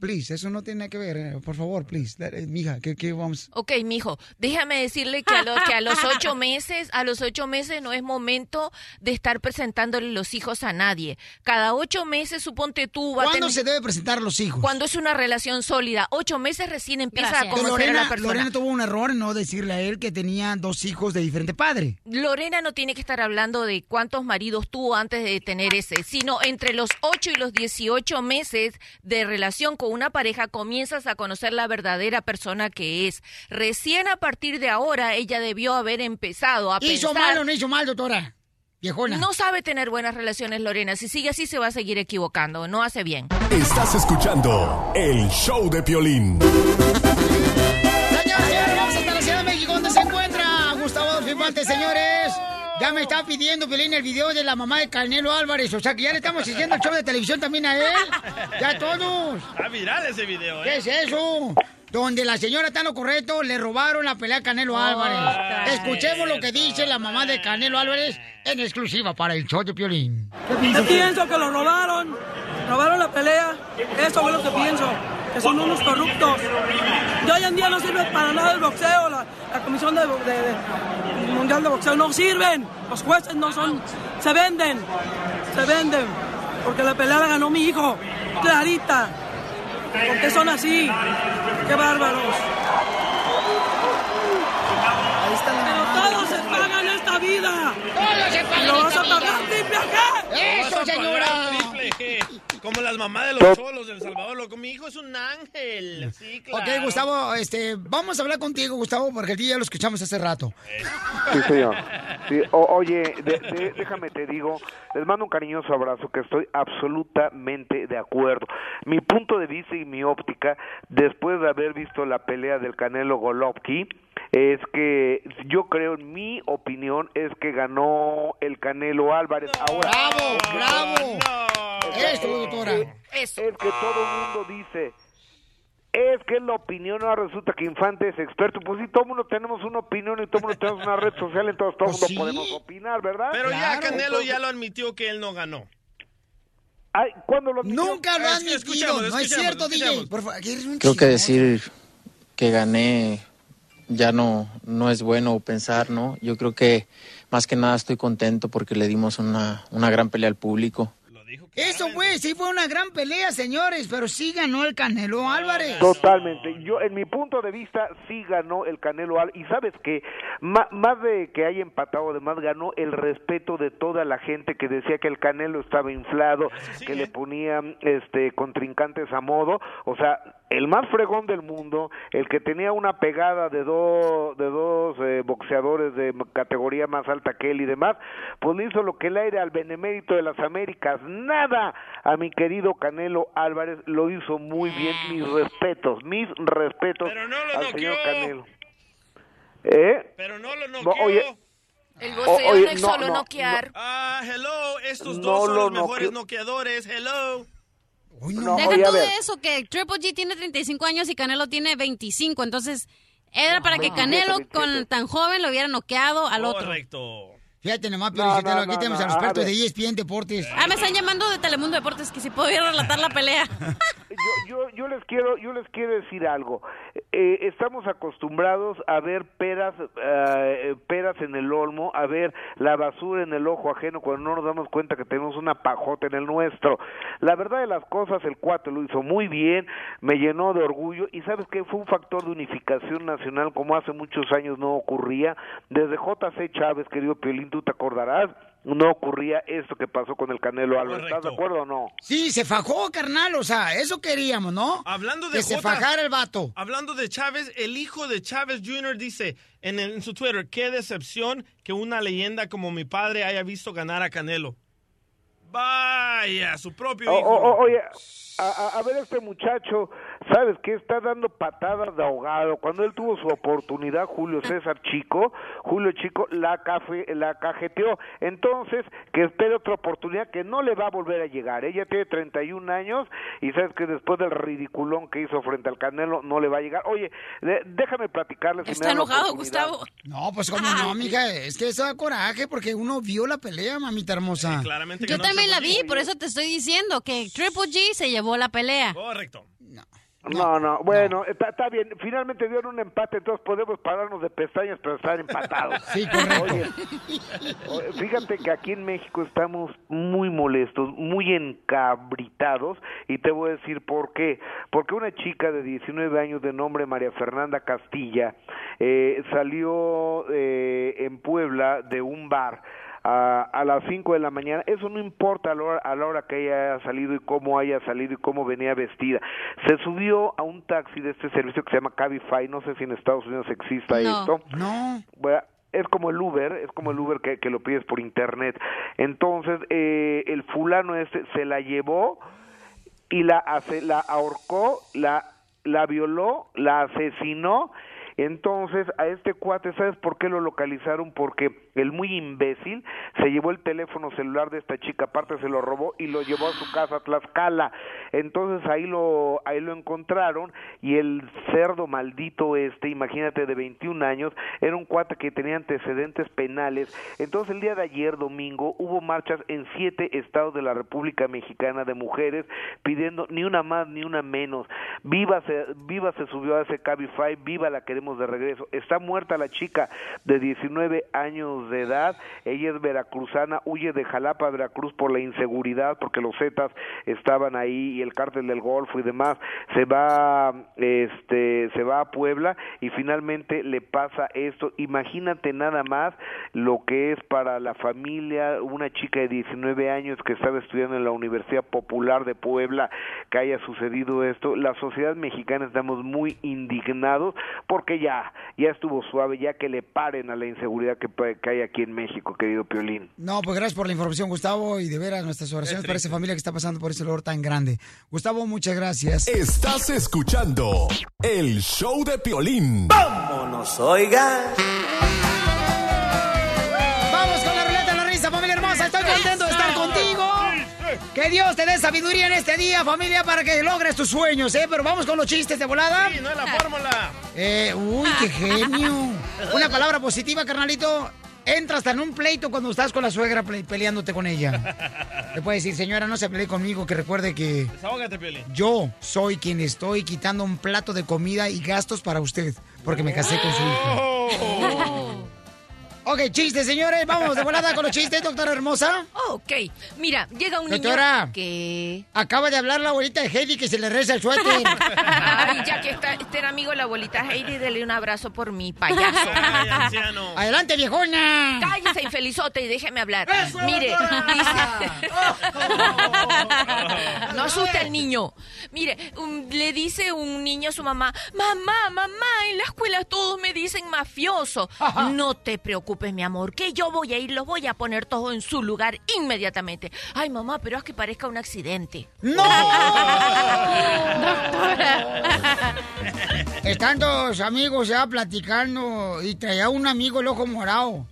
S3: Please, eso no tiene nada que ver, eh, por favor, please. La- eh, Mija, ¿qué, qué vamos?
S6: Ok, mijo, déjame decirle que a, lo- que a los
S5: (laughs)
S6: ocho meses, a los ocho meses no es momento de estar presentándole los hijos a nadie. Cada ocho meses, suponte tú, va a
S3: ¿Cuándo
S6: tener-
S3: se debe presentar los hijos?
S6: Cuando es una relación sólida, ocho meses recién empieza a
S3: Pero
S6: conocer a la
S3: Lorena,
S6: persona.
S3: Lorena tuvo un error en no decirle a él que tenía dos hijos de diferente padre.
S6: Lorena no tiene que estar hablando de cuántos maridos tuvo antes de tener ese, sino entre los 8 y los 18 meses de relación con una pareja comienzas a conocer la verdadera persona que es. Recién a partir de ahora ella debió haber empezado a
S3: ¿Hizo
S6: pensar
S3: mal o no hizo mal, doctora? Viejona.
S6: No sabe tener buenas relaciones, Lorena. Si sigue así, se va a seguir equivocando. No hace bien.
S8: Estás escuchando el show de Piolín.
S3: Señores, señores, vamos hasta la Ciudad de México. ¿Dónde se encuentra Gustavo Adolfo Infante, señores? Ya me está pidiendo, Piolín, el video de la mamá de Canelo Álvarez. O sea, que ya le estamos haciendo el show de televisión también a él. Ya todos.
S10: Está viral ese video,
S3: ¿Qué
S10: ¿eh?
S3: es eso? Donde la señora está en lo correcto, le robaron la pelea a
S5: Oh,
S3: Canelo Álvarez. Escuchemos lo que dice la mamá de Canelo Álvarez en exclusiva para el show de Piolín.
S22: Yo pienso que lo robaron, robaron la pelea, eso es lo que pienso, que son unos corruptos. Y hoy en día no sirve para nada el boxeo, la, la comisión de, de- de- mundial de boxeo no sirven, los jueces no son, se venden, se venden, porque la pelea la ganó mi hijo, clarita. ¿Por qué son así? ¡Qué bárbaros! Pero todos se pagan esta vida.
S3: ¡Todos se
S22: ¡Y
S10: pagan
S22: lo vas
S10: esta
S22: a pagar
S10: vida.
S22: triple acá!
S10: Vas a pagar triple G, Como las mamás de los solos de El Salvador, loco. Mi hijo es un ángel. Sí, claro.
S3: Ok, Gustavo, este, vamos a hablar contigo, Gustavo, porque el día ya lo escuchamos hace rato.
S12: Sí, señor. Sí, o- oye, de- de- déjame te digo, les mando un cariñoso abrazo que estoy absolutamente de acuerdo. Mi punto de vista y mi óptica, después de haber visto la pelea del Canelo Golovkin, es que yo creo, en mi opinión, es que ganó el Canelo Álvarez. Ahora,
S3: ¡Bravo, bravo! Eso, doctora.
S12: Es que todo el mundo dice, es que es la opinión, ahora resulta que Infante es experto. Pues sí, todo el mundo tenemos una opinión y todo el mundo tenemos una red social, entonces todo el
S10: Pues
S12: mundo podemos opinar, ¿verdad?
S10: Pero ya Canelo ya lo admitió que él no ganó.
S12: Ay, ¿cuándo lo
S3: Nunca lo
S10: Es
S3: han
S10: que escuchamos,
S3: mentido, no es
S10: escuchamos,
S3: cierto, DJ.
S10: escuchamos.
S3: Por favor, eres un
S21: Creo que
S3: chismoso.
S21: decir que gané ya no, no es bueno pensar, ¿no? Yo creo que más que nada estoy contento porque le dimos una, una gran pelea al público.
S3: Eso fue, sí fue una gran pelea, señores, pero sí ganó el Canelo Álvarez.
S12: Totalmente. Yo, en mi punto de vista, sí ganó el Canelo Al. Y sabes que, más de que haya empatado, además ganó el respeto de toda la gente que decía que el Canelo estaba inflado, que le ponían este, contrincantes a modo. O sea, el más fregón del mundo, el que tenía una pegada de, do- de dos eh, boxeadores de m- categoría más alta que él y demás, pues le hizo lo que el aire al benemérito de las Américas. Nada a mi querido Canelo Álvarez, lo hizo muy bien. Mis respetos, mis respetos al señor Canelo. ¿Eh?
S10: Pero no lo
S12: No, oye,
S6: El
S12: boxeo
S6: boxeo
S12: O- oye,
S6: no es solo
S12: no, no,
S6: noquear.
S10: Ah, hello. Estos
S12: No
S10: dos son
S12: lo
S10: los mejores
S12: noqueó.
S10: noqueadores. Hello.
S12: no,
S5: Deja
S12: oye, a
S5: todo
S12: ver.
S5: eso, que Triple G tiene 35 años y Canelo tiene 25. Entonces, era para que
S12: 27,
S5: Canelo, con tan joven, lo hubiera noqueado
S10: Oh,
S5: al otro.
S3: Fíjate nomás, pero
S12: no,
S3: aquí
S12: no,
S3: tenemos
S12: no,
S3: a los
S12: a
S3: expertos
S12: ver.
S3: de E ESPN Deportes.
S5: Ah, me están llamando de Telemundo Deportes que si pudiera relatar
S10: (laughs)
S5: la pelea.
S12: yo, yo, yo les quiero yo les quiero decir algo Eh, estamos acostumbrados a ver peras eh, peras en el olmo a ver la basura en el ojo ajeno cuando no nos damos cuenta que tenemos una pajota en el nuestro la verdad de las cosas el cuate lo hizo muy bien me llenó de orgullo y sabes que fue un factor de unificación nacional como hace muchos años no ocurría desde JC Chávez querido Piolín tú te acordarás no ocurría esto que pasó con el Canelo Álvarez ¿estás de acuerdo o no?
S3: Sí, se fajó, carnal, o sea, eso queríamos, ¿no?
S10: Hablando de
S3: Que se
S10: J-
S3: fajara el vato.
S10: Hablando de Chávez, el hijo de Chávez Jr. dice en, el- en su Twitter, qué decepción que una leyenda como mi padre haya visto ganar a Canelo. Vaya, su propio
S12: O-
S10: hijo.
S12: o- o- oye, a, a- a ver este muchacho, ¿sabes qué? Está dando patadas de ahogado. Cuando él tuvo su oportunidad, Julio César Chico, Julio Chico la, cafe- la cajeteó. Entonces, que espere otra oportunidad que no le va a volver a llegar. Ella tiene 31 años y sabes que después del ridiculón que hizo frente al Canelo, no le va a llegar. Oye, de- déjame platicarles. si me dan la oportunidad.
S3: No, pues cómo no, mija, es que eso da coraje porque uno vio la pelea, mamita hermosa.
S10: claramente
S5: Yo también la vi, por eso te estoy diciendo que Triple G se llevó la pelea.
S10: Correcto.
S12: No, no, bueno, está, está bien. Finalmente dieron un empate, entonces podemos pararnos de pestañas, pero estar empatados.
S3: Sí, correcto.
S12: Oye, fíjate que aquí en México estamos muy molestos, muy encabritados, y te voy a decir por qué. Porque una chica de 19 años de nombre María Fernanda Castilla eh, salió eh, en Puebla de un bar a, a las 5 de la mañana. Eso no importa a la, hora, a la hora que haya salido y cómo haya salido y cómo venía vestida. Se subió a un taxi de este servicio que se llama Cabify. No sé si en Estados Unidos exista
S20: No.
S12: esto.
S3: No.
S12: Bueno, es como el Uber, es como el Uber que, que lo pides por internet. Entonces, eh, el fulano este se la llevó y la, ace- la ahorcó, la, la violó, la asesinó. Entonces, a este cuate, ¿sabes por qué lo localizaron? Porque el muy imbécil se llevó el teléfono celular de esta chica, aparte se lo robó y lo llevó a su casa a Tlaxcala. Entonces ahí lo, ahí lo encontraron y el cerdo maldito este, imagínate, de 21 años, era un cuate que tenía antecedentes penales. Entonces el día de ayer, domingo, hubo marchas en siete estados de la República Mexicana de mujeres pidiendo ni una más ni una menos. Viva se, viva se subió a ese Cabify, viva la queremos de regreso. Está muerta la chica de 19 años de edad. Ella es veracruzana, huye de Jalapa, Veracruz por la inseguridad, porque los Zetas estaban ahí y el cártel del Golfo y demás. Se va este se va a Puebla y finalmente le pasa esto. Imagínate nada más lo que es para la familia una chica de 19 años que estaba estudiando en la Universidad Popular de Puebla que haya sucedido esto. La sociedad mexicana estamos muy indignados porque ya ya estuvo suave, ya que le paren a la inseguridad que, pa- que hay aquí en México, querido Piolín.
S3: No, pues gracias por la información, Gustavo, y de veras nuestras oraciones para esa familia que está pasando por ese dolor tan grande. Gustavo, muchas gracias.
S8: Estás escuchando el show de Piolín. ¡Vámonos, oiga!
S3: Vamos con la ruleta de la risa, familia hermosa. Estoy contento de estar contigo. Que Dios te dé sabiduría en este día, familia, para que logres tus sueños, ¿eh? Pero vamos con los chistes de volada.
S10: Sí, no es la fórmula.
S3: Eh, uy, qué genio. Una palabra positiva, carnalito. Entras hasta en un pleito cuando estás con la suegra ple- peleándote con ella. Le puedes decir, señora, no se pelee conmigo, que recuerde que
S10: Desahógate, Piolín.
S3: yo soy quien estoy quitando un plato de comida y gastos para usted, porque me casé con su
S6: (laughs)
S3: hija. Ok, chistes, señores. Vamos de volada con los chistes, doctora hermosa.
S6: Ok, mira, llega un niño...
S3: Doctora.
S6: ¿Qué?
S3: Acaba de hablar la abuelita de Heidi que se le reza el
S6: (laughs)
S3: suéter.
S6: Ay, ya que está este era amigo la abuelita Heidi, dele un abrazo por mi payaso.
S3: Ay, Adelante, viejona.
S6: Cállese, infelizote, y déjeme hablar.
S3: ¡Eso,
S6: Mire,
S3: doctora! Oh,
S6: dice... No asusta al niño. Mire, um, le dice un niño a su mamá, mamá, mamá, en la escuela todos me dicen mafioso. No te preocupes, mi amor, que yo voy a ir, los voy a poner todos en su lugar inmediatamente. Ay, mamá, pero es que parezca un accidente.
S3: ¡No! Están dos amigos ya platicando y traía un amigo el ojo morado.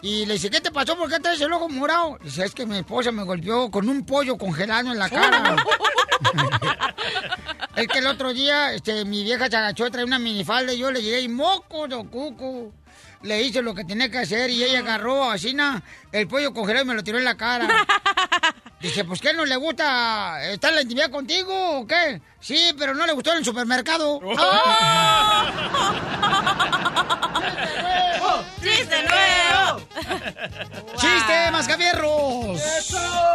S3: Y le dice, ¿qué te pasó? ¿Por qué traes el ojo morado? Dice, es que mi esposa me golpeó con un pollo congelado en la cara. (laughs) es que el otro día este, mi vieja se agachó, traía una minifalda y yo le llegué y moco, no cucu. Le hice lo que tenía que hacer y ella agarró así, na, el pollo congelado y me lo tiró en la cara. Dice, pues ¿qué no le gusta estar en la intimidad contigo o qué? Sí, pero no le gustó en el supermercado.
S2: ¡Oh! Oh.
S6: ¡Chiste
S3: nuevo! (laughs) ¡Chiste, mascafierros!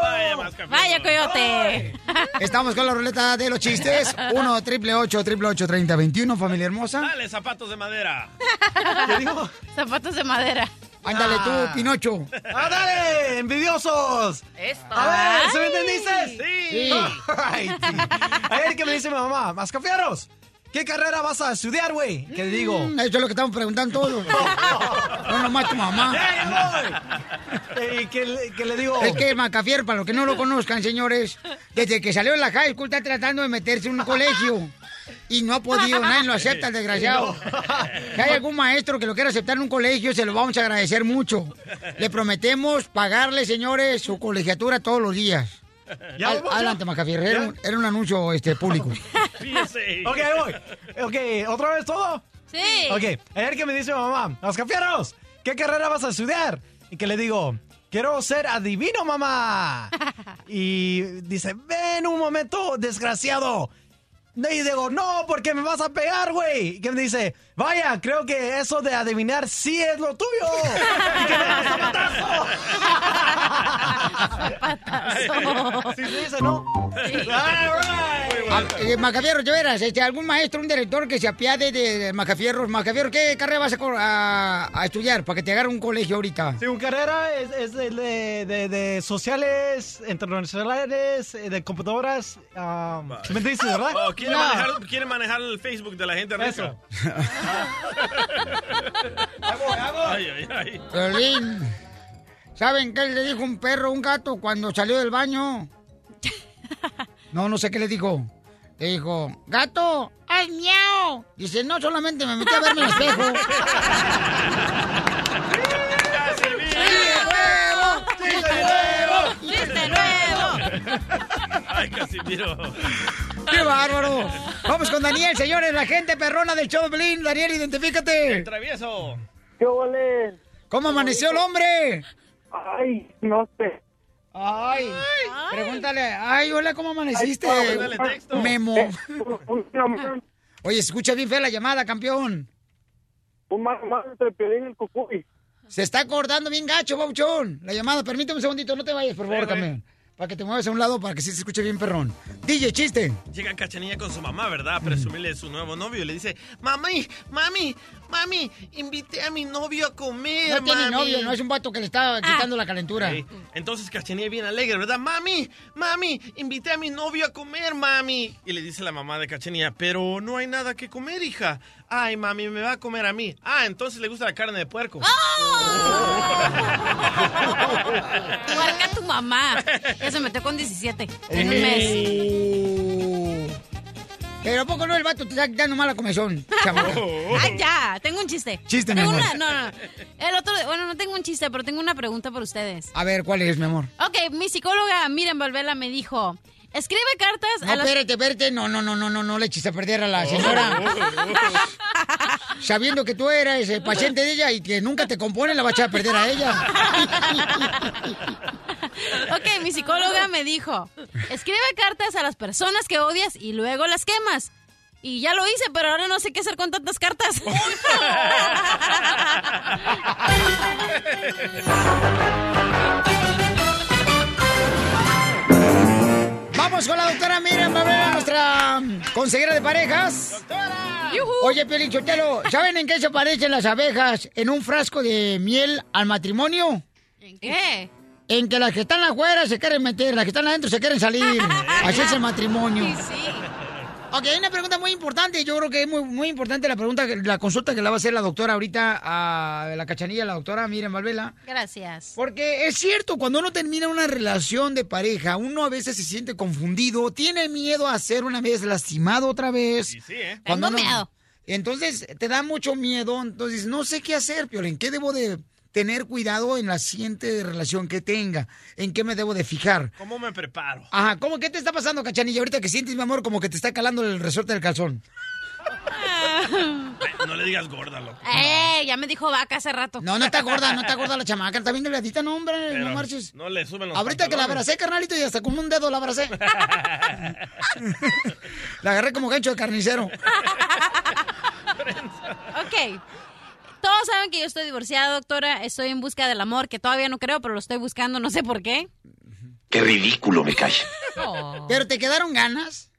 S10: Vaya, mascafierros.
S5: Vaya, coyote.
S3: Estamos con la ruleta de los chistes. 1 triple 8 triple 8 30 21, familia hermosa.
S10: Dale, zapatos de madera.
S5: Zapatos de madera.
S3: Ándale tú, Pinocho.
S7: ¡Ah, dale! ¡Envidiosos!
S6: Esto.
S7: A ver, ¿se me
S5: Ay.
S7: entendiste?
S5: Sí.
S7: Alright. Ayer que me dice mi mamá, Mascafierros, ¿qué carrera vas a estudiar, güey? Que le digo,
S3: Mm, eso es lo que estamos preguntando todos. No nomás tu mamá.
S7: eh, que, le- que le digo...
S3: Es que el Macafier, para los que no lo conozcan, señores, desde que salió de la high school está tratando de meterse en un colegio. Y no ha podido, Pues, nadie lo acepta, el desgraciado.
S27: (laughs)
S3: Si hay algún maestro que lo quiera aceptar en un colegio, se lo vamos a agradecer mucho. Le prometemos pagarle, señores, su colegiatura todos los días.
S7: ¿Ya,
S3: Al-
S7: Poncho?
S3: adelante, Macafier, era, un- era un anuncio este, público.
S7: (laughs) Ok, ahí voy. Ok, ¿otra vez todo?
S5: Sí.
S7: Ok, ayer que me dice mi mamá, Mascafierros, ¿qué carrera vas a estudiar? Y que le digo, quiero ser adivino, mamá. Y dice, ven un momento, desgraciado. Y digo, no, porque me vas a pegar, güey. Y que me dice, vaya, creo que eso de adivinar sí es lo tuyo. Y que me das a patazo.
S10: Zapatazo.
S7: Sí, se dice, ¿no?
S10: All
S7: right.
S10: Muy
S3: Ah, eh, Macafierros, de veras, este, algún maestro, un director que se apiade de, de Macafierros. Macafierros, ¿qué carrera vas a, co- a- a estudiar para (laughs) que te agarre un colegio ahorita?
S14: Sí, mi carrera es, es de, de- de- de sociales, internacionales, eh, de computadoras. ah, ¿Me dices, verdad?
S10: Oh, ¿quiere, manejar, quiere manejar el Facebook de la gente rica.
S14: Eso.
S10: Ay, ay, ay.
S3: Piolín, ¿saben qué le dijo un perro a un gato cuando salió del baño? No, no sé qué le dijo. Le dijo, gato, haz miau. Dice, no, solamente me metí a verme el espejo.
S10: ¡Chiste nuevo! ¡Chiste nuevo! ¡Ay, Casimiro!
S3: ¡Qué bárbaro! Vamos con Daniel, señores, la gente perrona del show de Piolín. Daniel, identifícate.
S10: ¡Travieso!
S3: ¿Qué ¿Cómo amaneció el hombre?
S11: Ay, no sé.
S3: Ay, pregúntale. Ay, hola, ¿cómo amaneciste?
S11: Ay, pregúntale texto.
S3: Memo.
S11: Eh,
S3: Oye, escucha bien fea la llamada, campeón.
S11: Un más entre Piolín y el Cucuy.
S3: Se está acordando bien gacho, Bauchón. La llamada, permíteme un segundito, no te vayas, por favor, campeón. Para que te muevas a un lado, para que sí se escuche bien, perrón. DJ, chiste.
S10: Llega Cachanilla con su mamá,
S3: Mm.
S10: ¿verdad? A presumirle de su nuevo novio y le dice,
S2: Mami, mami, mami, invité a mi novio a comer.
S3: No tiene
S2: mami.
S3: novio, no es un vato que le está quitando la calentura.
S10: Ok. Entonces Cachanilla bien alegre, ¿verdad?
S2: Mami, mami, invité a mi novio a comer, mami.
S10: Y le dice la mamá de Cachanilla, pero no hay nada que comer, hija. Ay, mami, me va a comer a mí. Ah, entonces le gusta la carne de puerco.
S5: Marca tu mamá. Ya se metió con 17 en un mes.
S3: Pero ¿a poco no el vato te está dando mala comezón, chamaca?
S5: Ah, ya, tengo un chiste.
S3: Chiste, mi
S5: tengo
S3: amor.
S5: una, no, no, no. El otro, bueno, no tengo un chiste, pero tengo una pregunta para ustedes.
S3: A ver, ¿cuál es, mi amor?
S5: Ok, mi psicóloga Miren Valvela me dijo, escribe cartas
S3: No,
S5: a las...
S3: espérate, espérate. No, no, no, no, no, no le eches a perder a la señora. Sabiendo que tú eres el paciente de ella y que nunca te compone, la vas a echar a perder a ella.
S5: (laughs) Ok, mi psicóloga me dijo, escribe cartas a las personas que odias y luego las quemas. Y ya lo hice, pero ahora no sé qué hacer con tantas
S3: (laughs)
S5: cartas.
S3: Vamos con la doctora Miriam Valverde, nuestra consejera de parejas. Oye, Pelichotelo, ¿saben en qué se parecen las abejas en un frasco de miel al matrimonio?
S5: ¿En qué?
S3: En que las que están afuera se quieren meter, las que están adentro se quieren salir. Así es el matrimonio. Ok, hay una pregunta muy importante. Yo creo que es muy, muy importante la pregunta, que- la consulta que le va a hacer la doctora ahorita a la cachanilla, la doctora Miriam Valvela.
S5: Gracias.
S3: Porque es cierto, cuando uno termina una relación de pareja, uno a veces se siente confundido, tiene miedo a ser una vez lastimado otra vez.
S10: Sí, ¿eh?
S3: Cuando
S10: Tengo
S3: uno-
S10: miedo.
S3: Entonces te da mucho miedo, entonces no sé qué hacer, Piolín, qué debo de tener cuidado en la siguiente relación que tenga, en qué me debo de fijar.
S10: ¿Cómo me preparo?
S3: Ajá, ¿cómo qué te está pasando, Cachanilla? Ahorita que sientes, mi amor, como que te está calando el resorte del calzón.
S10: Ay, no le digas gorda, loco.
S5: Eh, ya me dijo vaca hace rato.
S3: No, no está gorda, no está gorda la chamaca, está bien delgadita, no, hombre,
S10: Pero
S3: no marches.
S10: no le suben los
S3: Ahorita que la
S10: pantalones.
S3: abracé, carnalito, y hasta con un dedo
S10: (laughs)
S3: la abracé. la agarré como gancho de carnicero.
S5: Ok. Todos saben que yo estoy divorciada, doctora. Estoy en busca del amor, que todavía no creo, pero lo estoy buscando, no sé por qué.
S23: Qué ridículo me cae.
S3: Oh. Pero te quedaron ganas.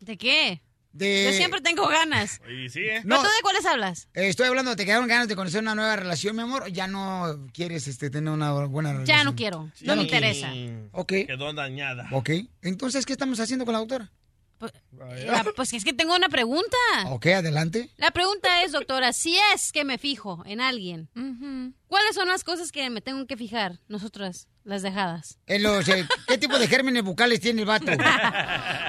S5: ¿De qué?
S3: De-
S5: Yo siempre tengo ganas.
S10: Y sí, ¿eh?
S5: No. ¿Tú de cuáles hablas?
S3: Eh, estoy hablando, te quedaron ganas de conocer una nueva relación, mi amor. Ya no quieres este, tener una buena relación.
S5: Ya no quiero.
S3: Ya
S5: No me
S3: no quiero.
S5: interesa.
S3: Ok.
S10: Quedó dañada.
S3: Ok. Entonces, ¿qué estamos haciendo con la doctora?
S5: La- pues es que tengo una pregunta.
S3: Ok, adelante.
S5: La pregunta es, doctora, si es que me fijo en alguien, ¿cuáles son las cosas que me tengo que fijar nosotras, las dejadas?
S3: En los, eh, ¿Qué tipo de gérmenes bucales tiene el vato?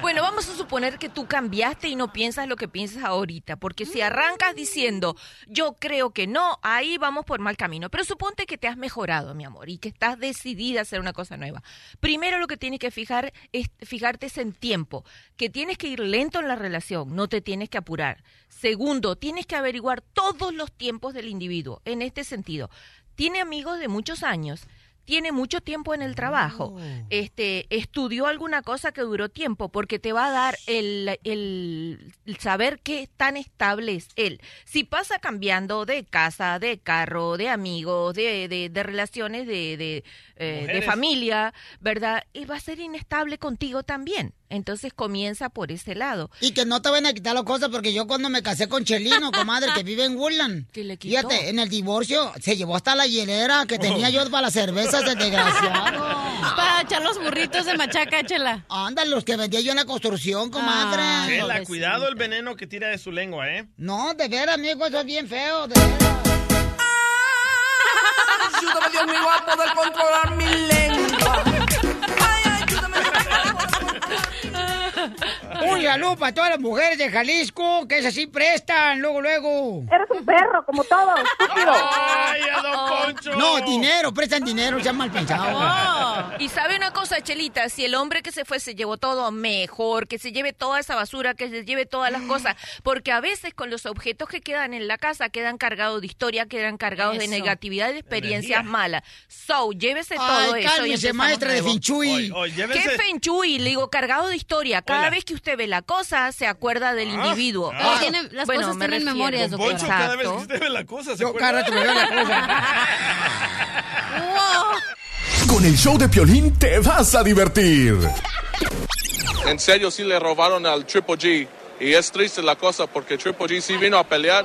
S6: Bueno, vamos a suponer que tú cambiaste y no piensas lo que piensas ahorita, porque si arrancas diciendo, yo creo que no, ahí vamos por mal camino. Pero suponte que te has mejorado, mi amor, y que estás decidida a hacer una cosa nueva. Primero lo que tienes que fijar es fijarte es en tiempo, que tienes que ir lento en la relación, no te tienes que apurar. Segundo, tienes que averiguar todos los tiempos del individuo. En este sentido, tiene amigos de muchos años tiene mucho tiempo en el trabajo, este, estudió alguna cosa que duró tiempo, porque te va a dar el, el- el saber qué tan estable es él. Si pasa cambiando de casa, de carro, de amigos, de, de- de relaciones, de, de, eh, de
S2: Mujeres.
S6: familia, ¿verdad? Y va a ser inestable contigo también. Entonces comienza por ese lado.
S3: Y que no te van a quitar las cosas porque yo cuando me casé con
S6: (laughs)
S3: Chelino, comadre, (laughs) que Oh. vive en Woodland. Fíjate, en el divorcio se llevó hasta la hielera que tenía yo para las cervezas de desgraciado. (laughs) para echar los burritos de machaca, chela. Ándale, los que vendía yo en la construcción, comadre.
S10: Chela,
S3: (laughs)
S10: cuidado el veneno que tira de su lengua, ¿eh?
S3: Ah, No, de veras, amigo, eso es bien feo, de veras.
S2: Ayúdame, Dios mío, a poder controlar mi lengua.
S3: Un saludo para todas las mujeres de Jalisco, que es así prestan, luego, luego.
S29: Eres un perro, como
S3: (laughs)
S29: todos, estúpido.
S10: ¡Ay, a don Poncho!
S3: No, dinero, prestan dinero, ya mal pensado.
S6: (laughs) Y sabe una cosa, Chelita, si el hombre que se fue se llevó todo mejor, que se lleve toda esa basura, que se lleve todas
S3: (gasps)
S6: las cosas, porque a veces con los objetos que quedan en la casa quedan cargados de historia, quedan cargados de
S3: Eso.
S6: negatividad y de experiencias
S3: Energía.
S6: malas. So, llévese
S3: Ay,
S6: todo eso.
S3: cálmese, maestra de Feng Shui. Oy, oy, llévese-
S6: ¿Qué Feng Shui? Le digo, cargado de historia. Cada vez que usted ve la cosa, se acuerda del individuo.
S5: Ah. Las tienen- las cosas
S6: me
S5: tienen
S6: refiero.
S5: memorias,
S10: Don Poncho, cada vez que usted ve Este la cosa, se acuerda.
S8: Con el show de Piolín te vas a divertir.
S22: En serio, sí le robaron al Triple G. Y es triste la cosa porque Triple G sí vino a pelear.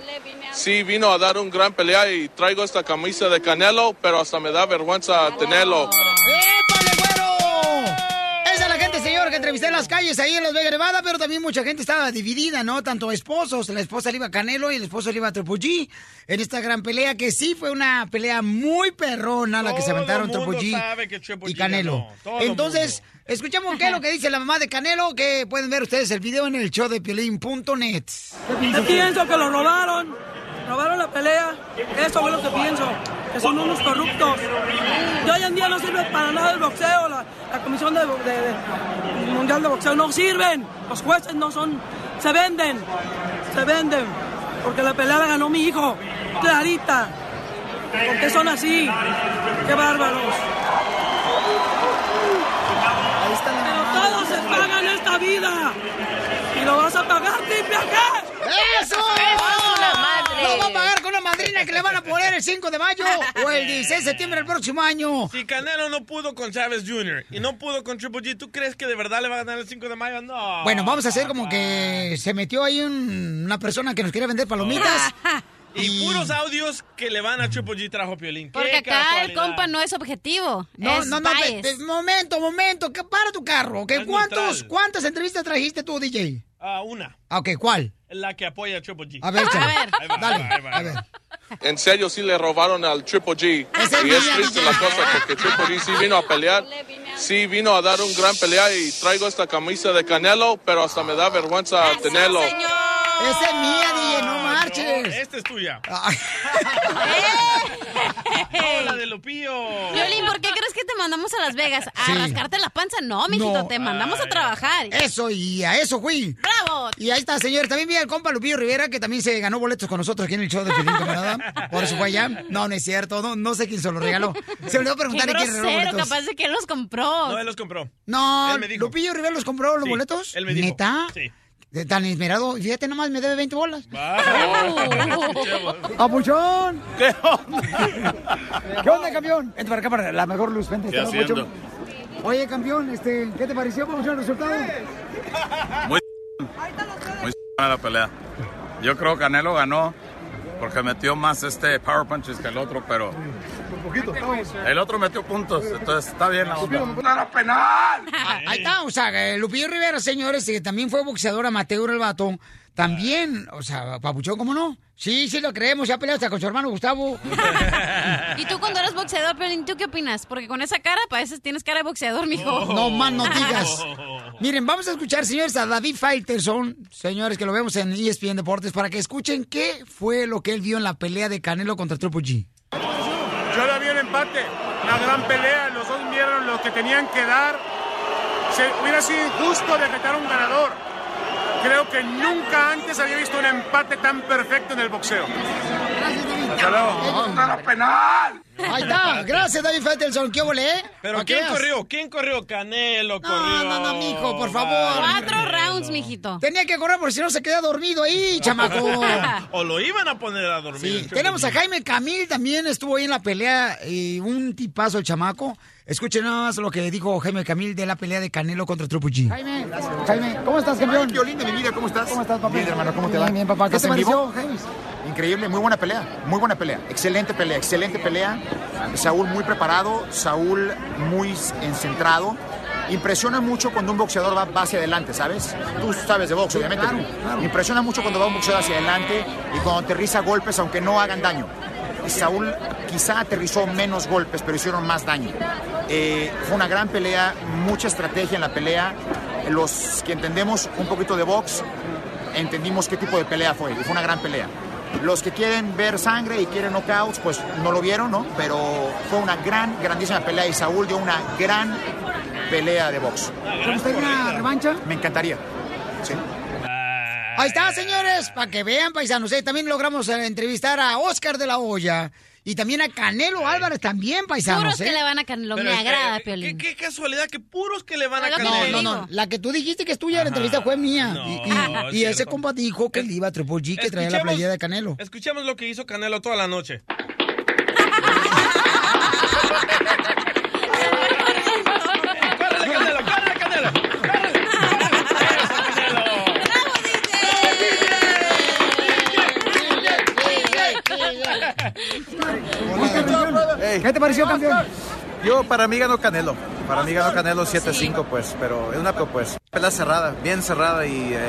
S22: Sí vino a dar un gran pelea y traigo esta camisa de Canelo, pero hasta me da vergüenza tenerlo.
S3: Esa es la gente, señor, que entrevisté en las calles ahí en Las Vegas, Nevada, pero también mucha gente estaba dividida, ¿no? Tanto esposos, la esposa le iba a Canelo y el esposo le iba a Triple G en esta gran pelea, que sí fue una pelea muy perrona la (laughs) que se
S10: Todo
S3: aventaron
S10: mundo
S3: Triple G
S10: sabe que Triple
S3: y
S10: G
S3: Canelo.
S10: ganó, todo
S3: Entonces, escuchemos qué es lo que dice la mamá de Canelo, que pueden ver ustedes el video en el show de Piolín.net.
S11: Yo pienso que lo robaron, robaron la pelea, eso es lo que pienso, que son unos corruptos. Y hoy en día no sirve para nada el boxeo, la, la comisión de, de- de- mundial de boxeo no sirven, los jueces no son, se venden, se venden, porque la pelea la ganó mi hijo, clarita. ¿Por qué son así? ¡Qué bárbaros! Pero todos se pagan esta vida y lo vas a pagar, triple acá.
S3: ¡Eso!
S2: ¡Eso es una madre!
S3: ¡No va a pagar con una madrina que le van a poner el 5 de mayo
S10: (laughs)
S3: o el 16 de septiembre del próximo año!
S10: Si Canelo no pudo con Chávez Jr. y no pudo con Triple G, ¿tú crees que de verdad le va a ganar el 5 de mayo? No.
S3: Bueno, vamos a hacer como que se metió ahí un- una persona que nos quiere vender
S5: Ah.
S3: palomitas.
S10: Y puros audios que le van a Triple G trajo Piolín. ¡Qué
S5: Porque acá el
S10: casualidad!
S5: compa no es objetivo.
S3: No,
S5: es
S3: no, no,
S5: bias.
S3: pe- pe- momento, momento, que para
S5: (laughs)
S3: tu carro, ¿ok?
S10: Es
S3: ¿Cuántos,
S10: neutral.
S3: ¿Cuántas entrevistas trajiste tú, DJ?
S10: Ah, una.
S3: Ah, Ok, ¿cuál?
S10: La que apoya a Triple G.
S3: A ver,
S22: A
S3: chale.
S22: ver.
S10: Ahí va,
S3: Dale,
S10: ahí va, ahí va.
S22: En serio, sí le robaron al Triple G. Y es triste la cosa porque Triple G sí vino a pelear. Sí vino a dar un gran pelea y traigo esta camisa de Canelo, pero hasta me da vergüenza tenerlo.
S3: Esa es mía, DJ, no marches.
S10: Esta es tuya.
S5: Hola
S10: Oh, de Lupillo.
S5: Violín, ¿por qué crees que te mandamos a Las Vegas? ¿A
S3: Sí.
S5: rascarte la panza? No, mijito,
S3: No.
S5: te mandamos a trabajar.
S3: Eso, y a eso, güey.
S5: ¡Bravo!
S3: Y ahí está, señor. También vi al compa Lupillo Rivera, que también se ganó boletos con nosotros aquí en el show de Piolín, camarada. Por eso fue allá. No, no es cierto. No, no sé quién se lo regaló. Se me olvidó preguntar
S5: Qué
S3: quién regaló
S5: grosero,
S3: boletos.
S5: capaz de que los compró.
S10: No, él los compró.
S3: No,
S10: Él me dijo.
S3: Lupillo Rivera los compró los
S10: Sí,
S3: boletos.
S10: él me dijo.
S3: ¿Neta?
S10: Sí.
S3: De- Tan esmerado. Y Fíjate nomás, me debe 20 bolas. (laughs)
S2: Oh.
S3: ¡Apuchón! ¿Qué onda? ¿Qué onda, campeón? Entra para acá, para la mejor luz. Vente,
S24: ¿Qué
S3: está,
S24: haciendo?
S3: Papuchón. Oye, campeón, este, ¿qué te pareció, Papuchón, el resultado?
S24: Muy muy la pelea. Yo creo que Canelo ganó porque metió más este power punches que el otro, pero el otro metió puntos, entonces está bien la onda.
S3: penal! Ahí está, o sea, eh, Lupillo Rivera, señores, que también fue boxeador amateur el vato. También, o sea, Papuchón, ¿cómo no? Sí, sí, lo creemos, ya peleado hasta con su hermano Gustavo.
S5: Y tú cuando eres boxeador, Piolín, ¿tú qué opinas? Porque con esa cara, pareces tienes cara de boxeador, mijo.
S3: No más no
S5: (laughs)
S3: digas. Miren, vamos a escuchar, señores, a David Faitelson, señores, que lo vemos en E ESPN Deportes, para que escuchen qué fue lo que él vio en la pelea de Canelo contra Triple G.
S25: Yo la vi el empate, una gran pelea, los dos dieron lo que tenían que dar. Se, hubiera sido injusto decretar un ganador. Creo que nunca antes había visto un empate tan perfecto en el boxeo.
S3: Gracias,
S25: penal!
S3: Ahí está. Gracias, David Faitelson. ¿Qué volé? eh?
S10: Pero
S3: Pa' que
S10: ¿quién
S3: veas.
S10: corrió? ¿Quién corrió? Canelo
S3: No, (laughs)
S10: corrió.
S3: no, no, mijo, por favor.
S10: Vale.
S3: rounds, mijito. Tenía que correr porque si no se queda
S10: (laughs)
S3: dormido ahí, chamaco.
S10: o lo iban a poner a dormir.
S3: Tenemos a Jaime Camil, también estuvo ahí en la pelea y un tipazo el chamaco. Escuchen nada más lo que dijo Jaime Camil de la pelea de Canelo contra Triple G. Jaime, Jaime, ¿cómo estás, campeón?
S26: Violín de mi vida, ¿cómo estás? ¿Cómo estás,
S3: papá?
S26: Bien, hermano, ¿cómo te
S3: Bien,
S26: va?
S3: bien, papá. ¿Qué
S26: ¿Estás
S3: te
S26: en
S3: pareció,
S26: vivo? Increíble, muy buena pelea, muy buena pelea, excelente pelea, excelente pelea. Saúl muy preparado, Saúl muy en- centrado. Impresiona mucho cuando un boxeador va, va hacia adelante, ¿sabes? Tú sabes de box, obviamente.
S3: claro,
S26: pero
S3: claro.
S26: Impresiona mucho cuando va un boxeador hacia adelante y cuando aterriza golpes, aunque no hagan daño. Y Saúl quizá aterrizó menos golpes, pero hicieron más daño. Eh, fue una gran pelea, mucha estrategia en la pelea. Los que entendemos un poquito de box, entendimos qué tipo de pelea fue. Y fue una gran pelea. Los que quieren ver sangre y quieren knockouts, pues no lo vieron, ¿no? Pero fue una gran, grandísima pelea y Saúl dio una gran pelea de box.
S3: ¿Te gustaría una revancha?
S26: Me encantaría. Sí.
S3: Ahí está, señores, para que vean, paisanos. Eh, también logramos eh, entrevistar a Oscar de la Hoya y también a Canelo Álvarez, también, paisanos.
S30: Puros que
S3: eh.
S30: le van a Canelo.
S10: Pero
S30: me
S10: es que-
S30: agrada,
S10: ¿qué-
S30: Piolín.
S10: ¿Qué, casualidad que puros que le van a
S30: Es lo que
S10: Canelo.
S30: te
S3: No, no, la que tú dijiste que es tuya, la entrevista fue mía. y y-
S10: es
S3: y ese
S10: cierto.
S3: compa dijo que le iba a Triple G, que traía la
S10: Escuchemos-
S3: playera de Canelo.
S10: Escuchemos lo que hizo Canelo toda la noche.
S27: ¿Qué te pareció, campeón? Yo, para mí ganó Canelo. Para mí ganó Canelo 7-5, pues, pero es una pues, pelea cerrada, bien cerrada y eh,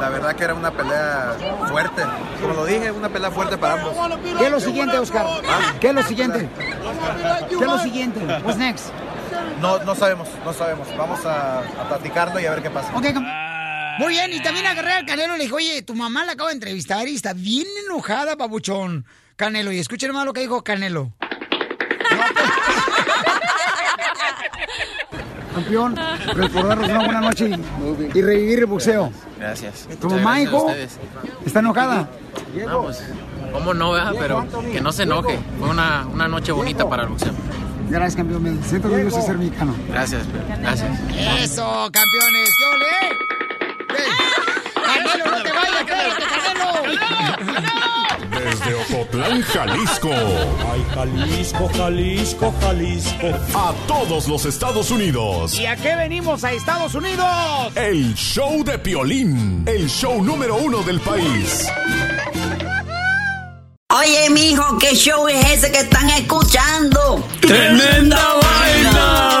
S27: la verdad que era una pelea fuerte. Como lo dije, una pelea fuerte para ambos.
S3: ¿Qué es lo siguiente, Oscar? ¿Qué es lo siguiente? ¿Qué es lo siguiente? What's next?
S27: No, no sabemos, no sabemos. Vamos a, a platicarlo y a ver qué pasa.
S3: Ok, campeón. Muy bien, y también agarré al Canelo y le dije, oye, tu mamá la acabo de entrevistar y está bien enojada, babuchón. Canelo, y escuchen más lo que dijo Canelo.
S31: Campeón, recordarnos una buena noche y, y revivir el boxeo.
S27: Gracias.
S31: ¿Tu mamá,
S21: Muchas gracias a
S31: hijo?
S21: ustedes.
S31: ¿Está enojada?
S21: No, pues, ¿Cómo no, verdad? Pero que no se enoje. Fue una, una noche bonita para el boxeo.
S31: Gracias, campeón. Me siento orgulloso de ser mexicano.
S21: Gracias, gracias.
S3: Eso, campeones, ¿qué ole? Ey, Canelo, no te vayas, espérate, Ah. Canelo.
S8: Desde Ocotlán, Jalisco. Ay, Jalisco, Jalisco, Jalisco. A todos los Estados Unidos.
S3: ¿Y a qué venimos a Estados Unidos?
S8: El show de Piolín. El show número uno del país.
S2: Oye, mijo, ¿qué show es ese que están escuchando?
S18: ¡Tremenda vaina!